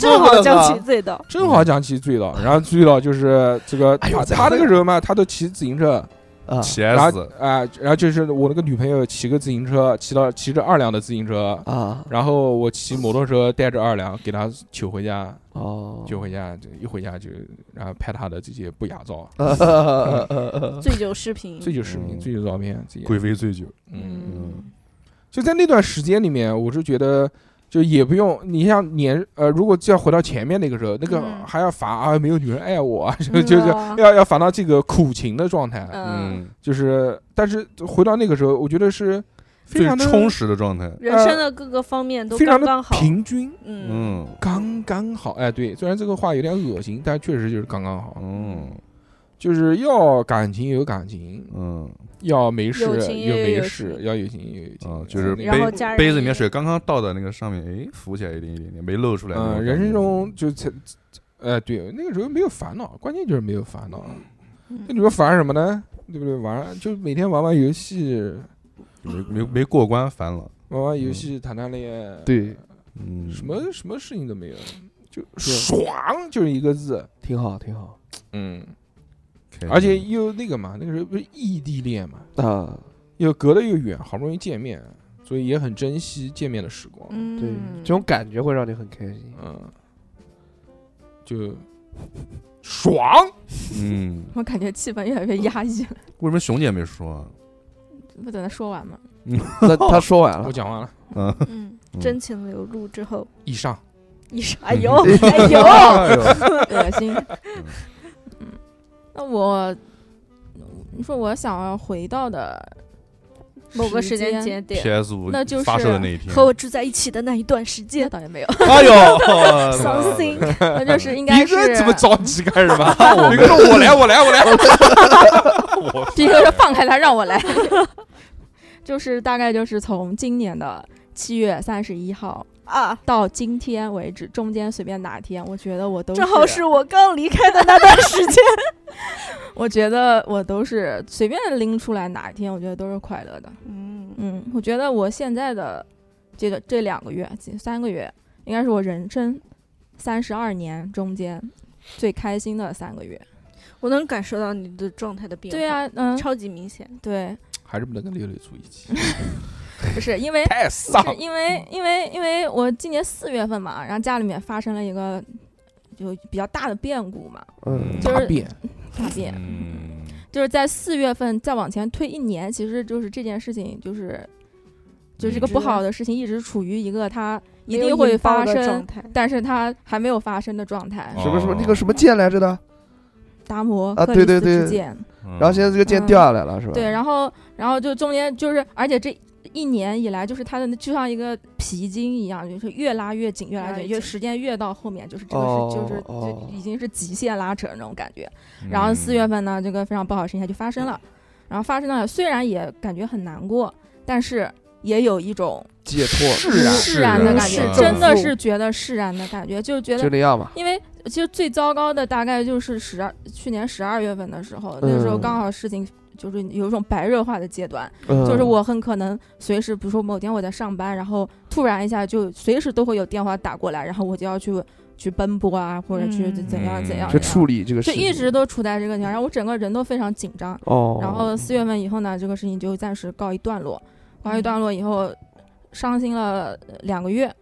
S6: 正好将其醉倒。
S5: 正好讲起醉了，然后醉了就是这个
S2: 嗯哎呦
S5: 他
S2: 再
S5: 他
S2: 喝
S5: 那个时候嘛，他都骑自行车，
S2: 啊，
S3: 骑
S5: 然后
S3: S，
S5: 啊，然后就是我那个女朋友骑个自行车，骑到骑着二两的自行车，
S2: 啊
S5: 然后我骑摩托车带着二两给她取回家。
S2: 哦，
S5: 就回家，就一回家就然后拍他的这些不雅照，
S2: 呃呃呃呃
S6: 醉酒视频，
S5: 醉酒视频、
S3: 嗯
S5: 醉酒照片这些。
S3: 贵妃醉酒，
S5: 嗯，
S6: 嗯，
S5: 就在那段时间里面，我是觉得就也不用，你像年呃，如果要回到前面那个时候，那个
S6: 嗯
S5: 还要烦啊，没有女人爱我，啊， 就
S6: 嗯
S5: 就是
S6: 哦
S5: 要要烦到这个苦情的状态，
S6: 嗯，，
S5: 就是但是回到那个时候，我觉得是非
S3: 最
S5: 常的
S3: 充实的状态，
S6: 人生的各个方面都
S5: 非常
S6: 刚
S5: 的
S6: 刚好。
S5: 平均。
S6: 嗯，
S3: 嗯
S5: 刚刚好，哎，对，虽然这个话有点恶心，但确实就是刚刚好，
S3: 嗯
S5: 就是要感情有感情，
S3: 嗯
S5: 要没事
S6: 友情也
S5: 有
S6: 有
S5: 没
S6: 友
S5: 事，
S6: 情
S5: 要有情也有友
S3: 啊
S4: 嗯
S5: 情，
S3: 就是
S5: 那
S6: 然后
S5: 个
S3: 杯
S6: 家人
S3: 杯子里面水刚刚倒到那个上面，哎，浮起来一点一点点，没漏出来那种
S5: 嗯，
S3: 感觉。
S5: 人生中就才，呃，对，那个时候没有烦恼，关键就是没有烦恼。那
S6: 嗯
S5: 你说烦什么呢？对不对？玩就每天玩玩游戏，
S3: 没没没过关，烦了。
S5: 玩玩游戏，谈谈恋爱，，
S2: 对，
S3: 嗯，
S5: 什么什么事情都没有，就爽，就是一个字，
S2: 挺好，挺好
S5: 嗯，
S3: 开心？
S5: 而且又那个嘛，那个时候不是异地恋嘛，
S2: 啊，
S5: 又隔得又远，好不容易见面，所以也很珍惜见面的时光，
S6: 嗯，
S2: 对，这种感觉会让你很开心。
S5: 嗯，就爽。
S3: 嗯，
S4: 我感觉气氛越来越压抑了，
S3: 为什么熊姐没说啊？
S4: 不等他说完吗？
S2: 那他说完了
S5: 我，讲完了，
S3: 嗯，
S6: 嗯，真情流露之后，
S5: 以上。
S6: 一上，哎呦， 哎呦，
S4: 恶心。嗯，那我，你说我想要回到的
S6: 某个时间
S4: 间
S6: 节点
S3: PS 五
S4: 啊那就是
S3: 发售的那一天，
S6: 和我住在一起的那一段时
S4: 那
S6: 间
S4: 倒也没有，
S3: 哎呦，
S6: 伤心。
S4: 那就是应该是
S5: 急干什么？
S3: 我
S5: 一个说我来，我来，我来。
S4: 逼哥说
S3: 嗯
S4: 放开他，让我来。 就是大概就是从今年的七月三十一号
S6: 啊，
S4: 到今天为止，中间随便哪天，我觉得我都
S6: 正好是啊我刚离开的那段时间。
S4: 我觉得我都是随便拎出来哪一天，我觉得都是快乐的。
S6: 嗯
S4: 嗯，我觉得我现在的这个这两个月、这三个月，应该是我人生三十二年中间最开心的三个月。
S6: 我能感受到你的状态的变化，
S4: 对啊，嗯，
S6: 超级明显。
S4: 对，
S5: 还是不能跟六六住一起，
S4: 不是因为
S5: 太丧
S4: 是因为因为因为我今年四月份嘛，然后家里面发生了一个就比较大的变故嘛，
S2: 嗯，
S4: 就是
S5: 大便
S4: 大变。
S3: 嗯，
S4: 就是在四月份再往前推一年，其实就是这件事情就是就是一个
S6: 一直
S4: 不好的事情，一直处于一个它一
S6: 没有
S4: 定会
S6: 引爆
S4: 发
S6: 的
S4: 生
S6: 状，态
S4: 但是它还没有发生的状态。
S3: 哦
S2: 什么什么那个什么剑来着的，
S4: 达摩
S2: 啊
S4: 克里
S2: 对
S4: 斯
S2: 对对
S4: 之剑，
S3: 嗯
S2: 然后现在这个剑掉下来了，是吧？
S4: 对，然后然后就中间就是，而且这一年以来，就是它的就像一个皮筋一样，就是越拉越紧，越拉
S6: 越
S4: 越
S6: 拉
S4: 紧，
S6: 越
S4: 越
S6: 紧
S4: 时间越到后面，就是这个
S2: 哦
S4: 是就是
S2: 哦
S4: 就已经是极限拉扯那种感觉。
S3: 嗯
S4: 然后四
S5: 嗯
S4: 月份呢，这个非常不好的事情它就发生了，然后发生了，虽然也感觉很难过，但是也有一种
S2: 解脱，
S3: 释然
S4: 释然的啊感
S3: 释
S4: 觉
S3: 然，
S4: 真的是觉得释然的感觉，就是觉
S2: 就
S4: 得，
S2: 那样吧。
S4: 因为其实最糟糕的大概就是十二去年十二月份的时候，那个时候
S2: 嗯
S4: 刚好事情就是有一种白热化的阶段，
S2: 就
S4: 就是我很可能随时，比如说某天我在上班，然后突然一下就随时都会有电话打过来，然后我就要去去奔波啊，或者去
S6: 嗯
S4: 怎样怎样
S2: 去
S4: 怎样，
S2: 处理这个事
S4: 就
S2: 情，
S4: 一直都处在这个情况，然后我整个人都非常紧张。
S2: 哦，
S4: 然后四月份以后呢，这个事情就暂时告一段落。告一段落以后，伤心了呃两个月，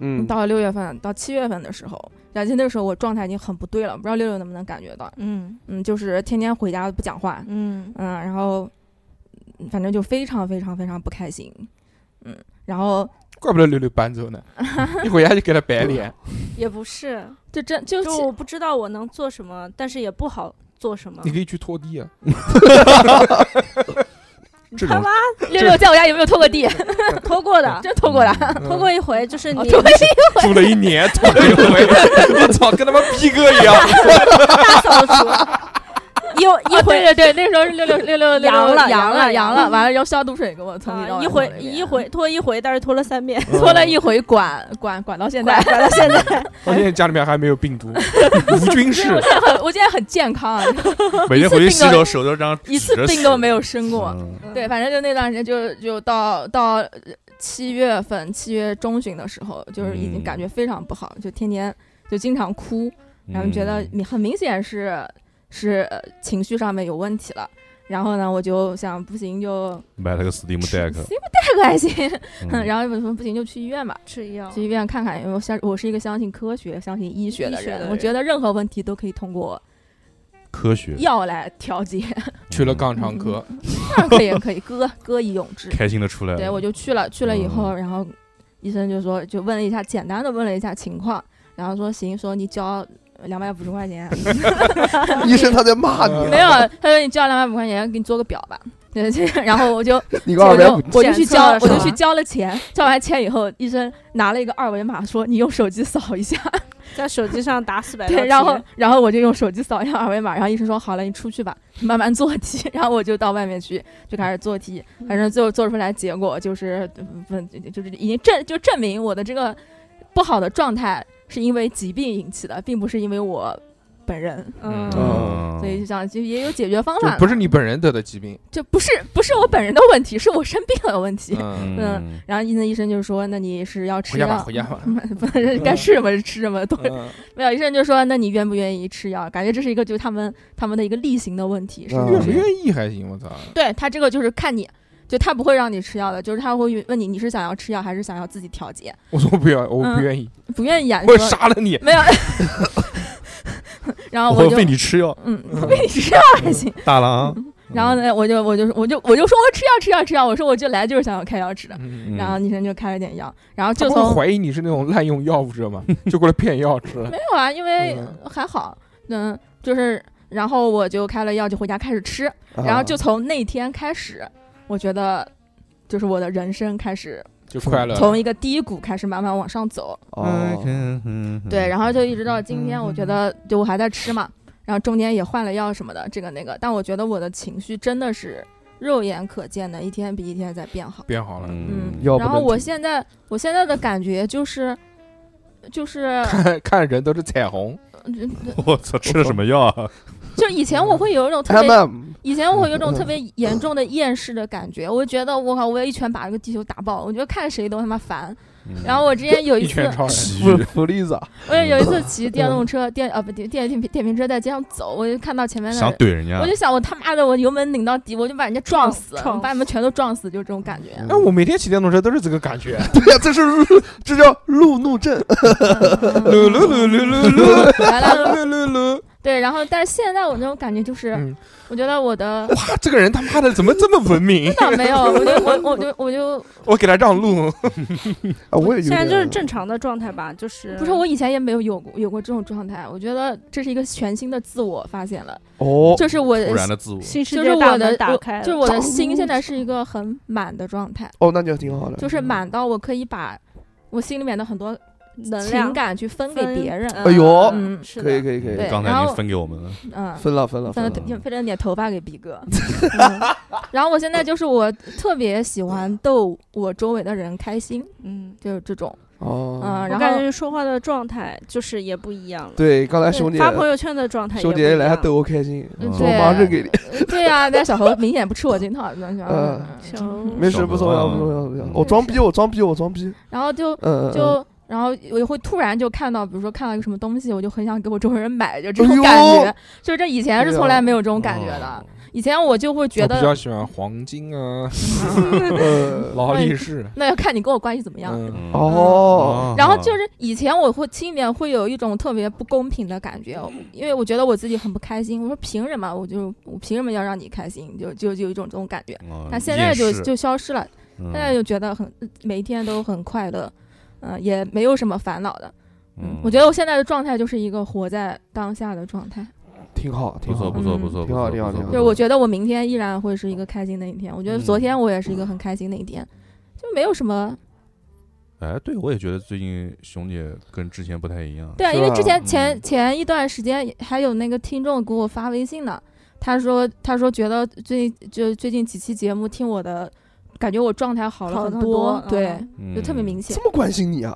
S2: 嗯，
S4: 到了六月份，到七月份的时候，然后那个时候我状态已经很不对了，不知道六六能不能感觉到，
S6: 嗯
S4: 嗯，就是天天回家不讲话，
S6: 嗯
S4: 嗯，然后嗯反正就非常非常非常不开心，嗯，然后
S5: 怪不得六六搬走呢，一回家就给他摆脸。
S6: 也不是，
S4: 就真就
S6: 就我不知道我能做什么，但是也不好做什么
S5: 你。可以去拖地啊，
S3: 这
S6: 他
S3: 种
S6: 妈
S4: 六六在我家有没有拖过地？
S6: 拖过 的，
S4: 真拖过了，
S3: 嗯
S5: 嗯
S6: 拖过一回，就是 你
S4: 拖 过
S5: 住了一年，拖了一回，我操，跟他妈逼哥一样。
S6: 大扫除， 一一
S4: 一回
S6: 回
S4: 啊对对，那时候是六六六六
S6: 六
S4: 阳了
S6: 阳了
S4: 了
S6: 阳
S4: 阳
S6: 了
S4: 了，完了用消毒水给我从
S6: 啊
S4: 到
S6: 一回一回拖一回，但是拖了三遍，
S4: 拖了一回管管管到现在
S6: 管，管到现在。
S5: 我现在家里面还没有病毒，无菌室
S4: 我。现在很 我现在很健康啊，
S3: 每天回去洗手，手都张
S4: 一次病都没有生过。
S3: 嗯
S4: 对，反正就那段时间就，就到到呃七月份、七月中旬的时候，就是已经感觉非常不好，就天天就经常哭，然后觉得
S3: 嗯
S4: 你很明显是是呃情绪上面有问题了。然后呢，我就想不行就
S3: 买了个 Steam
S4: 谁
S3: Deck，
S4: 不带个还行，
S3: 嗯
S4: 然后我说不行就去医院吧，
S6: 吃药
S4: 去医院看看，因为我相我是一个相信科学、相信医学的
S6: 医学
S4: 人，
S6: 的
S4: 我
S6: 人
S4: 觉得任何问题都可以通过
S3: 科学嗯
S4: 药来调节，
S5: 去了肛肠科，
S4: 当然可以可以歌歌以咏志。
S3: 开心的出来了。
S4: 对，我就去了，去了以后，然后医生就说，就问了一下，简单的问了一下情况，然后说行，说你交两百五十块钱，
S2: 医生他在骂你，
S4: 没有，他说你交两百五块钱，给你做个表吧。对，这个然后我就
S2: 你告
S4: 我
S2: 诉
S4: 就
S2: 我，
S4: 我就去
S6: 检测
S4: 交，
S6: 了
S4: 我
S6: 是
S4: 就
S6: 吧
S4: 去交了钱，交完钱以后，医生拿了一个二维码说你用手机扫一下，
S6: 在手机上打四百道
S4: 对，
S6: 题
S4: 然后然后我就用手机扫一下二维码，然后医生说好了，你出去吧，慢慢做题。 然后我就到外面去就开始做题，反正最后做出来结果就是不就是已经证就证明我的这个不好的状态是因为疾病引起的，并不是因为我本人。
S6: 嗯
S2: 嗯
S4: 所以就想就也有解决方
S5: 哦就
S4: 法，
S5: 不是你本人得的疾病。
S4: 就不是不是我本人的问题，是我生病了的问题。
S5: 嗯，
S4: 嗯然后医生医生就说，那你是啊要吃
S5: 回家吧，
S4: 药
S5: 回，家嗯吧。
S4: 不是该吃什么就吃什么，都
S5: 嗯
S4: 没有医生就说，那你愿不愿意吃药？感觉这是一个就是他们他们的一个例行的问题，是
S2: 嗯
S5: 愿不愿意还行，我操。
S4: 对他这个就是看你，就他不会让你吃药的，就是他会问你你是想要吃药还是想要自己调节，
S5: 我说不要，我不愿意，
S4: 不愿意啊，
S5: 我
S4: 说
S5: 杀了你，
S4: 没有，然后
S3: 我
S4: 就
S3: 喂你吃药，
S4: 嗯喂你吃药还行，
S3: 大郎。啊
S4: 然后呢
S5: 嗯
S4: 我就我就我就我就说我吃药吃药吃药，我说我就来就是想要开药吃的，
S5: 嗯
S4: 然后医生就开了点药，然后
S5: 他
S4: 就
S5: 不
S4: 从
S5: 会怀疑你是那种滥用药物者 吗？就过来骗药吃了
S4: 没。有啊，因为
S5: 嗯
S4: 还好，嗯，就是然后我就开了药就回家开始吃，
S2: 啊
S4: 然后就从那天开始，我觉得就是我的人生开始
S5: 就快乐。
S4: 从一个低谷开始慢慢往上走，嗯
S2: 哦，
S4: 对，然后就一直到
S2: 嗯
S4: 今天，我觉得就我还在吃嘛，然后中间也换了药什么的，这个那个，但我觉得我的情绪真的是肉眼可见的，一天比一天在变好。
S5: 变好了，
S4: 嗯
S2: 要不
S4: 然后我
S2: 能
S4: 现在我现在的感觉就是，就是
S2: 嗯
S5: 看 看人都是彩虹，
S3: 我操，吃了什么药啊？
S4: 就以前我会有一种特
S2: 他
S4: 别
S2: 们
S4: 以前我会有种特别严重的厌世的感觉，我觉得我靠，我要一拳把这个地球打爆，我觉得看谁都他妈烦。
S2: 嗯
S3: 嗯
S4: 然后我之前有一
S5: 一
S4: 次，
S5: 拳嗯超人，
S2: 弗弗利萨，
S4: 我也有一次骑电动车电啊不电电电电瓶车在街上走，我就看到前面的
S3: 想
S4: 人，
S3: 怼
S5: 啊
S3: 人家
S4: 我，就想我他妈的我油门拧到底，我就把人家撞死，
S6: 撞
S4: 我把你们全都撞死，就是这种感觉。
S5: 哎，我每天骑电动车都是这个感觉，
S2: 对呀，这是路这叫路怒症，
S4: 嗯
S5: 噜噜噜噜噜噜
S4: 来了，
S5: 噜噜噜，
S4: 对，然后但是现在我那种感觉就是，
S5: 嗯
S4: 我觉得我的
S5: 哇，这个人他妈的怎么这么文明？
S4: 倒没 有，我就我我就我就
S5: 我给他让路，
S2: 啊，我也有
S6: 现在就是
S2: 点
S6: 正常的状态吧，就是
S4: 不是我以前也没有有过有过这种状态，我觉得这是一个全新的自我发现了，
S2: 哦，
S4: 就是我
S3: 突然的自我，
S6: 新世
S4: 就是
S6: 界大
S4: 我的
S6: 门打
S4: 我
S6: 开了，哦
S4: 就是我的心现在是一个很满的状态，
S2: 哦，那就挺好的，
S4: 就是满到我可以把我心里面的很多
S6: 能量
S4: 情感去分给别人，
S2: 哎呦
S4: 嗯
S6: 是
S2: 可以
S6: 的
S2: 可以可以
S4: 对，
S3: 刚才
S4: 然
S3: 已
S4: 后
S3: 经分给我们了，
S4: 嗯，
S2: 分了分了分
S4: 分了
S2: 了，
S4: 点分了点头发给逼 哥。嗯然后我现在就是我特别喜欢逗我周围的人开心，
S6: 嗯，
S4: 就是这种，
S2: 哦，
S4: 嗯，
S6: 我
S4: 然
S6: 感
S4: 后
S6: 觉说话的状态就是也不一样了，
S2: 对，啊刚才熊姐
S6: 发朋友圈的状态也
S2: 熊
S6: 不一
S2: 姐一
S6: 样，
S2: 来还逗我开心，
S4: 嗯
S2: 说我妈
S4: 对
S2: 扔给你，
S4: 对呀，但小猴明显不吃我这套，你知道吗？
S6: 小
S4: 嗯
S2: 没事
S3: 小
S2: 不重
S3: 何
S2: 要
S3: 啊
S2: 不重要不重要，
S3: 嗯
S2: 我装逼我装逼我装逼，
S4: 然后就
S2: 嗯嗯嗯
S4: 就。然后我也会突然就看到，比如说看到一个什么东西，我就很想给我周围人买，就这
S2: 哎
S4: 种
S2: 呦
S4: 感觉，就是这以前是
S2: 对啊
S4: 从来没有这种感觉的
S3: 哦。
S4: 以前我就会觉
S5: 哦我比较
S4: 得，
S5: 喜欢黄金 啊，
S2: 呃
S5: 劳力士，
S4: 那要看你跟我关系怎么样。
S5: 嗯，
S3: 嗯
S2: 哦，
S4: 然后就是以前我会心里面会有一种特别不公平的感觉，因为我觉得我自己很不开心。我说凭什么？我就我凭什么要让你开心？就就就有一种这种感觉。
S3: 哦
S4: 但现在就
S3: 厌世
S4: 就消失了，
S3: 嗯
S4: 现在就觉得很每一天都很快乐，嗯、也没有什么烦恼的。嗯
S3: 嗯，
S4: 我觉得我现在的状态就是一个活在当下的状
S3: 嗯
S4: 态，
S2: 挺好
S3: 不
S2: 挺
S3: 错
S2: 好
S3: 不错
S4: 嗯
S3: 不错，
S2: 挺好
S3: 不
S2: 挺
S3: 错
S2: 好
S3: 不错
S2: 挺好
S4: 就是我觉得我明天依然会是一个开心的一天。我觉得
S3: 嗯
S4: 昨天我也是一个很开心的一天，就没有什么
S3: 哎，对我也觉得最近熊姐跟之前不太一样，
S4: 对啊，
S2: 是
S4: 因为
S2: 吧
S4: 之前前
S3: 嗯
S4: 前一段时间还有那个听众给我发微信呢，他说他说觉得最近就最近几期节目听我的，感觉我状态好了
S6: 好
S4: 很
S6: 很
S4: 多
S6: 多，
S4: 对，
S3: 嗯
S4: 就特别明显
S2: 这，么关心你啊？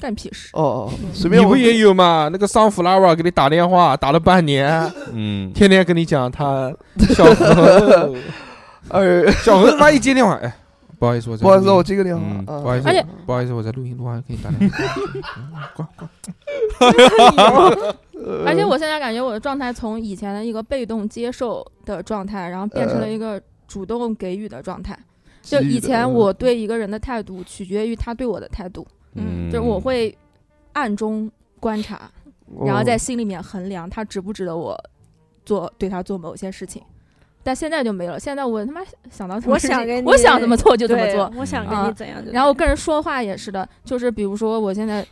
S4: 干屁 事。
S2: 哦哦，
S4: 嗯
S2: 随便
S5: 你
S2: 我
S5: 不也有嘛？那个桑弗拉瓦给你打电话打了半年，
S3: 嗯，
S5: 天天跟你讲他小 何，
S2: 呃，
S5: 小何他妈一接电话，哎，不好意思，我在
S2: 不好意思，
S5: 录
S2: 我
S5: 音
S2: 接个电话
S3: 嗯，
S2: 啊
S5: 不好意思，
S4: 而且
S5: 不好意思，我在录音，录完给你打电 话，嗯挂挂。
S2: 呃
S4: 哎而且我现在感觉我的状态从以前的一个被动接受的状态，然后变
S3: 呃
S4: 成了一个主动给予的状态。就以
S2: 嗯
S4: 前我对一个人的态度取决于他对我的态度，
S3: 嗯，
S4: 就是我会暗中观察，然后在
S2: 再
S4: 心里面衡量他值不值得我做对他做某些事情。但现在就没了，现在我他妈想 到什么
S6: 我
S4: 事
S6: 想
S4: 情
S6: 跟
S4: 我
S6: 你
S4: 想怎么做就怎么
S6: 对
S4: 做。
S6: 我想跟
S4: 啊
S6: 你怎样就怎样，
S4: 然后我跟人说话也是的，就是比如说我现在，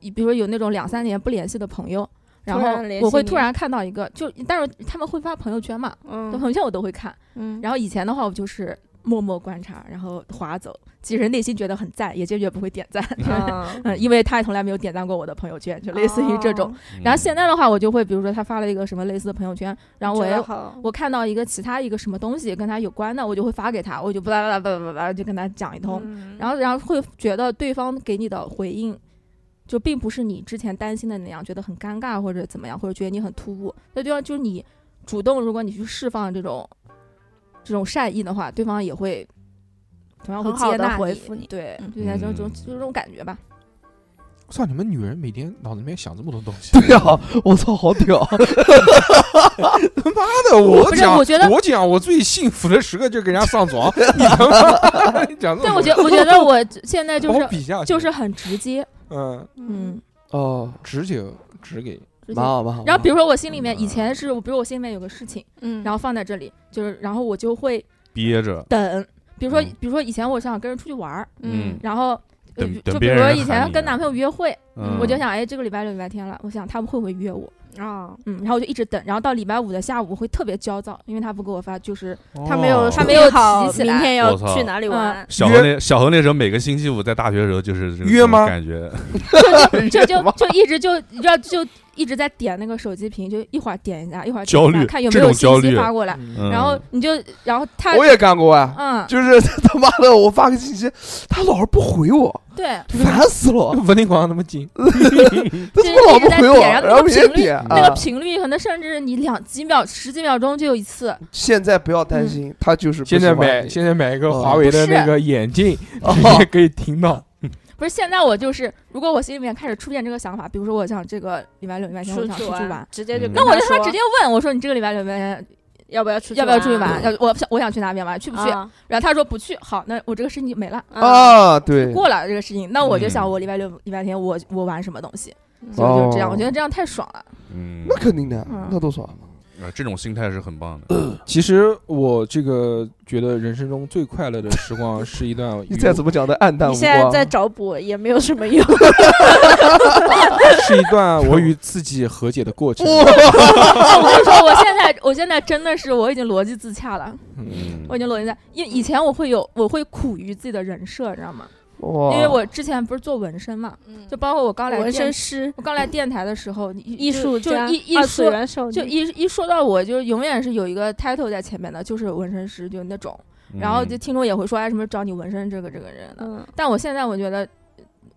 S4: 比如说有那种两三年不联系的朋友，然
S6: 突
S4: 后
S6: 然联系
S4: 我会
S6: 你
S4: 突然看到一个，就但是他们会发朋友圈嘛，
S6: 嗯
S4: 朋友圈我都会看。
S6: 嗯，
S4: 然后以前的话，我就是默默观察，然后划走，其实内心觉得很赞，也坚决不会点赞。
S6: 嗯
S4: 嗯，因为他也从来没有点赞过我的朋友圈，就 类似于这种。
S6: 哦，
S3: 嗯，
S4: 然后现在的话，我就会比如说他发了一个什么类似的朋友圈，然后我
S6: 哦觉得
S4: 也
S6: 好
S4: 我看到一个其他一个什么东西跟他有关的，我就会发给他，我就巴拉巴拉巴拉巴拉就跟他讲一通，
S6: 嗯
S4: 然后然后会觉得对方给你的回应。就并不是你之前担心的那样，觉得很尴尬或者怎么样，或者觉得你很突兀。那对方就是你主动，如果你去释放这种这种善意的话，对方也会同样会
S6: 很好
S4: 接
S6: 地
S4: 纳
S6: 回
S4: 你
S6: 复你
S4: 对，
S6: 嗯
S4: 对，这种这种
S3: 嗯
S4: 就是这种感觉吧。
S5: 我操，你们女人每天脑子里面想这么多东西，
S2: 对呀，啊我操，好屌！
S5: 的，我
S4: 不是
S5: 讲，
S4: 我觉得
S5: 讲我最幸福的时刻就给人家上 床，你他妈你
S6: 嗯
S5: 讲这种东西，
S4: 但我觉得，我觉得我现在就
S5: 把我
S4: 是
S5: 比啊下去
S4: 就是很直接，
S5: 嗯，
S4: 嗯，
S2: 哦，
S5: 直球直给，
S4: 直接
S2: 蛮。好蛮好。
S4: 然后比如说我心里面以前是，我比如我心里面有个事情，
S6: 嗯，
S4: 然后放在这里，就是然后我就会
S3: 憋着，
S4: 等，比如说
S3: 嗯
S4: 比如说以前我想跟人出去玩儿，
S3: 嗯
S4: 然后。呃
S3: 等
S4: 就
S3: 等
S4: 比
S3: 别
S4: 如
S3: 人
S4: 说
S3: 来
S4: 以
S3: 喊
S4: 前
S3: 你
S4: 跟男朋友约会，
S3: 嗯
S4: 我就想，哎，这个礼拜六、礼拜天了，我想他们会不会约我？
S6: 啊，
S4: 嗯，然后我就一直等，然后到礼拜五的下午我会特别焦躁，因为他不给我发，就是
S6: 他没有
S3: 哦
S4: 他没有
S6: 好
S4: 提起
S6: 明
S4: 来
S6: 天
S3: 我
S6: 要
S3: 操
S6: 去
S4: 嗯
S6: 哪里玩，
S3: 小何那小何那时候每个星期五在大学的时候就是这种
S5: 约吗
S3: 感觉，
S4: 就就就一直就要就一直在点那个手机屏，就一会儿点一下，一会儿点一
S3: 焦
S4: 下
S3: 虑
S4: 看有没
S3: 这
S4: 有
S3: 种焦
S4: 信息
S3: 虑
S4: 发过来，
S3: 嗯
S4: 然后你就然后他
S2: 我也干过啊，
S4: 嗯，
S2: 就是 他妈的，我发个信息，他老是不回我，
S4: 对，
S6: 啊
S4: 嗯
S2: 烦死了！
S5: 文林广那么近，
S2: 他他妈老不回我，然后每天点
S4: 那个
S2: 啊。
S4: 频率可能甚至你两几秒、十几秒钟就有一次，
S2: 现在不要担
S4: 嗯
S2: 心，他就是不
S5: 现在
S2: 喜欢
S5: 买
S2: 你
S5: 现在买一个
S2: 哦
S5: 华为的
S4: 不是
S5: 那个眼镜，
S2: 哦
S5: 直接可以听到，
S4: 不是现在我就是，如果我心里面开始出现这个想法，比如说我想这个礼拜六、礼拜天我
S6: 出
S4: 想
S6: 去
S4: 出去玩
S6: 玩，，直接就
S3: 嗯
S6: 跟
S4: 那我就
S6: 说
S4: 他直接问我说你这个礼拜六、礼拜天
S6: 要不要出去
S4: 要不要出去玩？啊
S6: 要
S4: 要我想我想去哪边玩，去不
S6: 不
S4: 去
S6: 去？
S4: 然后他说不去，好，那我这个事情没了，
S6: 啊？
S2: 啊，对，
S4: 过了这个事情，那我就想
S3: 嗯
S4: 我礼拜六、礼拜天我我玩什么东西，
S6: 嗯
S4: 就就这样，
S2: 哦
S4: 我觉得这样太爽 了。
S3: 嗯
S2: 那肯定的
S4: 嗯，
S2: 那多爽。
S3: 啊，这种心态是很棒的。
S5: 其实我这个觉得人生中最快乐的时光是一段
S2: 你
S5: 与
S2: 再怎么讲的暗淡无
S6: 你现在
S2: 光，
S6: 在找补也没有什么 用，
S5: 是一段我与自己和解的过程。
S4: 哦我跟你说，我现在我现在真的是我已经逻辑自洽了，
S5: 嗯
S4: 我已经逻辑在，因为以前我会有我会苦于自己的人设，你知道吗？
S2: 哇，
S4: 因为我之前不是做纹身嘛，就包括我刚来
S6: 嗯纹身
S4: 电
S6: 师、
S4: 我刚来电台的时候，艺
S6: 艺术
S4: 就
S6: 家、
S4: 一一
S6: 二次
S4: 说
S6: 元嗯少
S4: 就
S6: 女，
S4: 一一说到我，就永远是有一个 title 在前面的，就是纹身师，就那种。
S3: 嗯
S4: 然后就听众也会说，哎，什么找你纹身这个这个人的。
S6: 嗯，
S4: 但我现在我觉得，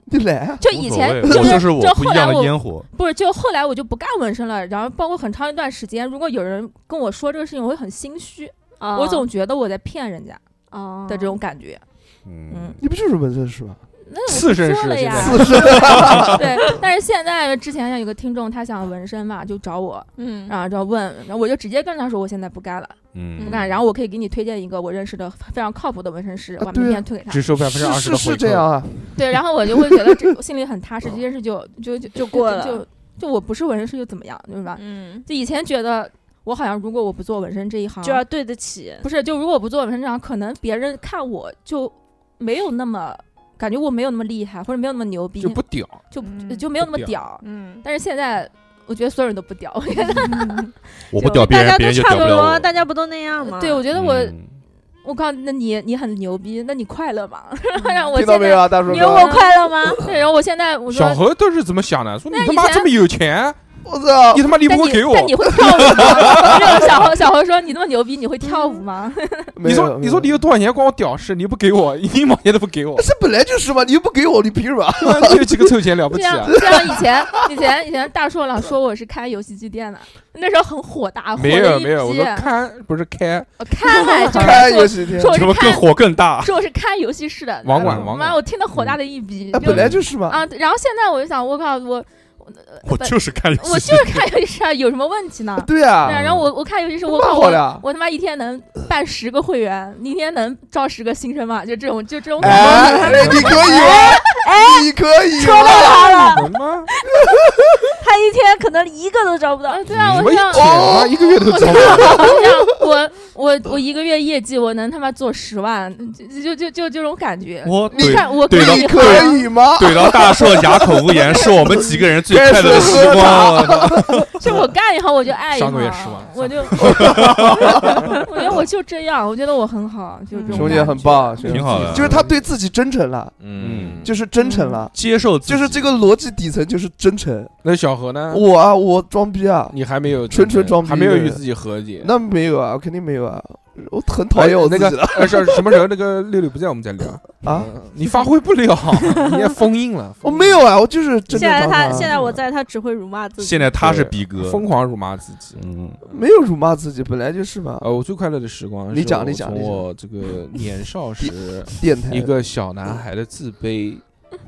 S2: 你来啊，
S4: 就以前
S3: 无所谓我
S4: 是
S3: 就是我
S4: 就
S3: 不一
S4: 后来
S3: 样的
S4: 我
S3: 烟火。
S4: 不是就后来我就不干纹身了。然后包括很长一段时间，如果有人跟我说这个事情，我会很心虚，我
S6: 我
S4: 总觉得我在骗人家
S6: 的
S4: 的这种感觉。嗯，
S2: 你不就是纹身师吗？
S4: 那我
S5: 刺身
S4: 说
S5: 是
S4: 了
S5: 现
S4: 呀
S5: 在，
S4: 对，但是现在之前有一个听众，他想纹身嘛，就找我，
S6: 嗯
S4: 然后就问，然后我就直接跟他说，我现在不干了。
S3: 嗯，
S4: 不干，然后我可以给你推荐一个我认识的非常靠谱的纹身师，
S2: 啊
S4: 我把名
S2: 对啊
S4: 片推给他。
S5: 只收百分之
S2: 是
S5: 二十
S2: 是
S5: 的回
S2: 是
S5: 扣。
S2: 这样啊，
S4: 对，然后我就会觉得这 我心里很踏实，这件事就就就就
S6: 过了
S4: 就就就我不是纹身师又怎么样，对吧？
S6: 嗯，
S4: 就以前觉得我好像如果我不做纹身这一行，
S6: 就要对得起，
S4: 不是就如果我不做纹身这行，可能别人看我就没有那么感觉我没有那么厉害，或者没有那么牛逼，
S5: 就不屌，
S4: 就
S6: 嗯
S4: 就没有那么
S5: 不屌
S4: 屌。
S6: 嗯，
S4: 但是现在我觉得所有人都不屌，我觉得
S3: 我不屌别人，
S6: 大
S3: 别
S6: 家
S3: 人
S6: 都
S3: 就
S6: 差
S3: 屌
S6: 不
S3: 不了
S6: 多，
S3: 我。
S6: 大家不都那样吗？
S4: 对我觉得我、
S3: 嗯
S4: 我告诉你那你你很牛逼，那你快乐吗？ 让我
S2: 听
S4: 现
S2: 到没
S4: 在
S2: 有啊，大叔
S6: 嗯你
S4: 有
S6: 有
S2: 哥？
S6: 我快乐吗？
S4: 对，然后我现在我说
S5: 小何都是怎么想的？说你
S4: 那
S5: 他
S4: 以
S5: 妈
S4: 前
S5: 这么有钱，
S2: 我操
S5: 你，他妈离
S4: 但
S5: 不
S4: 你
S5: 会给我
S4: 但。你会跳舞吗？ 这种小猴小猴说你那么牛逼，
S6: 嗯
S4: 你会跳舞吗？
S2: 没
S5: 你
S2: 有
S5: 说你说你有多少钱关我屌事？你不给我一毛钱都不给我
S2: 没有，这本来就是嘛，你又不给我，你凭什么？
S4: 啊
S5: 就这个臭钱了不
S4: 就
S5: 起啊
S4: 像！就像以前以前以前大硕老说我是开游戏机店的，那时候很火大，火
S5: 没
S4: 了
S5: 有
S4: 啊一
S5: 没有，我
S4: 批
S5: 说看不是开，
S4: 我看 来就
S2: 开游戏
S4: 是
S2: 厅
S4: 说，说
S3: 什么
S4: 我是
S3: 更
S4: 看
S3: 火更大？
S4: 说我是看游戏室的，
S5: 网管
S4: 嗯妈
S5: 网管
S4: 我听得火大的一逼，
S2: 哎，
S4: 就
S2: 本来就是嘛，
S4: 啊，然后现在我就想，我靠，我
S3: 我就是看游
S4: 我
S3: 戏
S4: 就是看游戏室啊，有什么问题呢？
S2: 对啊
S4: 对，啊，然后我我看游戏室，我
S2: 蛮
S4: 靠
S2: 好的啊
S4: 我我他妈一天能办十个会员，一天能招十个新生嘛？就这种就这种感觉。
S2: 哎，你可以
S4: 哎
S2: 吗？你可以
S6: 说到
S2: 吗？
S6: 他
S4: 啊
S6: 了，
S5: 能吗？
S6: 他一天可能一个都招不到
S4: 啊，，对啊，
S5: 什
S4: 我
S5: 么一
S4: 想
S5: 天，啊，一个月都
S4: 我
S5: 招
S4: 想，
S5: 不 到。
S4: 我我我一个月业绩，我能他妈做十万，就就就就这种感觉。
S3: 我
S4: 你
S3: 怼
S4: 看，我
S3: 对
S2: 你
S4: 以
S3: 的
S2: 可
S4: 哈
S2: 以吗？
S3: 怼到大硕哑口无言，是我们几个人最
S2: 该
S3: 快乐的
S2: 是
S3: 时
S2: 喝
S3: 光。
S4: 就我干一行我就爱一
S5: 上
S4: 行，
S5: 个月10万
S4: 我就 我觉得我就这样，我觉得我很好，就这种
S2: 熊
S4: 感
S2: 姐
S4: 觉
S2: 很，棒，
S3: 挺好的
S2: 就是他对自己真诚了，
S5: 嗯，
S2: 就是真诚了，
S3: 接受自己
S2: 就是这个逻辑底层就是真诚。
S5: 那小何呢？
S2: 我啊，我装逼啊，
S5: 你还没有
S2: 纯纯装逼
S5: 还没有
S2: 的人
S5: 与自己和解。哎
S2: 那没有啊，我肯定没有啊，我很讨厌我
S5: 那
S2: 自
S5: 个
S2: 己的
S5: 呃，是什么时候那个六六不在，我们再聊。
S2: 啊，
S5: 嗯你发挥不 了，你也封印了。
S2: 我没有啊，我就是真正
S6: 现在
S2: 装
S6: 他
S2: 啊
S6: 现在我在，他只会辱骂自己
S3: 现。在他是逼哥，
S5: 疯狂辱骂自己。
S3: 嗯，
S2: 没有辱骂自己，本来就是嘛。
S5: 呃，我最快乐的时光是我，
S2: 啊你讲你讲
S5: 从
S2: 你讲
S5: 我这个年少时
S2: 电台
S5: 一个小男孩的自卑，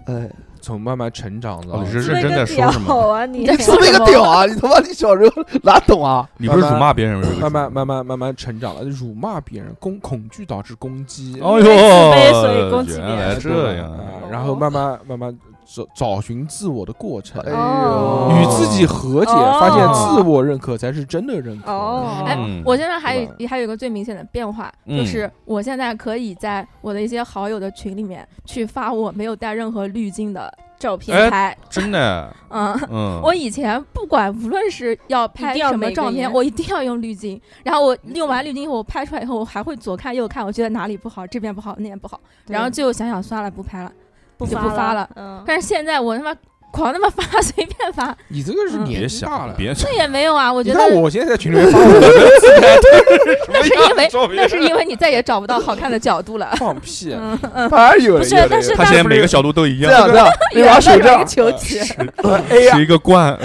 S2: 哎，
S5: 从慢慢成长到
S3: 哦，你是
S6: 是
S3: 认真在说什么？
S6: 好啊你
S4: 你！在
S2: 你这么一个屌啊！你他妈你小时候哪懂啊？
S3: 你不是辱骂别人，
S5: 慢慢慢慢慢慢成长了，辱骂别人，攻恐惧导致攻击。
S3: 哦
S6: 因为自卑
S3: 呦，
S6: 所以攻击别人
S3: 原来这样啊，
S5: 啊然后慢慢慢慢找找寻自我的过程，
S2: 哎
S6: 哦
S2: 呦，
S5: 与自己和解，
S6: 哦
S5: 发现自我认可才是真的认可。
S6: 哦
S4: 哎
S3: 嗯，
S4: 我现在还有
S5: 是
S4: 还有一个最明显的变化，
S3: 嗯
S4: 就是我现在可以在我的一些好友的群里面去发我没有带任何滤镜的
S6: 照
S3: 哎
S6: 片
S4: 拍，
S3: 真 的，
S4: 嗯，
S3: 嗯，
S4: 我以前不管无论是要
S6: 一
S4: 拍
S6: 定要
S4: 什么
S6: 每个
S4: 照片，
S6: 颜嗯
S4: 我一定要用滤镜。然后我用完滤镜以后，我拍出来以后，我还会左看右看，我觉得哪里不好，这边不好，那边不好。
S6: 对
S4: 然后最后想想算了，不拍了。
S6: 不
S4: 就不发了
S6: 嗯，
S4: 但是现在我他妈狂那么发， 随便发，
S5: 你这个是
S4: 嗯
S5: 年
S3: 别
S5: 纪大
S3: 想
S5: 了
S3: 了，。别想
S4: 这，也没有啊。我
S5: 你
S4: 觉
S5: 看
S4: 得
S5: 我现在在群里面发我的自拍都是什么
S4: 那是因为
S5: 样照片。
S4: 那是因为你再也找不到好看的角度了
S5: 放屁！
S4: 嗯，
S2: 当然有
S6: 不
S2: 人
S6: 是
S2: 有，人
S6: 但是
S3: 他
S6: 但
S3: 现在每个角度都一
S2: 这
S3: 样，哎
S2: 样这 样，你把手
S4: 一
S2: 这
S4: 个
S2: 样，
S4: 球体，
S5: 呃 A
S3: 是一个罐，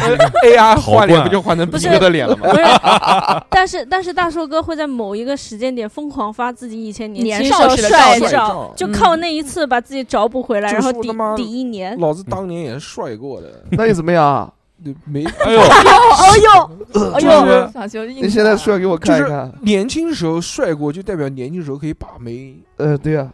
S5: AI
S3: 好
S5: 换脸
S3: 惯
S5: 不就换成
S6: 不
S5: 逼
S6: 是
S5: 哥的脸了吗？
S6: 不是，但是但是大硕哥会在某一个时间点疯狂发自己以前
S4: 年
S6: 轻
S4: 少
S6: 候
S4: 时的
S6: 帅
S4: 照
S5: 照
S6: 就
S3: 嗯
S6: 靠那一次把自己找补回来，
S5: 就
S6: 然后
S5: 说
S6: 抵
S5: 他妈
S6: 抵一
S2: 哎
S6: 年。
S5: 老子当年也是帅过的，
S2: 那你怎么样 啊？
S5: 没
S3: 哎呦，
S6: 哎呦，
S4: 哎
S5: 就是
S4: 呦，小球硬啊
S2: 你现在
S4: 了
S2: 说给我看一看。
S5: 年轻时候帅过，就代表年轻时候可以把妹。嗯
S2: 呃，对呀，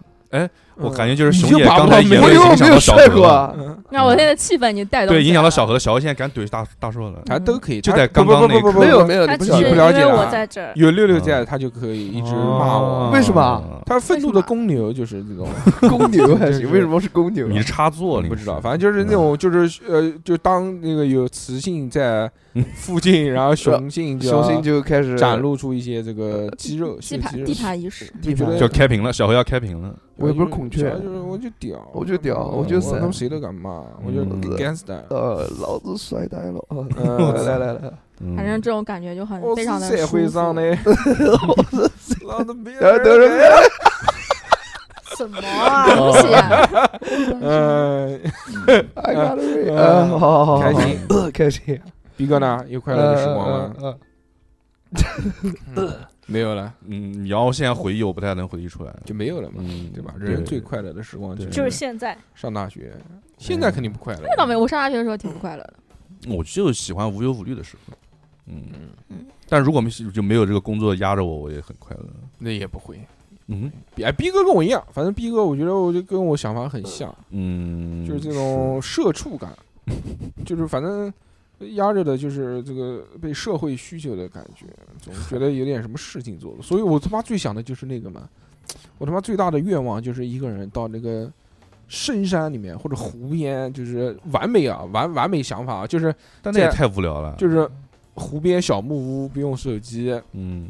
S3: 我感觉就是
S5: 你
S3: 熊
S5: 就
S3: 姐
S5: 把
S3: 刚
S5: 我
S3: 才
S5: 哦没
S3: 眼
S5: 有
S2: 我
S3: 泪影
S2: 有没
S3: 响
S2: 有
S3: 到小
S2: 帅
S3: 何
S2: 过
S3: 了，
S2: 啊？
S5: 嗯，
S4: 那我现在气氛你带动
S3: 对，
S4: 起
S3: 影响
S4: 来
S3: 到小
S4: 了
S3: 何了，哦小何现在敢怼大大硕了，
S5: 他都可以，
S3: 就
S5: 他
S3: 在刚
S5: 不不
S3: 刚
S5: 不
S3: 那一
S5: 不不
S3: 刻
S2: 没有没有，
S6: 他
S2: 不
S6: 只
S2: 晓
S6: 是
S5: 你
S2: 得
S5: 不
S6: 因
S5: 了嗯解
S6: 为
S5: 了
S6: 我在这儿，
S5: 有六六在，他就可以一直骂
S3: 哦
S5: 我。
S2: 为什么？
S5: 他愤怒的公牛就是 这种，
S2: 公牛还
S5: 就是
S2: 行，为什么是公牛啊？
S3: 你是插座，你
S5: 不知道，
S3: 是
S5: 反正就是那种，就是呃，就当那个有雌性在附近，然后雄性就
S2: 雄性就呃开始
S5: 展，露出一些这个肌肉，
S4: 地
S5: 性
S4: 爬
S5: 肌肉
S4: 地爬仪式，
S2: 地
S5: 就觉
S2: 盘
S5: 得
S3: 就开屏了，小何要开屏了，
S2: 我又不是孔雀
S5: 就是我就屌，
S2: 我就屌
S5: 嗯
S2: 我就神
S5: 他们谁都敢骂，我就
S3: 嗯
S5: gangster，
S2: 呃，老子摔呆了。啊
S5: 嗯
S2: 来来来，
S4: 反
S3: 嗯
S4: 正这种感觉就很
S5: 我
S4: 嗯非
S5: 是
S4: 常的
S5: 社
S4: 舒服
S5: 会上 的，老子别
S2: 然后都是
S5: 人，
S6: 什么啊？
S4: 对不起啊，
S5: 嗯，
S2: I got it，
S5: 嗯
S2: 呃，好好好，好
S5: 开心，
S2: 好开心，
S5: 逼哥呢？有快乐的时光啊吗？
S2: 嗯？嗯
S5: 没有了，
S3: 嗯，然后现在回忆我不太能回忆出来，
S5: 就没有了嘛，
S3: 嗯，
S5: 对吧？人最快乐的时光
S3: 对
S6: 就是现在，
S5: 上大学，现在肯定不快乐。
S4: 嗯那倒没有，我上大学的时候挺不快乐的。
S3: 我就喜欢无忧无虑的时候，嗯
S5: 嗯
S4: 嗯
S3: 但如果没就没有这个工作压着我，我也很快乐，
S5: 那也不会。
S3: 嗯
S5: 比哎，逼哥跟我一样，反正逼哥，我觉得我就跟我想法很像，
S3: 嗯，
S5: 就是这种社畜感，就是反正压着的就是这个被社会需求的感觉，总觉得有点什么事情做了，所以我他妈最想的就是那个嘛，我他妈最大的愿望就是一个人到那个深山里面或者湖边，就是完美啊，完完美想法啊，就是
S3: 但那也
S5: 在
S3: 太无聊了，
S5: 就是湖边小木屋，不用手机，
S3: 嗯，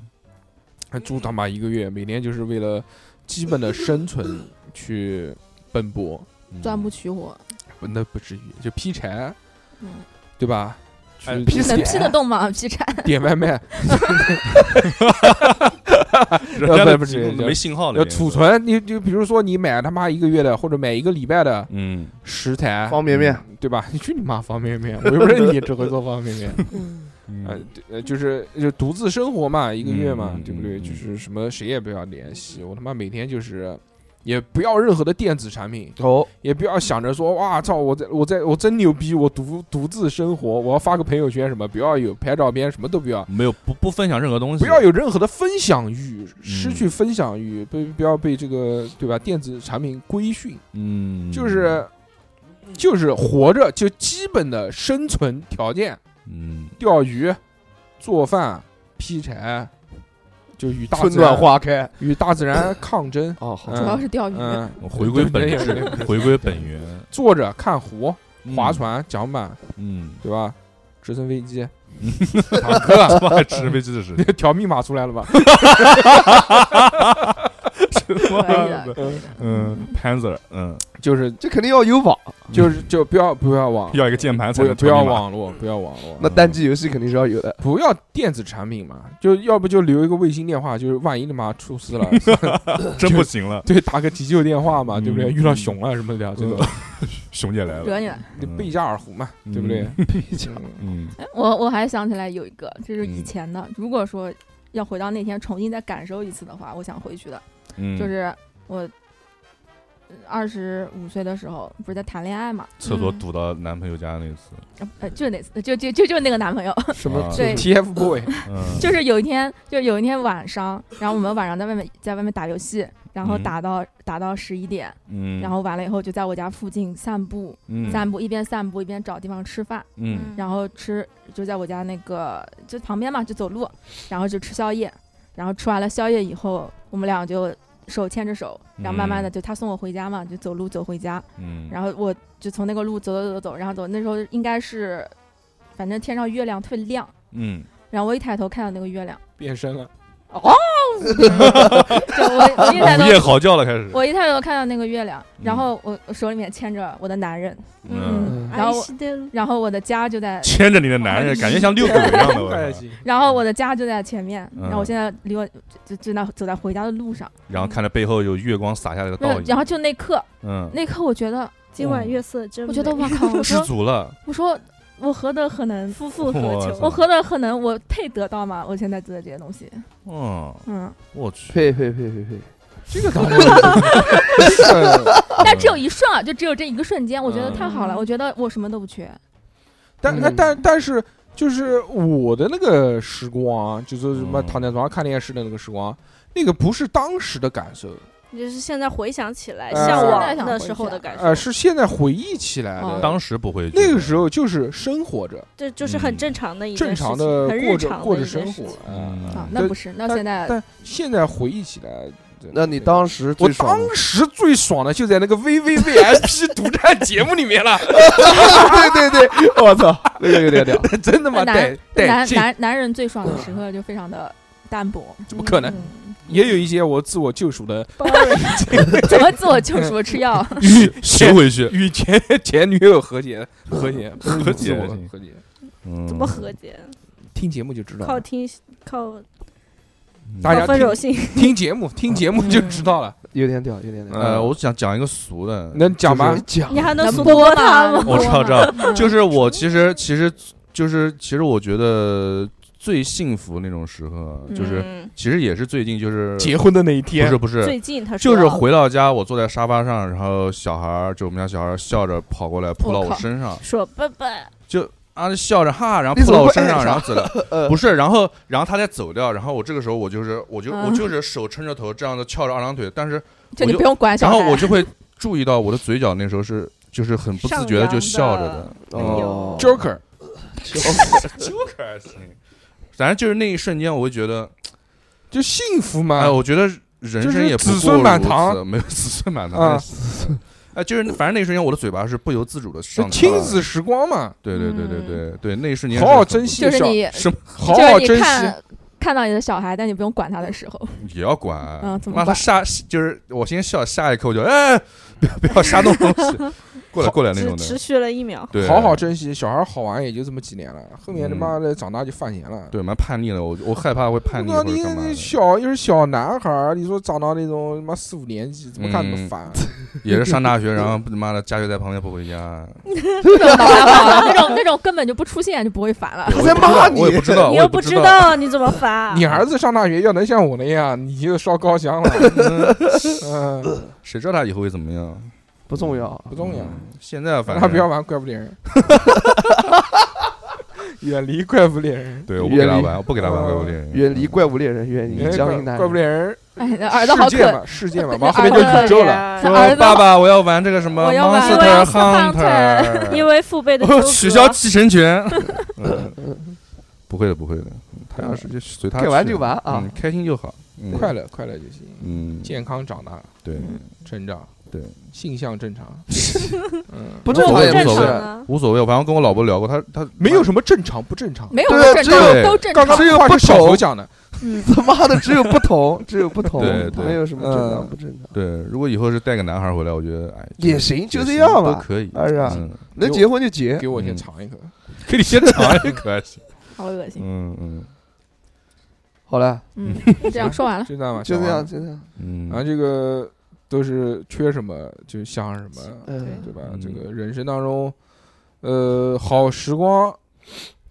S5: 还住他妈一个月，每天就是为了基本的生存去奔波，
S3: 嗯
S4: 钻木取火，
S5: 不那不至于，就劈柴，啊
S4: 嗯
S5: 对吧？去
S3: 哎
S5: 劈
S4: 能劈得动吗？劈柴，
S5: 点外卖，
S3: 人家
S5: 不
S3: 的
S5: 不是
S3: 没信号了，
S5: 要储存。你就比如说你买他妈一个月的，或者买一个礼拜的
S3: 嗯，
S5: 食材，
S2: 方便面，
S5: 对吧？你去你妈方便面！我又不是你只会做方便 面。呃
S3: 嗯，
S5: 对呃，就是就独自生活嘛，一个月嘛，
S3: 嗯嗯
S5: 对不对？
S3: 嗯嗯
S5: 就是什么谁也不要联系，我他妈每天就是也不要任何的电子产品，
S2: 哦，
S5: 也不要想着说哇操，我在我在我真牛逼，我独独自生活，我要发个朋友圈什么，不要有拍照片，什么都不要，
S3: 没有不不分享任何东西，
S5: 不要有任何的分享欲，
S3: 嗯
S5: 失去分享欲，被不要被这个对吧？电子产品规训，
S3: 嗯，
S5: 就是就是活着就基本的生存条件，
S3: 嗯，
S5: 钓鱼、做饭、劈柴，就与大
S2: 春
S5: 自
S2: 暖
S5: 然
S2: 花开。，
S5: 与大自然 抗争
S2: 哦，好
S4: 主
S5: 嗯
S4: 要是钓鱼。
S5: 嗯，
S3: 我回归本
S5: 对
S3: 质
S5: 对对，
S3: 回归本源，
S5: 坐着看湖、
S3: 嗯
S5: 划，船、桨板，
S3: 嗯，
S5: 对吧？直升飞机、 坦克，
S3: 哇，直升飞机的 事情，
S5: 调密码出来了吧？
S4: 可以的，可以的。
S3: 嗯，Panzer，嗯，
S5: 就是
S2: 这肯定要有网，
S5: 就是就不要不要网，
S3: 要一个键盘才
S5: 不要
S3: 能
S5: 不要
S3: 传密码，
S5: 网络，不要网络，
S2: 那单机游戏肯定是要有的。
S5: 不要电子产品嘛，就要不就留一个卫星电话，就是万一他妈出事了，
S3: 真不行了，
S5: 对，打个急救电话嘛，对不对？
S3: 嗯
S5: 遇到熊了什么的，这种
S3: 熊姐来了，
S4: 惹你了，
S5: 就贝加尔湖嘛，
S3: 嗯
S5: 对不对？嗯
S3: 嗯，
S4: 哎我我还想起来有一个，就是以
S3: 嗯
S4: 前的。如果说要回到那天重新再感受一次的话，我想回去的，
S3: 嗯，
S4: 就是我呃二十五岁的时候，不是在谈恋爱嘛，
S3: 厕所
S5: 嗯
S3: 堵到男朋友家那次，
S4: 呃，就那次，就就就就那个男朋友，
S5: 什么
S3: 啊
S4: 对
S5: TFBOY
S3: 嗯
S4: 就是有一天，就有一天晚上，然后我们晚上在外面在外面打游戏，然后
S3: 嗯
S4: 打到、打到十一点，
S3: 嗯，
S4: 然后完了以后就在我家附近散步，
S3: 嗯
S4: 散步一边散步一边找地方吃饭，
S3: 嗯
S4: 然后吃就在我家那个就旁边嘛，就走路，然后就吃宵夜，然后吃完了宵夜以后，我们俩就手牵着手，然后慢慢的就他送我回家嘛，就走路走回家，
S3: 嗯，
S4: 然后我就从那个路走走走走，然后走那时候应该是，反正天上月亮特别亮，
S3: 嗯
S4: 然后我一抬头看到那个月亮。
S5: 变身了，
S4: 哦，就我我一抬头
S3: 午夜嚎叫了，开始。
S4: 我一抬头看到那个月亮，
S3: 嗯
S4: 然后我我手里面牵着我的男人，
S3: 嗯，
S4: 嗯，然
S6: 然
S4: 后
S6: 后
S4: 我然后我的家就在，
S3: 牵着你的男人，感觉像遛狗一样 的。我靠
S5: 太哎行，
S4: 然后我的家就在前面，
S3: 嗯
S4: 然后我现在离我就就那走在回家的路上，
S3: 然后看着背后哦有月光洒下来的
S4: 没有
S3: 倒
S4: 然
S3: 影，
S4: 后就那刻
S3: 嗯，
S4: 那刻我觉得
S6: 今晚月色真美，
S4: 我觉得我靠， 我
S3: 知
S4: 说
S3: 足了。
S4: 我说我何德何能，
S6: 夫复何
S3: 哇
S6: 求
S3: 塞。
S4: 我何德何能，我配得到吗？我现在得的这些东西，
S3: 嗯，
S4: 嗯，
S3: 我去，
S2: 呸呸呸呸呸！
S5: 这个倒是，
S4: 但只有一瞬啊，就只有这一个瞬间，我觉得
S3: 嗯
S4: 太好了，我觉得我什么都不缺，
S5: 但但
S2: 嗯
S5: 但但是就是我的那个时光啊，就是什么
S3: 嗯
S5: 躺在床上看电视的那个时光，那个不是当时的感受，
S6: 你就是现在回想起来，
S5: 呃
S6: 向
S4: 现在想
S6: 往
S4: 回
S6: 的时候的感受，
S5: 呃，是现在回忆起来
S4: 哦
S5: 的。
S3: 当时不会觉得，
S5: 那个时候就是生活着，
S6: 这就是
S3: 嗯
S6: 很正常的一件
S5: 正
S6: 事情，
S5: 常的
S6: 很
S5: 过
S6: 日
S5: 着
S6: 常的
S5: 过着
S6: 一件
S5: 生
S6: 事
S5: 活
S6: 情。
S3: 嗯
S5: 嗯
S4: 啊，那不是，那现在
S5: 但现在回忆起来，真的
S2: 那你当时
S5: 我
S2: 最爽的
S5: 当时最爽的就在那个 VVVIP 独占节目里面了，
S2: 对对对，我操， 那个有点屌。
S5: 真的
S4: 那
S5: 吗？
S6: 呃
S5: 带
S4: 男
S5: 带
S4: 男
S5: 劲，
S4: 男男人最爽的时刻就非常的淡薄，嗯
S5: 怎么可能？也有一些我自我救赎的
S4: 怎么自我救赎？吃药？
S5: 与
S3: 收
S5: 前
S3: 回 去，
S5: 与前前女友和解，和解，和解
S3: 和
S5: 我
S3: 解，
S5: 和解。
S3: 嗯
S6: 怎么和解？
S5: 听节目就知道
S6: 靠
S5: 了，
S6: 听靠
S5: 大家
S6: 靠分
S5: 听
S6: 手信，
S5: 听节目听节目就知道了。
S2: 有点屌，有点屌。
S3: 呃，我想讲一个俗的，
S4: 嗯
S5: 能讲吗
S2: 嗯就是？讲
S6: 你还能
S4: 能
S6: 怂
S4: 播
S6: 恿他
S4: 吗
S6: 吗？
S3: 我知道，知道，
S4: 嗯
S3: 就是我其实其实就是其实我觉得最幸福那种时刻， 就是
S6: 嗯
S3: 其实也是最近就是
S5: 结婚的那一天，
S3: 不是不是，
S6: 最近他说
S3: 就是回到家，我坐在沙发上，然后小孩儿就我们家小孩儿笑着跑过来扑到
S4: 我
S3: 我
S4: 靠
S3: 身上，
S6: 说爸爸，
S3: 就啊笑着哈，然后
S2: 你
S3: 扑
S2: 怎么
S3: 到我
S2: 会
S3: 身上，
S2: 爱
S3: 然
S2: 上
S3: 后走了。
S2: 呃
S3: 不是，然后然后他再走掉，然后我这个时候我就是我就我
S4: 嗯
S3: 就是手撑着头这样子翘着二郎腿，但是
S4: 就
S3: 我
S4: 你
S3: 就
S4: 不用管小
S3: 然
S4: 孩。
S3: 后我就会注意到我的嘴角那时候是就是很不自觉的就笑着 的，
S2: 上扬的哦
S5: Joker，
S3: Joker 还行，反正就是那一瞬间，我会觉得，
S5: 就幸福嘛。
S3: 哎，我觉得人生也不
S5: 嗯就是子孙满堂
S3: 过如此没有子孙满堂，
S5: 啊
S3: 但是 哎，就是反正那一瞬间，我的嘴巴是不由自主的上
S5: 就
S3: 翘
S5: 亲
S3: 了，
S5: 子时光嘛，
S3: 对对对对对对，那一瞬间
S5: 好好珍惜
S4: 就
S5: 小，
S4: 是你，
S3: 什么
S5: 好
S4: 就是
S5: 好
S4: 你
S5: 珍惜。
S4: 看看到你的小孩，但你不用管他的时 候，
S3: 也要管，
S4: 嗯怎么
S3: 妈他
S4: 管
S3: 下就是我先笑，下一刻我就哎，不要不要瞎动东西，过来过来那
S6: 只
S3: 种
S6: 持
S3: 的，啊
S6: 续了一秒，
S3: 对，
S5: 好好珍惜，小孩好玩也就这么几年了，后面他
S3: 嗯
S5: 妈的长大就犯闲了。
S3: 对蛮叛逆的，我我害怕会叛逆
S5: 我
S3: 或
S5: 说
S3: 者
S5: 你
S3: 干嘛的
S5: 你小又是小男孩儿，你说长到那种他妈四五年级，怎么看怎么
S3: 嗯
S5: 烦。
S3: 也是上大学，然后他妈的家就在旁边不回家，
S4: 这种脑袋好了那种那种根本就不出现就不会烦了。
S2: 他在骂你
S3: 我也不知道，我
S6: 你
S3: 也
S6: 又
S3: 不
S6: 不
S3: 知
S6: 知
S3: 道，
S6: 道你怎么发，
S5: 你儿子上大学要能像我那样，你就烧高香 了。嗯，
S3: 谁知道他以后会怎么样？ 嗯
S2: 不重要，啊
S5: 不重要，
S3: 现在反
S5: 让他
S3: 正
S5: 不要玩怪物猎人，远离怪物 猎人，
S3: 对，我不给他
S2: 远离
S3: 玩，我嗯不给他玩怪物猎人，
S2: 远离怪物猎人，远离
S5: 远离
S2: 僵
S5: 哎怪
S2: 硬男
S5: 怪物
S2: 人。
S5: 猎人，
S4: 哎，那耳朵好
S5: 世界
S4: 可，
S5: 嘛，世界嘛，
S4: 那
S5: 往后面就
S4: 耳朵
S5: 宇宙了。
S6: 了
S4: 可怜
S3: 说
S4: 儿子
S3: 爸爸，我要玩这个什么
S4: 我要玩
S3: Monster
S4: 我要 玩
S3: Hunter，
S6: 因为父 辈的啊
S3: 我
S6: 纠
S3: 要
S6: 葛
S3: 取消继承权。嗯不会的，不会的，他要是就随他去，
S2: 该玩就玩啊
S3: 嗯开心就好，嗯
S5: 快，乐快乐就行，
S3: 嗯，
S5: 健康长大
S3: 对，
S5: 成长，
S3: 对，
S5: 性向正 常，嗯，
S2: 不
S3: 正
S2: 正
S3: 常
S2: 常
S3: 也无
S2: 也
S6: 正
S2: 不
S3: 所谓
S6: 常
S2: 是，
S6: 啊，
S3: 无所谓。反正跟我老婆聊过，她她
S5: 没有什么正常不正常。
S4: 没有
S2: 对
S4: 不正
S3: 对
S4: 常，都正
S5: 刚
S4: 常
S5: 刚。这个话是小猴讲的，
S2: 他妈的只有不同，只有不同
S3: 对，对
S2: 没有什么正常
S5: 嗯
S2: 不正常，
S3: 对。如果以后是带个男孩回来，我觉得哎
S2: 也行，就这
S3: 行
S2: 样
S3: 都
S2: 吧。
S3: 可以。
S2: 哎呀
S3: 嗯
S2: 能结婚就结
S5: 给，我先
S3: 嗯
S5: 尝一口。
S3: 给你先尝一口还行，
S4: 好恶心。
S3: 嗯嗯
S2: 好了，
S4: 嗯，这样 说完了。
S5: 就这样吧，
S2: 就这
S5: 啊小
S2: 样，
S5: 王。
S2: 就这样。
S3: 嗯，
S5: 然后这个都是缺什么就想什么，
S2: 嗯，
S5: 对吧？
S3: 嗯
S5: 这个人生当中，呃，好时光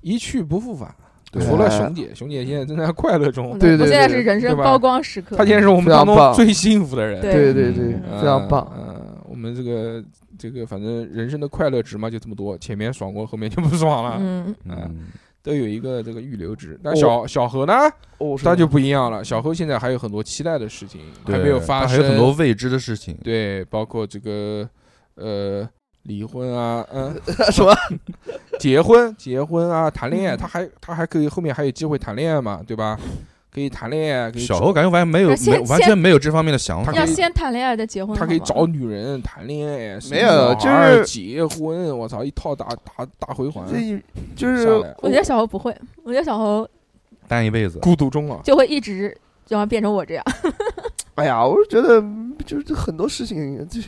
S5: 一去不复返。
S3: 对
S5: 除了熊姐，熊姐现在正在快乐中，
S2: 对对
S4: 我现在
S2: 对
S4: 是人生
S5: 对吧
S4: 高光时刻
S5: 她。现在是我们当
S2: 非常
S5: 中
S2: 棒
S5: 最幸福的人。
S4: 对
S2: 对对对，
S3: 嗯
S2: 非常棒。
S5: 嗯、呃我们这个这个，反正人生的快乐值嘛，就这么多，前面爽过，后面就不爽了，
S4: 嗯，
S3: 嗯
S5: 都有一个这个预留值。但小、小何呢，
S2: 哦
S5: 那就不一样了。小何现在还有很多期待的事情还
S3: 对
S5: 没有发
S3: 她
S5: 生，
S3: 还有很多未知的事情。
S5: 对，包括这个呃离婚啊，嗯、
S2: 什么？
S5: 结婚结婚啊，谈恋爱，
S4: 嗯
S5: 他还他还可以后面还有机会谈恋爱嘛，对吧？可以谈恋爱，可以
S3: 小
S5: 找
S3: 侯感觉完全没有
S4: 那
S3: 没
S4: 先
S3: 有完全没有这方面的想法
S5: 他可以
S4: 要先谈恋爱再结婚。
S5: 他可以
S4: 好
S5: 找
S4: 吗
S5: 女人谈恋爱，生
S2: 没有
S5: 小孩
S2: 就是
S5: 结婚，我操，一套大大大回环，
S2: 这就
S5: 嗯
S2: 是
S5: 上来
S4: 我觉得小猴不会，我觉得小猴
S3: 单一辈子。
S5: 孤独终老。
S4: 就会一直要么变成我这样。
S2: 哎呀，我是觉得嗯就是很多事情就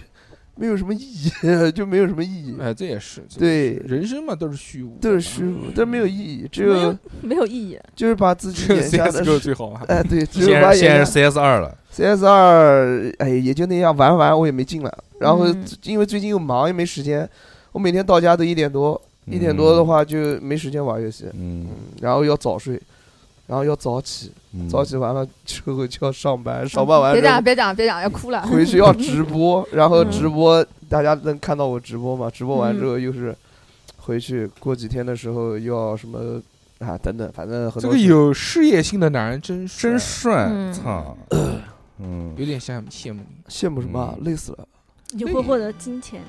S2: 没有什么意义， 就没有什么意义，
S5: 哎，这也是，这
S2: 嗯对
S5: 也是人生嘛都是虚无的嘛，
S2: 都是虚无，但没有意义，只
S4: 没
S2: 有
S4: 有没有意义。
S2: 就是把自己
S5: 这
S2: 眼下的
S5: CSGO
S2: 事，
S5: 最好啊玩。
S2: 哎，对，只
S3: 现
S2: 有
S3: 在
S2: 把
S3: 现在
S2: 眼
S3: 是
S2: 下
S3: CS 二了，
S2: CS 二，哎，也就那样玩玩，我也没进来。然后
S4: 嗯
S2: 因为最近又忙，又没时间，我每天到家都一点多，一点多的话就没时间玩游戏，
S3: 嗯，
S2: 然后要早睡，然后要早起，
S3: 嗯，
S2: 早起完了之后就要上班，
S5: 嗯
S2: 上班完
S4: 别
S2: 之后
S4: 讲别讲别讲，要哭了。
S2: 回去要 直播，然后
S4: 嗯
S2: 直播大家能看到我直播嘛？直播完之后又是回去过几天的时候又要什么啊等等，反正很
S5: 这
S2: 多
S5: 个
S2: 事
S5: 有事业心的男人真
S3: 真
S5: 是
S3: 帅
S4: 嗯，
S3: 操， 嗯，
S5: 有点羡慕羡慕你。
S2: 羡慕什么啊，
S3: 嗯
S2: 累死了。
S6: 你会获得金钱。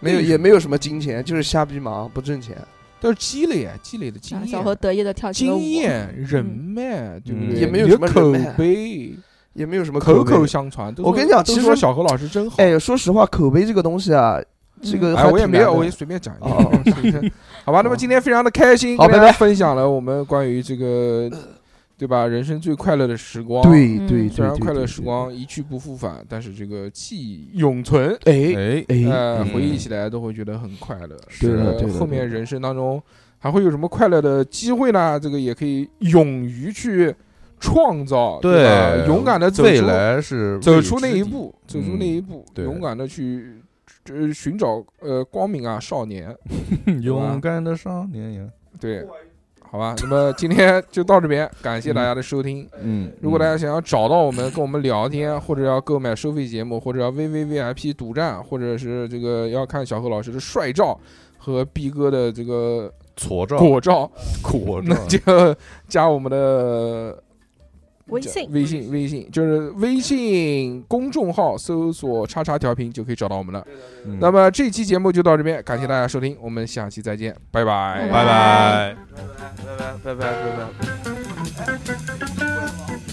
S2: 没有，也没有什么金钱，就是瞎逼忙，不挣钱，
S5: 都是积累啊，积累的经
S4: 啊
S5: 验，
S4: 小何得意的跳起了舞
S5: 经。验、人脉，对不
S3: 嗯
S5: 对？
S3: 也
S2: 没有
S5: 你的
S2: 什么
S5: 口
S2: 人脉
S5: 碑，
S2: 也没有什么
S5: 口
S2: 碑
S5: 口。相传。都
S2: 我
S5: 说
S2: 跟你讲
S5: 都
S2: 其实
S5: 说小何老师真好。
S2: 哎，说实话，口碑这个东西啊，这个
S5: 哎，
S2: 还
S5: 我也
S2: 挺
S5: 没
S2: 难
S5: 有，
S2: 的
S5: 我也 随便讲一
S2: 哦哦
S5: 个，好吧？那么
S2: 哦
S5: 今天非常的开心，
S2: 好
S5: 跟大家
S2: 拜拜
S5: 分享了我们关于这个，对吧？人生最快乐的时光，，
S2: 对
S4: 嗯
S2: 对对，
S5: 虽然
S2: 对
S5: 快乐
S2: 对
S5: 时
S2: 对
S5: 光一去不复返，但是这个记忆永存，
S2: 哎
S3: 哎，
S2: 哎，
S5: 呃，
S3: 嗯
S5: 回忆起来都会觉得很快乐。
S2: 对的
S5: 呃
S2: 对的
S5: 后面人生当中还会有什么快乐的机会呢？这个也可以勇于去创造，对吧，勇敢的走
S3: 未
S5: 出
S3: 来是
S5: 走
S3: 未
S5: 出那
S3: 知
S5: 一
S3: 地，
S5: 步，走出那一步，
S3: 对
S5: 勇敢的去。呃，寻找呃光明啊，少年，
S3: 勇敢的少年呀，
S5: 对，好吧，那么今天就到这边，感谢大家的收听。
S3: 嗯，
S5: 如果
S3: 嗯
S5: 大家想要找到我们，跟我们聊天， 或者要购买收费节目，或者要 VVVIP 独占，或者是这个要看小何老师的帅照和逼哥的这个
S3: 矬照
S5: 果照，
S3: 果照
S5: 那，就加我们的
S6: 微信，
S5: 微信微信，就是微信公众号搜索“叉叉调频”就可以找到我们了。
S3: 嗯
S5: 那么这期节目就到这边，感谢大家收听，我们下期再见，拜拜
S4: 拜
S3: 拜拜。
S2: 拜拜拜拜拜拜。